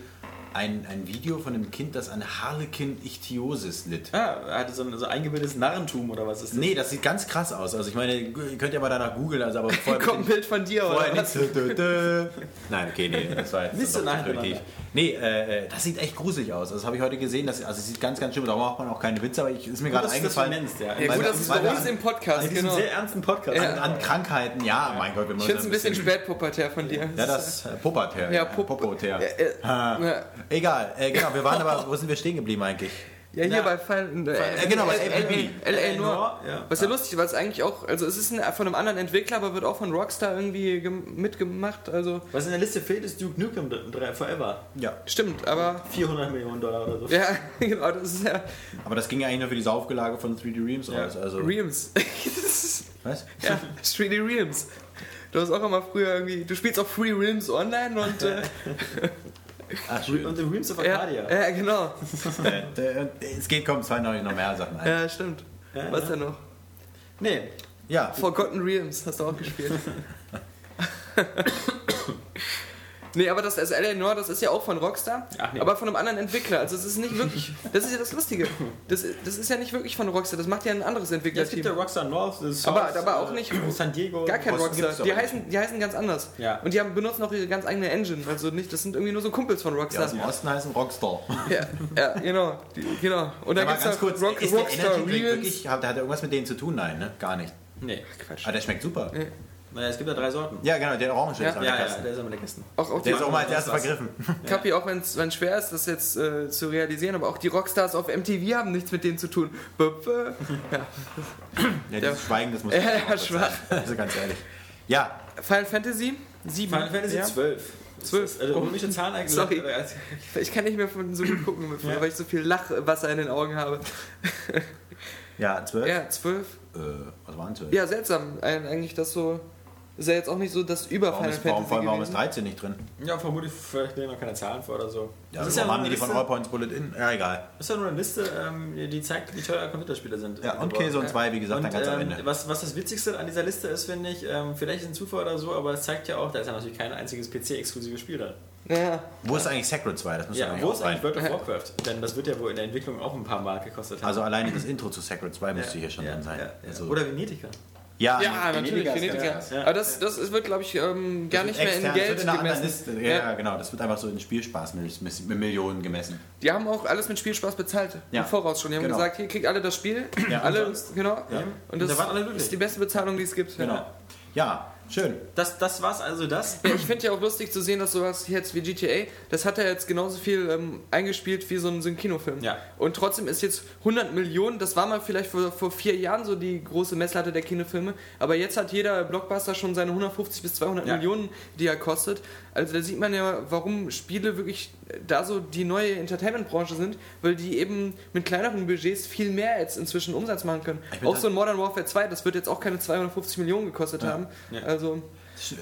ein, ein Video von einem Kind, das an Harlequin-Ichthyosis litt. Ah, er hatte so ein so eingebildetes Narrentum oder was ist das? Nee, das sieht ganz krass aus. Also ich meine, ihr könnt ja mal danach googeln, also aber vorher Kommt ein Bild von dir, vorher oder? nichts. Dö, dö. Nein, okay, nee, das war jetzt Nicht so doch nacheinander. definitiv. Nee, äh, äh, das sieht echt gruselig aus. Also, Das habe ich heute gesehen, das, also es sieht ganz, ganz schlimm, darum macht man auch keine Witze, aber ich, ist mir gerade dass du das eingefallen. benennst, ja. Ja, weil gut, wir- das ist weil bei wir uns an- im Podcast, In diesem genau. Also, sehr ernsten Podcast. an, an Krankheiten, ja, mein Gott, wenn Ich man finde es ein bisschen spätpubertär von dir. Ja, das äh, Puppert her. Ja, Pup- Popoter. Äh, äh, ja. Egal, äh, genau, wir waren (laughs) aber, wo sind wir stehen geblieben eigentlich? Ja, hier Na. bei Fallen. Äh, Äh, genau, bei LA, LA Noir. Ja. Was ja lustig, weil es eigentlich auch, also es ist ein, von einem anderen Entwickler, aber wird auch von Rockstar irgendwie gem- mitgemacht, also Was in der Liste fehlt, ist Duke Nukem 3 Forever. Ja. stimmt, aber 400 Millionen Dollar oder so. ja, (laughs) genau, das ist ja Aber das ging ja eigentlich nur für die Saufgelage von 3D Realms raus. Also, Realms. (laughs) das ist, was? ja, 3D Realms. Du hast auch immer früher irgendwie, du spielst auch Free Realms online und äh, (laughs) Ach, schön. Und The Realms of ja, Arcadia. ja, genau, (laughs) Äh, es geht, kommen 92 noch mehr Sachen ein. ja, stimmt. Ja, Was ja. denn noch? Nee, Ja, Forgotten Realms hast du auch gespielt. (coughs) Nee, aber das also SLA Noir, das ist ja auch von Rockstar, Ach nee. aber von einem anderen Entwickler. Also es ist nicht wirklich, das ist ja das Lustige. Das, ist- das ist ja nicht wirklich von Rockstar, das macht ja ein anderes ja, es gibt ja Entwicklerteam. Rockstar North, das ist Aber- South, aber auch äh, nicht- San Diego. Gar kein Boston Rockstar, gibt's aber die nicht. heißen, die heißen ganz anders. Ja. Und die haben, benutzen auch ihre ganz eigene Engine. Also nicht, das sind irgendwie nur so Kumpels von die aus Rockstar. dem Osten heißen Rockstar. Ja, ja, genau. Die, genau. Und dann gibt Aber es ganz kurz, Rock, ist der Rockstar Energy Drink Realms. wirklich, hat, hat er irgendwas mit denen zu tun? Nein, ne? gar nicht. Nee, Quatsch. Aber der schmeckt super. naja, es gibt ja drei Sorten. Ja, genau, der Orange Ja. ist am Ja, ja, leckersten. der ist am leckersten. Auch, auch die Der ist auch mal als erstes vergriffen. Kapi, auch wenn es schwer ist, das jetzt äh, zu realisieren, aber auch die Rockstars auf MTV haben nichts mit denen zu tun. Böp, äh. Ja, dieses Schweigen, das muss Ja, ich auch ja, kurz schwach. sagen. (laughs) Also ganz ehrlich. Ja, Final Fantasy 7. Final Fantasy ja. 12. 12. Also, römische Zahlen eigentlich. Sorry. Äh, Ich kann nicht mehr von so gut gucken, Ja. weil ich so viel Lachwasser in den Augen habe. ja, 12. Ja, 12. Äh, was waren 12? Ja, seltsam. Ein- Eigentlich das so. Ist ja jetzt auch nicht so das über Warum Final ist, warum, Fantasy. vor allem, warum ist gewesen. 13 nicht drin? Ja, vermutlich vielleicht nehmen noch keine Zahlen vor oder so. Das Ja, warum ist ja haben nur die die von eine All Points Bullet in? Ja, egal. Das ist ja nur eine Liste, ähm, die- die zeigt, wie teuer Computerspiele sind. Ja, und Käse und 2, wie gesagt, Und dann ganz am ähm, Ende. was, was das Witzigste an dieser Liste ist, finde ich, ähm, vielleicht ist ein Zufall oder so, aber es zeigt ja auch, da ist ja natürlich kein einziges PC-exklusives Spiel dran. Ja. Wo ist eigentlich Sacred 2? Das muss ja Ja, eigentlich wo auch ist eigentlich sein. World of Warcraft? Denn das wird ja wohl in der Entwicklung auch ein paar Mark gekostet haben. Also alleine das Intro zu Sacred 2 ja, müsste hier schon ja, drin sein. Ja, ja. Also- Oder Venetica. Ja, Ja, natürlich, Venediger Ah, ist ganz Venediger. krass. ja. Aber das, das wird, glaube ich, ähm, gar nicht mehr in Extern, Geld das wird in einer anderen gemessen. Liste. Ja, ja, genau. Das wird einfach so in Spielspaß mit, mit Millionen gemessen. Die haben auch alles mit Spielspaß bezahlt. Ja. Im Voraus schon. Die haben Genau. gesagt, hier kriegt alle das Spiel. Ja, alle, umsonst. genau. Ja. Und das Da waren alle glücklich. ist die beste Bezahlung, die es gibt. Genau. Ja, Schön. Das, das war's also das. Ja, ich finde ja auch lustig zu sehen, dass sowas jetzt wie GTA, das hat er jetzt genauso viel ähm, eingespielt wie so ein, so ein Kinofilm. Ja. Und trotzdem ist jetzt 100 Millionen, das war mal vielleicht vor, vor vier Jahren so die große Messlatte der Kinofilme, aber jetzt hat jeder Blockbuster schon seine 150 bis 200 Ja. Millionen, die er kostet. Also da sieht man ja, warum Spiele wirklich da so die neue Entertainment-Branche sind, weil die eben mit kleineren Budgets viel mehr jetzt inzwischen Umsatz machen können. Ich bin Auch da- so ein Modern Warfare 2, das wird jetzt auch keine 250 Millionen gekostet haben. Also...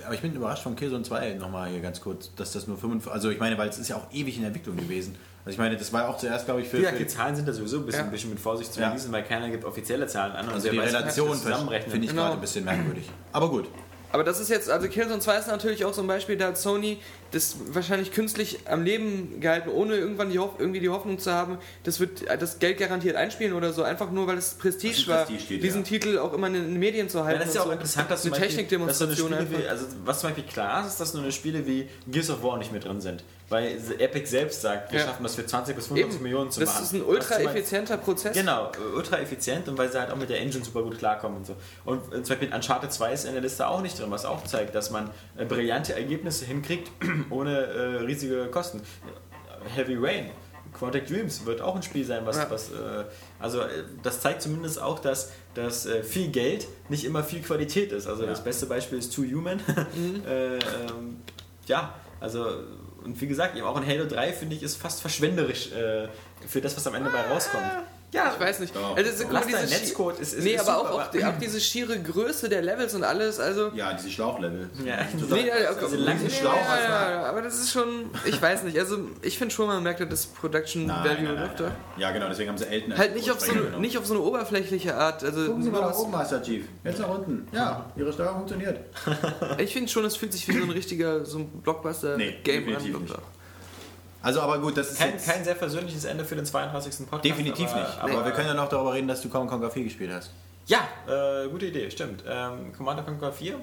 Aber ich bin überrascht von Killzone 2 nochmal hier ganz kurz, dass das nur 55. Also ich meine, weil es ist ja auch ewig in Entwicklung gewesen. Also ich meine, das war ja auch zuerst, glaube ich, für. Ja, für die Zahlen sind da sowieso ein bisschen, Ja. bisschen mit Vorsicht zu Ja. genießen, weil keiner gibt offizielle Zahlen an. und also wer die weiß, wie das Relation zusammenrechnet. finde ich Genau. gerade ein bisschen merkwürdig. Aber gut. Aber das ist jetzt, also Killzone 2 ist natürlich auch so ein Beispiel, da hat Sony das wahrscheinlich künstlich am Leben gehalten, ohne irgendwann die Hoff irgendwie die Hoffnung zu haben, das wird äh, das Geld garantiert einspielen oder so, einfach nur weil es Prestige Dass ein war, Prestige steht, diesen ja. Titel auch immer in den Medien zu halten. Ja, das ist ja und auch so. interessant, dass eine zum Beispiel- Technikdemonstration dass so eine Spiele einfach. wie, also was zum Beispiel klar ist, dass nur eine Spiele wie Gears of War nicht mit drin sind. Weil Epic selbst sagt, wir Ja. schaffen das für 20 bis 25 Eben, Millionen zu das machen. ist ein Was ultra zum Beispiel- effizienter Prozess. Genau, äh, ultra effizient und weil sie halt auch mit der Engine super gut klarkommen und so. Und äh, zum Beispiel Uncharted 2 ist in der Liste auch nicht drin, was auch zeigt, dass man äh, brillante Ergebnisse hinkriegt (clears throat) ohne äh, riesige Kosten. Heavy Rain, Quantic Dreams wird auch ein Spiel sein, was, Ja. was äh, also äh, das zeigt zumindest auch, dass, dass äh, viel Geld nicht immer viel Qualität ist. Also das beste Beispiel ist Too Human. (laughs) äh, ähm, ja, also und wie gesagt, eben auch in Halo 3 finde ich ist fast verschwenderisch äh, für das, was am Ende bei rauskommt. Ja, ich weiß nicht. Also, guck mal, Lass dein diese Schi- Netzcode ist, ist Nee, ist aber super, auch, auch, die, auch diese schiere Größe der Levels und alles, also. Ja, diese Schlauchlevel. (laughs) Ja. Nee, ja, ja, Diese langen Schlauch. Ja, ja, ja, aber das ist schon, ich weiß nicht, also ich finde schon, man merkt ja das Production Nein, Value nein, nein, Luft da. nein. Ja, genau, deswegen haben sie Elton. als Halt nicht auf, so Ursprung eine, genommen. nicht auf so eine oberflächliche Art. Also Gucken Sie mal nach sowas- oben, Master Chief. Jetzt nach unten. Ja, Ihre Steuerung funktioniert. ich finde schon, es fühlt sich wie so ein richtiger so ein Nee, Blockbuster-Game definitiv an. nicht. Also, aber gut, das ist Kein, jetzt kein sehr versöhnliches Ende für den 32. Podcast. definitiv aber, nicht. Aber Aber wir können ja noch darüber reden, dass du kaum Café gespielt hast. ja, äh, gute Idee, stimmt. Ähm, Commander Conquer 4,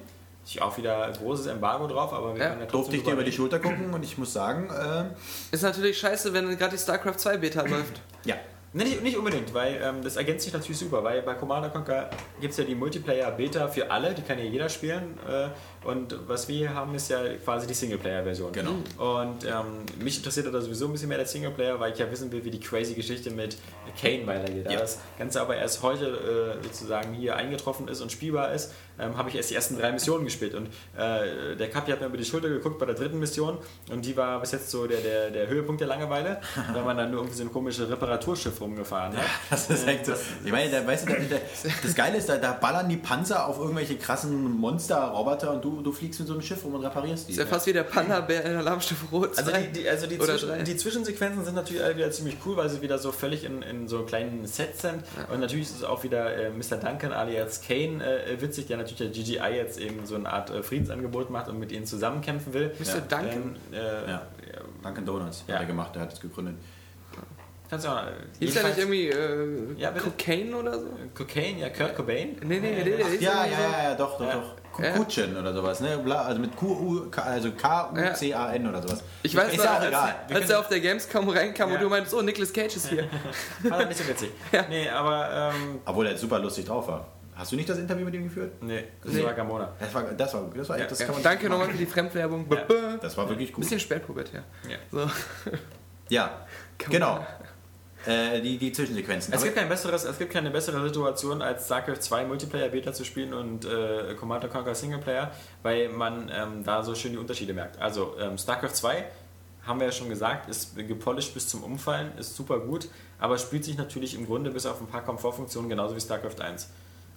ist auch wieder großes Embargo drauf, aber wir Ja. können ja trotzdem Durfte ich dir drüber über die reden. Schulter gucken und ich muss sagen, ähm, Ist natürlich scheiße, wenn gerade die StarCraft 2 Beta (clears throat) läuft. ja. Nee, nicht, nicht unbedingt, weil ähm, das ergänzt sich natürlich super, weil bei Commander Conquer gibt es ja die Multiplayer-Beta für alle, die kann ja jeder spielen. Äh, und was wir hier haben, ist ja quasi die Singleplayer-Version. Genau. Und ähm, mich interessiert da sowieso ein bisschen mehr der Singleplayer, weil ich ja wissen will, wie die crazy Geschichte mit Kane weitergeht. Da Ja. das Ganze aber erst heute äh, sozusagen hier eingetroffen ist und spielbar ist, ähm, habe ich erst die ersten drei Missionen gespielt. Und äh, der Kapi hat mir über die Schulter geguckt bei der dritten Mission und die war bis jetzt so der, der, der Höhepunkt der Langeweile, weil man dann nur irgendwie so ein komisches Reparaturschiff rumgefahren hat. (laughs) Das ist echt so. Ich meine, da, weißt du, da, da, das Geile ist, da, da ballern die Panzer auf irgendwelche krassen Monster-Roboter und du, du fliegst mit so einem Schiff rum und reparierst die. Ist ja fast wie der Panda-Bär in Alarmstufe Rot. Also die, die, also die, Oder drei. Zwischen, die Zwischensequenzen sind natürlich alle wieder ziemlich cool, weil sie wieder so völlig in, in so kleinen Sets sind. Und natürlich ist es auch wieder äh, Mr. Duncan alias Kane äh, witzig, der natürlich der GGI jetzt eben so eine Art äh, Friedensangebot macht und mit ihnen zusammenkämpfen will. Mr. Duncan? Ähm, äh, Ja. Dunkin' Donuts hat Ja. er gemacht, der hat es gegründet. Kannst du auch äh, noch, Hieß ja nicht irgendwie äh, Ja, bitte. Cocaine oder so? Cocaine, ja, Kurt Cobain. (laughs) Nee, nee, nee, nee. hieß irgendwie Ja, ja, so- ja, ja, doch, doch, Ja. doch. Ja. Kukutschen oder sowas, ne? Bla, also mit Q-U, K- also K-U-C-A-N oder sowas. Ich weiß Ist noch, ja auch als, egal. Wir als er auf der Gamescom reinkam und Ja. du meinst, oh, Nicolas Cage ist hier. War doch nicht so witzig. Nee, aber ähm, Obwohl er super lustig drauf war. Hast du nicht das Interview mit ihm geführt? nee, das Nee. war Gamona. Das war, das war, das war echt, das Ja, kann man danke nochmal für die Fremdwerbung. Ja. Bäh. Das war wirklich gut. Bisschen spätpubertär. Ja. So. Ja, genau. Äh, die, die Zwischensequenzen. Es Aber- gibt, kein besseres, es gibt keine bessere Situation, als StarCraft 2 Multiplayer Beta zu spielen und äh, Commander Conquer Singleplayer, weil man ähm, da so schön die Unterschiede merkt. Also ähm, StarCraft 2 haben wir ja schon gesagt, ist gepolished bis zum Umfallen, ist super gut, aber spielt sich natürlich im Grunde bis auf ein paar Komfortfunktionen genauso wie StarCraft 1.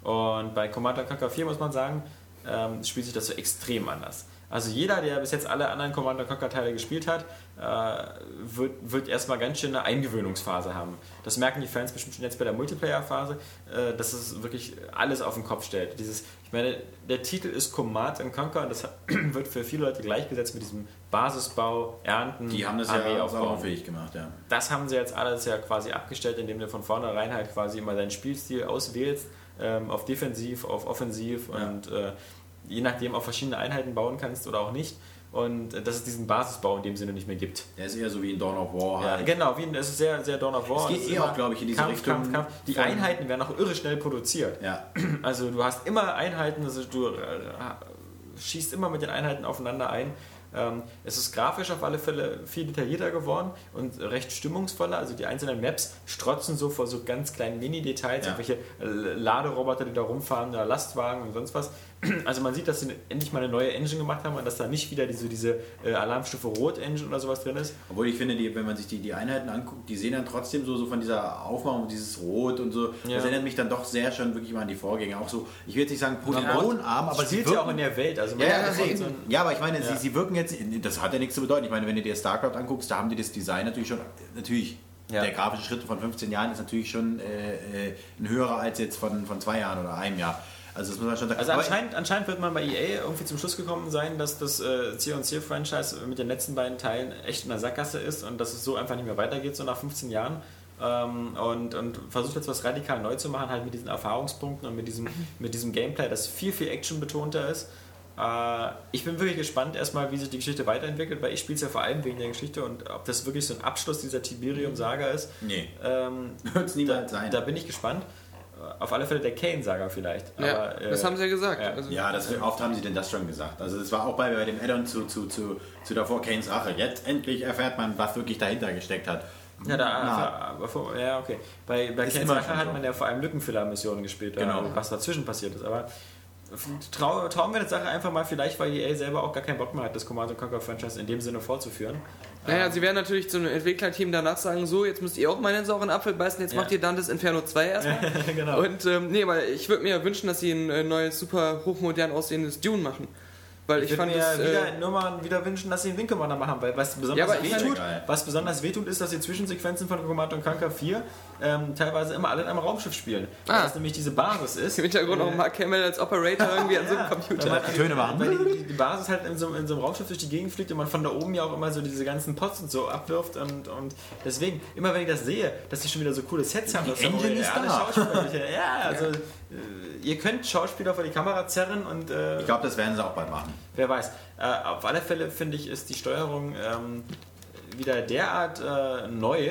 Und bei Commander Conquer 4 muss man sagen, ähm, spielt sich das so extrem anders. Also jeder, der bis jetzt alle anderen Commander Conquer Teile gespielt hat, äh, wird, wird erstmal ganz schön eine Eingewöhnungsphase haben. Das merken die Fans bestimmt schon jetzt bei der Multiplayer-Phase, äh, dass es wirklich alles auf den Kopf stellt. Dieses, ich meine, der Titel ist Command and Conquer und das hat- (clears throat) wird für viele Leute gleichgesetzt mit diesem Basisbau, Ernten, Die haben das Armee ja aufbauen sauberfähig gemacht, ja. das haben sie jetzt alles ja quasi abgestellt, indem du von vornherein halt quasi immer deinen Spielstil auswählst, ähm, auf defensiv, auf offensiv und äh, je nachdem auf verschiedene Einheiten bauen kannst oder auch nicht. Und äh, dass es diesen Basisbau in dem Sinne nicht mehr gibt. Der ist eher so wie in Dawn of War Ja, halt. genau, wie in, es ist sehr, sehr Dawn of War. Es geht ist eh immer auch, glaube ich, in diese Kampf, Richtung Kampf, Kampf. Die von- Einheiten werden auch irre schnell produziert. Ja. Also du hast immer Einheiten, also du äh, schießt immer mit den Einheiten aufeinander ein. Ähm, es ist grafisch auf alle Fälle viel detaillierter geworden und recht stimmungsvoller. Also die einzelnen Maps strotzen so vor so ganz kleinen Mini-Details, Ja. irgendwelche äh, Laderoboter, die da rumfahren, oder Lastwagen und sonst was. (clears throat) Also man sieht, dass sie endlich mal eine neue Engine gemacht haben und dass da nicht wieder diese, diese äh, Alarmstufe Rot-Engine oder sowas drin ist. Obwohl ich finde, die, wenn man sich die, die Einheiten anguckt, die sehen dann trotzdem so, so von dieser Aufmachung, dieses Rot und so. Ja. Das erinnert mich dann doch sehr schon wirklich mal an die Vorgänger. Auch so, ich will jetzt nicht sagen polygonarm, aber sie spielt Genau. ja wirken, auch in der Welt. Also man ja, ja, hat ja, davon so eben. ein- ja, aber ich meine, Sie, sie wirken jetzt, das hat ja nichts zu bedeuten. Ich meine, wenn du dir StarCraft anguckst, da haben die das Design natürlich schon, natürlich, Ja. der grafische Schritt von 15 Jahren ist natürlich schon äh, äh, ein höherer als jetzt von, von zwei Jahren oder einem Jahr. Also das muss man schon sagen. Also Aber- anscheinend, anscheinend wird man bei EA irgendwie zum Schluss gekommen sein, dass das äh, C&C-Franchise mit den letzten beiden Teilen echt in der Sackgasse ist und dass es so einfach nicht mehr weitergeht, so nach 15 Jahren. Ähm, und, und versucht jetzt was radikal neu zu machen, halt mit diesen Erfahrungspunkten und (laughs) mit diesem, mit diesem Gameplay, das viel, viel actionbetonter ist. Äh, ich bin wirklich gespannt erstmal, wie sich die Geschichte weiterentwickelt, weil ich spiele es ja vor allem wegen der Geschichte und ob das wirklich so ein Abschluss dieser Tiberium-Saga ist. Nee. (laughs) Ähm, Wird's niemals da, sein. Da bin ich gespannt. Auf alle Fälle der Kane-Saga vielleicht. Ja, Aber, äh, das haben sie ja gesagt. ja. Also, Ja, das, wie oft haben sie denn das schon gesagt? Also das war auch bei, bei dem Addon zu, zu, zu, zu davor Kanes Rache. Jetzt endlich erfährt man, was wirklich dahinter gesteckt hat. Ja, Na. da, also, aber vor- ja, okay. Bei, bei Ist Ken's immer Sache schon hat so. man ja vor allem Lückenfiller-Missionen gespielt, da, Genau. was dazwischen passiert ist. Aber trau, trauen wir der Sache einfach mal, vielleicht, weil EA selber auch gar keinen Bock mehr hat, das Command Conquer Franchise in dem (laughs) Sinne fortzuführen. Naja, sie werden natürlich zum Entwicklerteam danach sagen, so, jetzt müsst ihr auch mal den sauren Apfel beißen, jetzt Ja. macht ihr Dantes Inferno 2 erstmal. genau. Und ähm, nee, aber ich würde mir ja wünschen, dass sie ein äh, neues, super hochmodern aussehendes Dune machen. Weil ich, Ich würde fand mir das. wieder, äh, nur mal wieder wünschen, dass sie den Winkelmann machen, weil was Ja, besonders aber ich wehtut, meine- was besonders wehtut, ist, dass die Zwischensequenzen von Command Conquer 4 ähm, teilweise immer alle in einem Raumschiff spielen. Ah. Weil das nämlich diese Basis (laughs) ist. im Hintergrund auch Mark Hamill als Operator irgendwie an so einem Computer. Weil man- Töne machen. Weil die, die- die Basis halt in so, einem- in so einem Raumschiff durch die Gegend fliegt und man von da oben ja auch immer so diese ganzen Pots und so abwirft und, und deswegen, immer wenn ich das sehe, dass die schon wieder so coole Sets haben, dass da Engine wohl ist alle da. Schauspieler, (laughs) ja, also äh, ihr könnt Schauspieler vor die Kamera zerren und äh, Ich glaube, das werden sie auch bald machen. wer weiß. Äh, auf alle Fälle finde ich, ist die Steuerung ähm, wieder derart äh, neu,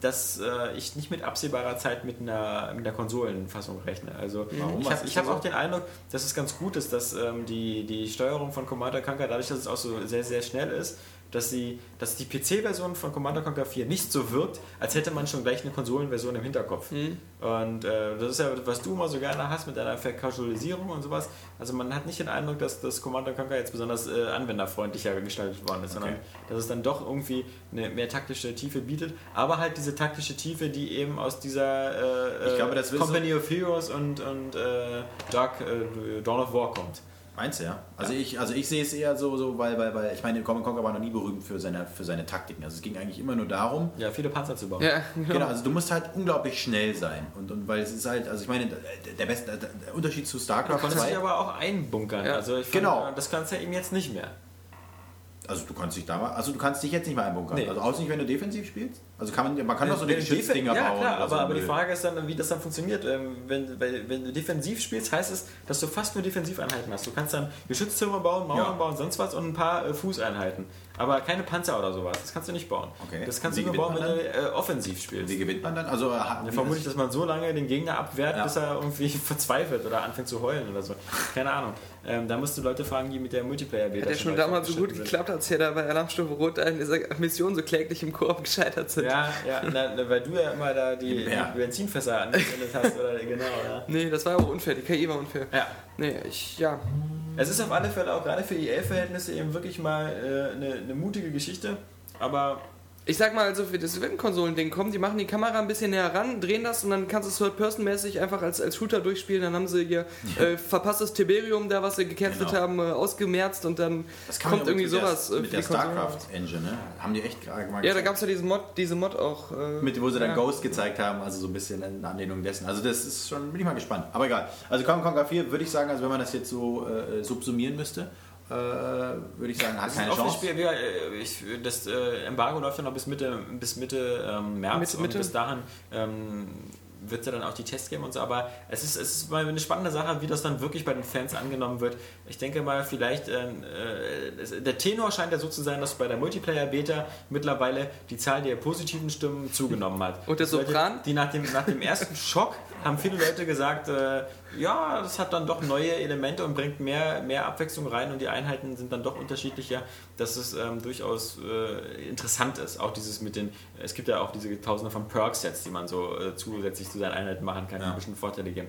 dass äh, ich nicht mit absehbarer Zeit mit einer, mit einer Konsolenfassung rechne. Also Warum? ich Was habe ist ich hab das so? auch den Eindruck, dass es ganz gut ist, dass ähm, die, die Steuerung von Commander Conquer, dadurch, dass es auch so sehr, sehr schnell ist, dass, sie, dass die PC-Version von Commander Conquer 4 nicht so wirkt, als hätte man schon gleich eine Konsolenversion im Hinterkopf. Mhm. Und äh, das ist ja, was du immer so gerne hast mit deiner Verkasualisierung und sowas. Also man hat nicht den Eindruck, dass das Commander Conquer jetzt besonders äh, anwenderfreundlicher gestaltet worden ist, sondern dass es dann doch irgendwie eine mehr taktische Tiefe bietet, aber halt diese taktische Tiefe, die eben aus dieser äh, Ich glaube, das äh, wird so- Company of Heroes und, und äh, Dark äh, Dawn of War kommt. Meinst du, ja? Also ich, also ich sehe es eher so, so weil, weil, weil ich meine, Common Conquer war noch nie berühmt für seine, für seine Taktiken. Also es ging eigentlich immer nur darum, Ja, viele Panzer zu bauen. ja, Genau, also du musst halt unglaublich schnell sein. Und, und weil es ist halt, also ich meine, der, beste, der Unterschied zu Du StarCraft konntest dich 2, aber auch einbunkern. Ja, also ich fand, genau. Das kannst du ja eben jetzt nicht mehr. also du kannst dich da mal, also du kannst dich jetzt nicht mal einbunkern. Nee. Also außer nicht, wenn du defensiv spielst. Also kann man, man kann doch so eine Wenn du defen- Geschützdinger ja, bauen. Klar, oder aber, so aber die Müll. Frage ist dann, wie das dann funktioniert. Ähm, Wenn, weil, wenn du defensiv spielst, heißt es, dass du fast nur Defensiveinheiten hast. Du kannst dann Geschütztürme bauen, Mauern Ja. bauen, sonst was und ein paar äh, Fußeinheiten. Aber keine Panzer oder sowas. Das kannst du nicht bauen. Okay. Das kannst Wie du nur bauen, gewinnt wenn du man äh, offensiv spielst. Wie gewinnt man dann? Also hat- Ja, wie vermutlich, das- dass man so lange den Gegner abwehrt, Ja. bis er irgendwie (laughs) verzweifelt oder anfängt zu heulen oder so. Keine Ahnung. Ähm, da musst du Leute fragen, die mit der Multiplayer-Beta der schon weit damals so gut fortgeschritten sind. geklappt hat, als wir da bei Alarmstufe Rot in dieser Mission so kläglich im Koop gescheitert sind. Ja, ja na, na, weil du ja immer da die, Ja. die Benzinfässer angezündet hast. Oder, genau, ja. Nee, das war aber unfair, die KI war unfair. ja. Nee, ich, ja. Es ist auf alle Fälle auch gerade für EA-Verhältnisse eben wirklich mal äh, eine, eine mutige Geschichte. Aber Ich sag mal, also für das Win-Konsolen-Ding kommen, die machen die Kamera ein bisschen näher ran, drehen das und dann kannst du es Third-Person-mäßig einfach als, als Shooter durchspielen. Dann haben sie ihr äh, verpasstes Tiberium da, was sie gecancelt Genau. haben, äh, ausgemerzt und dann das kann man kommt ja irgendwie mit der- sowas. äh, Mit für der die Konsole. StarCraft-Engine, ne? Haben die echt gerade gemacht. Ja, da gab es ja diesen Mod, diese Mod auch. Äh, mit wo sie dann ja. Ghost gezeigt haben, also so ein bisschen in Anlehnung dessen. Also das ist schon, bin ich mal gespannt. Aber egal. Also Common Conquer 4 würde ich sagen, also wenn man das jetzt so äh, subsumieren müsste, äh, würde ich sagen, hat keine Auf das Chance. Spiel, ja, äh, ich, das äh, Embargo läuft ja noch bis Mitte, bis Mitte ähm, März Mitte- und Mitte? bis dahin ähm, wird es ja dann auch die Tests geben und so, aber es ist, es ist mal eine spannende Sache, wie das dann wirklich bei den Fans angenommen wird. Ich denke mal, vielleicht, äh, äh, es- der Tenor scheint ja so zu sein, dass bei der Multiplayer-Beta mittlerweile die Zahl der positiven Stimmen zugenommen hat. Und der Dass Leute, Sopran? Die nach dem, nach dem ersten Schock haben viele Leute gesagt, äh, ja, das hat dann doch neue Elemente und bringt mehr, mehr Abwechslung rein und die Einheiten sind dann doch unterschiedlicher, dass es ähm, durchaus äh, interessant ist. Auch dieses mit den, es gibt ja auch diese Tausende von Perk-Sets, die man so äh, zusätzlich zu seinen Einheiten machen kann, die bestimmt Vorteile geben.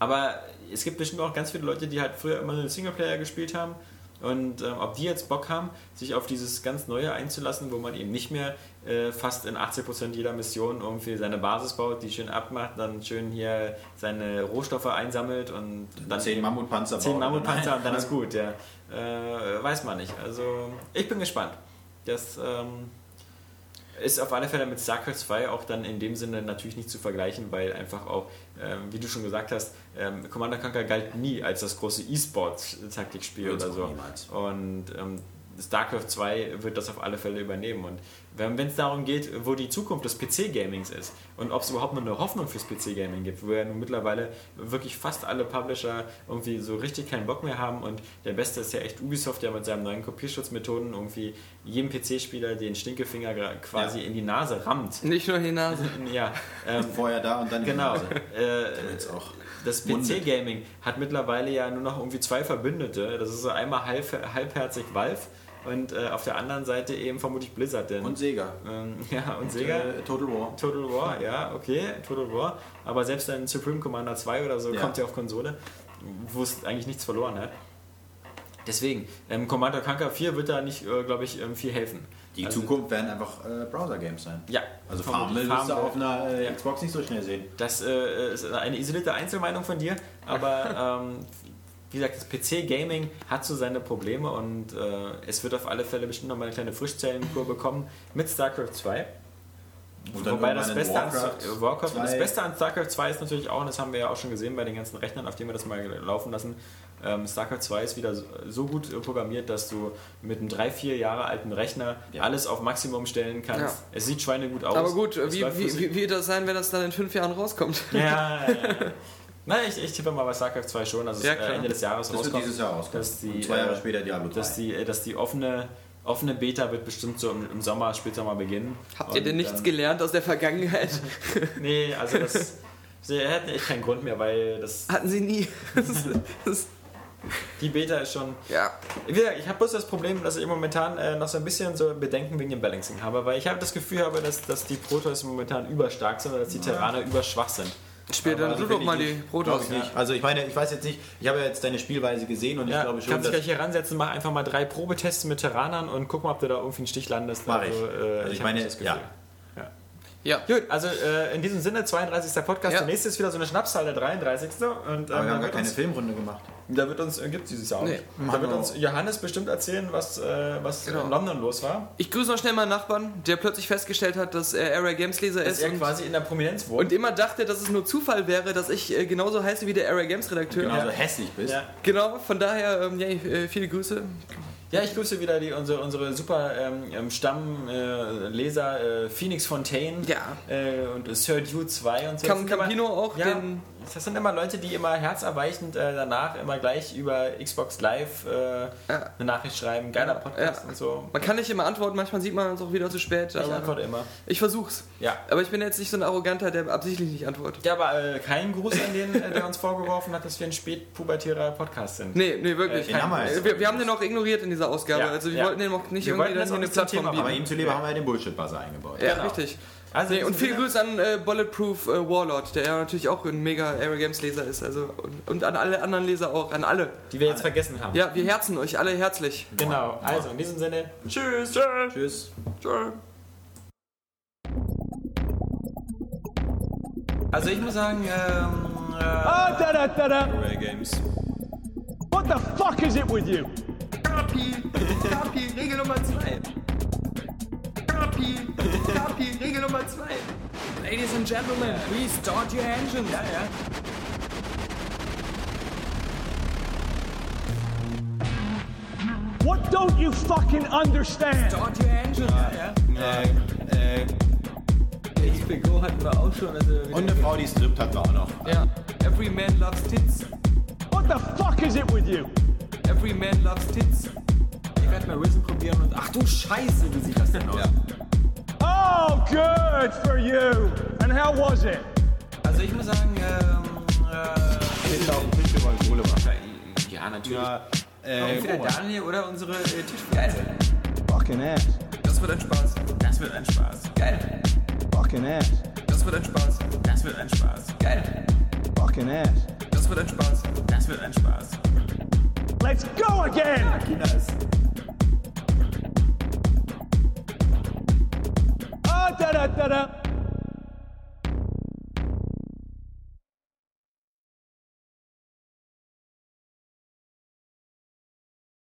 Aber es gibt bestimmt auch ganz viele Leute, die halt früher immer nur den Singleplayer gespielt haben. Und ähm, ob die jetzt Bock haben, sich auf dieses ganz Neue einzulassen, wo man eben nicht mehr äh, fast in 80% jeder Mission irgendwie seine Basis baut, die schön abmacht, dann schön hier seine Rohstoffe einsammelt und dann Zehn Mammutpanzer zehn bauen. Mammutpanzer Nein. und dann ist gut, ja. Äh, weiß man nicht. Also ich bin gespannt. Das ähm, ist auf alle Fälle mit StarCraft 2 auch dann in dem Sinne natürlich nicht zu vergleichen, weil einfach auch, ähm, wie du schon gesagt hast, ähm, Commander Conquer galt nie als das große E-Sport-Taktikspiel Wird's oder auch so. niemals. Und ähm, StarCraft 2 wird das auf alle Fälle übernehmen. Und wenn es darum geht, wo die Zukunft des PC-Gamings ist und ob es überhaupt noch eine Hoffnung fürs PC-Gaming gibt, wo ja nun mittlerweile wirklich fast alle Publisher irgendwie so richtig keinen Bock mehr haben und der Beste ist ja echt Ubisoft, der mit seinen neuen Kopierschutzmethoden irgendwie jedem PC-Spieler den Stinkefinger gra- quasi in die Nase (laughs) rammt. Nicht nur die Nase. Ja, ähm, (laughs) Vorher da und dann genau. hier. Äh, Jetzt auch. das PC-Gaming hat mittlerweile ja nur noch irgendwie zwei Verbündete. Das ist so einmal halb, halbherzig Valve und äh, auf der anderen Seite eben vermutlich Blizzard. Denn, Und Sega. ähm, (laughs) ja, und Sega. Äh, Total War. Total War, ja, okay, Total War. Aber selbst ein Supreme Commander 2 oder so Ja. kommt ja auf Konsole, wo es eigentlich nichts verloren hat. Deswegen, ähm, Commander Conquer 4 wird da nicht, äh, glaube ich, ähm, viel helfen. Die Also- Zukunft werden einfach äh, Browser-Games sein. Ja, Also Farmville vermutlich wirst du Farmville. auf einer äh, Xbox nicht so schnell sehen. Das äh, ist eine isolierte Einzelmeinung von dir, (laughs) aber ähm, wie gesagt, das PC-Gaming hat so seine Probleme und äh, es wird auf alle Fälle bestimmt nochmal eine kleine Frischzellenkur bekommen mit StarCraft 2. Und dann Wobei das irgendwann in Beste, Warcraft an, äh, Warcraft und das 2. Beste an StarCraft 2 ist natürlich auch, und das haben wir ja auch schon gesehen bei den ganzen Rechnern, auf denen wir das mal laufen lassen, ähm, StarCraft 2 ist wieder so- so gut äh, programmiert, dass du mit einem 3, 4 Jahre alten Rechner Ja. alles auf Maximum stellen kannst. Ja. Es sieht schweinegut aus. Aber gut, es wie, läuft wie, flüssig. wie wird das sein, wenn das dann in fünf Jahren rauskommt? (laughs) Ja, ja, ja. Na, ich, ich tippe mal bei StarCraft 2 schon, dass es Ja, äh, klar. Ende des Jahres Das wird rauskommt. dieses Jahr rauskommen. dass die, und zwei Jahre äh, später Diablo 3. Dass die, äh, dass die offene, offene Beta wird bestimmt so im, im Sommer, Spätsommer beginnen. Habt ihr Und denn nichts dann- gelernt aus der Vergangenheit? Nee, also (laughs) das... Sie hätten echt keinen Grund mehr, weil das, Hatten sie nie. (laughs) Das ist, das ist, die Beta ist schon... ja. Wie gesagt, ich habe bloß das Problem, dass ich momentan äh, noch so ein bisschen so Bedenken wegen dem Balancing habe, weil ich habe das Gefühl habe, dass, dass die Protoss momentan überstark sind oder dass die Terraner überschwach sind. Spielt dann also du doch wenn mal ich die Glaub Protoss. ich nicht. Also ich meine, ich weiß jetzt nicht, ich habe ja jetzt deine Spielweise gesehen und ich Ja, glaube schon, kannst dich dass... gleich hier ransetzen, mach einfach mal drei Probetests mit Terranern und guck mal, ob du da irgendwie einen Stich landest. Mach ich. äh, Also ich hab meine, nicht das Gefühl. ja. Ja. Gut, also äh, in diesem Sinne, 32. Podcast. Ja. Der nächste ist wieder so eine Schnapszahl, der 33. Und ähm, Aber wir haben da, gar wird keine uns, Filmrunde gemacht. da wird uns, äh, gibt's dieses Jahr auch Nee. nicht. Da wird uns Johannes bestimmt erzählen, was, äh, was Genau. in London los war. Ich grüße noch schnell meinen Nachbarn, der plötzlich festgestellt hat, dass er Area Games Leser Dass ist. er und- quasi in der Prominenz wurde. Und immer dachte, dass es nur Zufall wäre, dass ich äh, genauso heiße wie der Area Games Redakteur. Genau, Genau, so hässlich bist. Ja. von daher, ähm, ja, äh, viele Grüße. Ja, ich grüße wieder die, unsere, unsere super ähm, ähm, Stammleser äh, Leser, äh, Phoenix Fontaine Ja. äh, und Sir Dude 2 und so. Cam Das sind immer- Campino auch, Ja, den- das sind immer Leute, die immer herzerweichend äh, danach immer gleich über Xbox Live äh, eine Nachricht schreiben. Geiler Podcast Ja. und so. Man kann nicht immer antworten, manchmal sieht man es auch wieder zu spät. Ich Aber antworte immer. ich versuch's. Ja. Aber ich bin jetzt nicht so ein Arroganter, der absichtlich nicht antwortet. Ja, aber äh, kein Gruß an den, äh, der uns vorgeworfen hat, dass wir ein spätpubertärer Podcast sind. Nee, nee, wirklich. Äh, Den haben wir jetzt. Äh, wir, wir haben den auch ignoriert in dieser Ausgabe. Ja, also wir ja. wollten den auch nicht Wir irgendwie wollten das das in eine auch nicht zum Plattform Thema Aber bieten. ihm zuliebe haben wir den Bullshit-Buzzer eingebaut. Ja, Genau. richtig. Also, Nee, und viel viele Grüße an äh, Bulletproof äh, Warlord, der ja natürlich auch ein mega Area Games Leser ist. Also, und, und an alle anderen Leser auch, an alle. die wir jetzt vergessen haben. Ja, wir herzen euch alle herzlich. Genau. Also, in diesem Sinne, tschüss. Tschüss. Tschüss. Tschö. Also, ich muss sagen, ähm, äh, Ah, da, da, da, da. Ray Games. What the fuck is it with you? Kapi, Kapi, Regel Nummer 2. Kapi, Kapi, Regel Nummer 2. Ladies and Gentlemen, please start your engines. Ja, ja. What don't you fucking understand? Start your engines. XPGO hatten wir auch schon. Also wieder- Und eine Frau, die strippt, hatten wir auch noch. Ja. Every man loves tits. What the fuck is it with you? Every man loves tits. ich werde mal Risen probieren und ach du Scheiße, wie sieht (laughs) das denn aus? Oh, good for you. And how was it? Also Also ich muss sagen, ähm, äh, Ist auf dem Tisch über Kohle machen. ja, natürlich. Ja, Entweder äh, Daniel oder unsere äh, Tischgeil. Fucking ass. Das wird ein Spaß. Das wird ein Spaß. Geil. Fucking ass. Das wird ein Spaß. Das wird ein Spaß. Geil. Fucking ass. Das wird ein Spaß. Das wird ein Spaß. Let's go again. Ah, da da da da.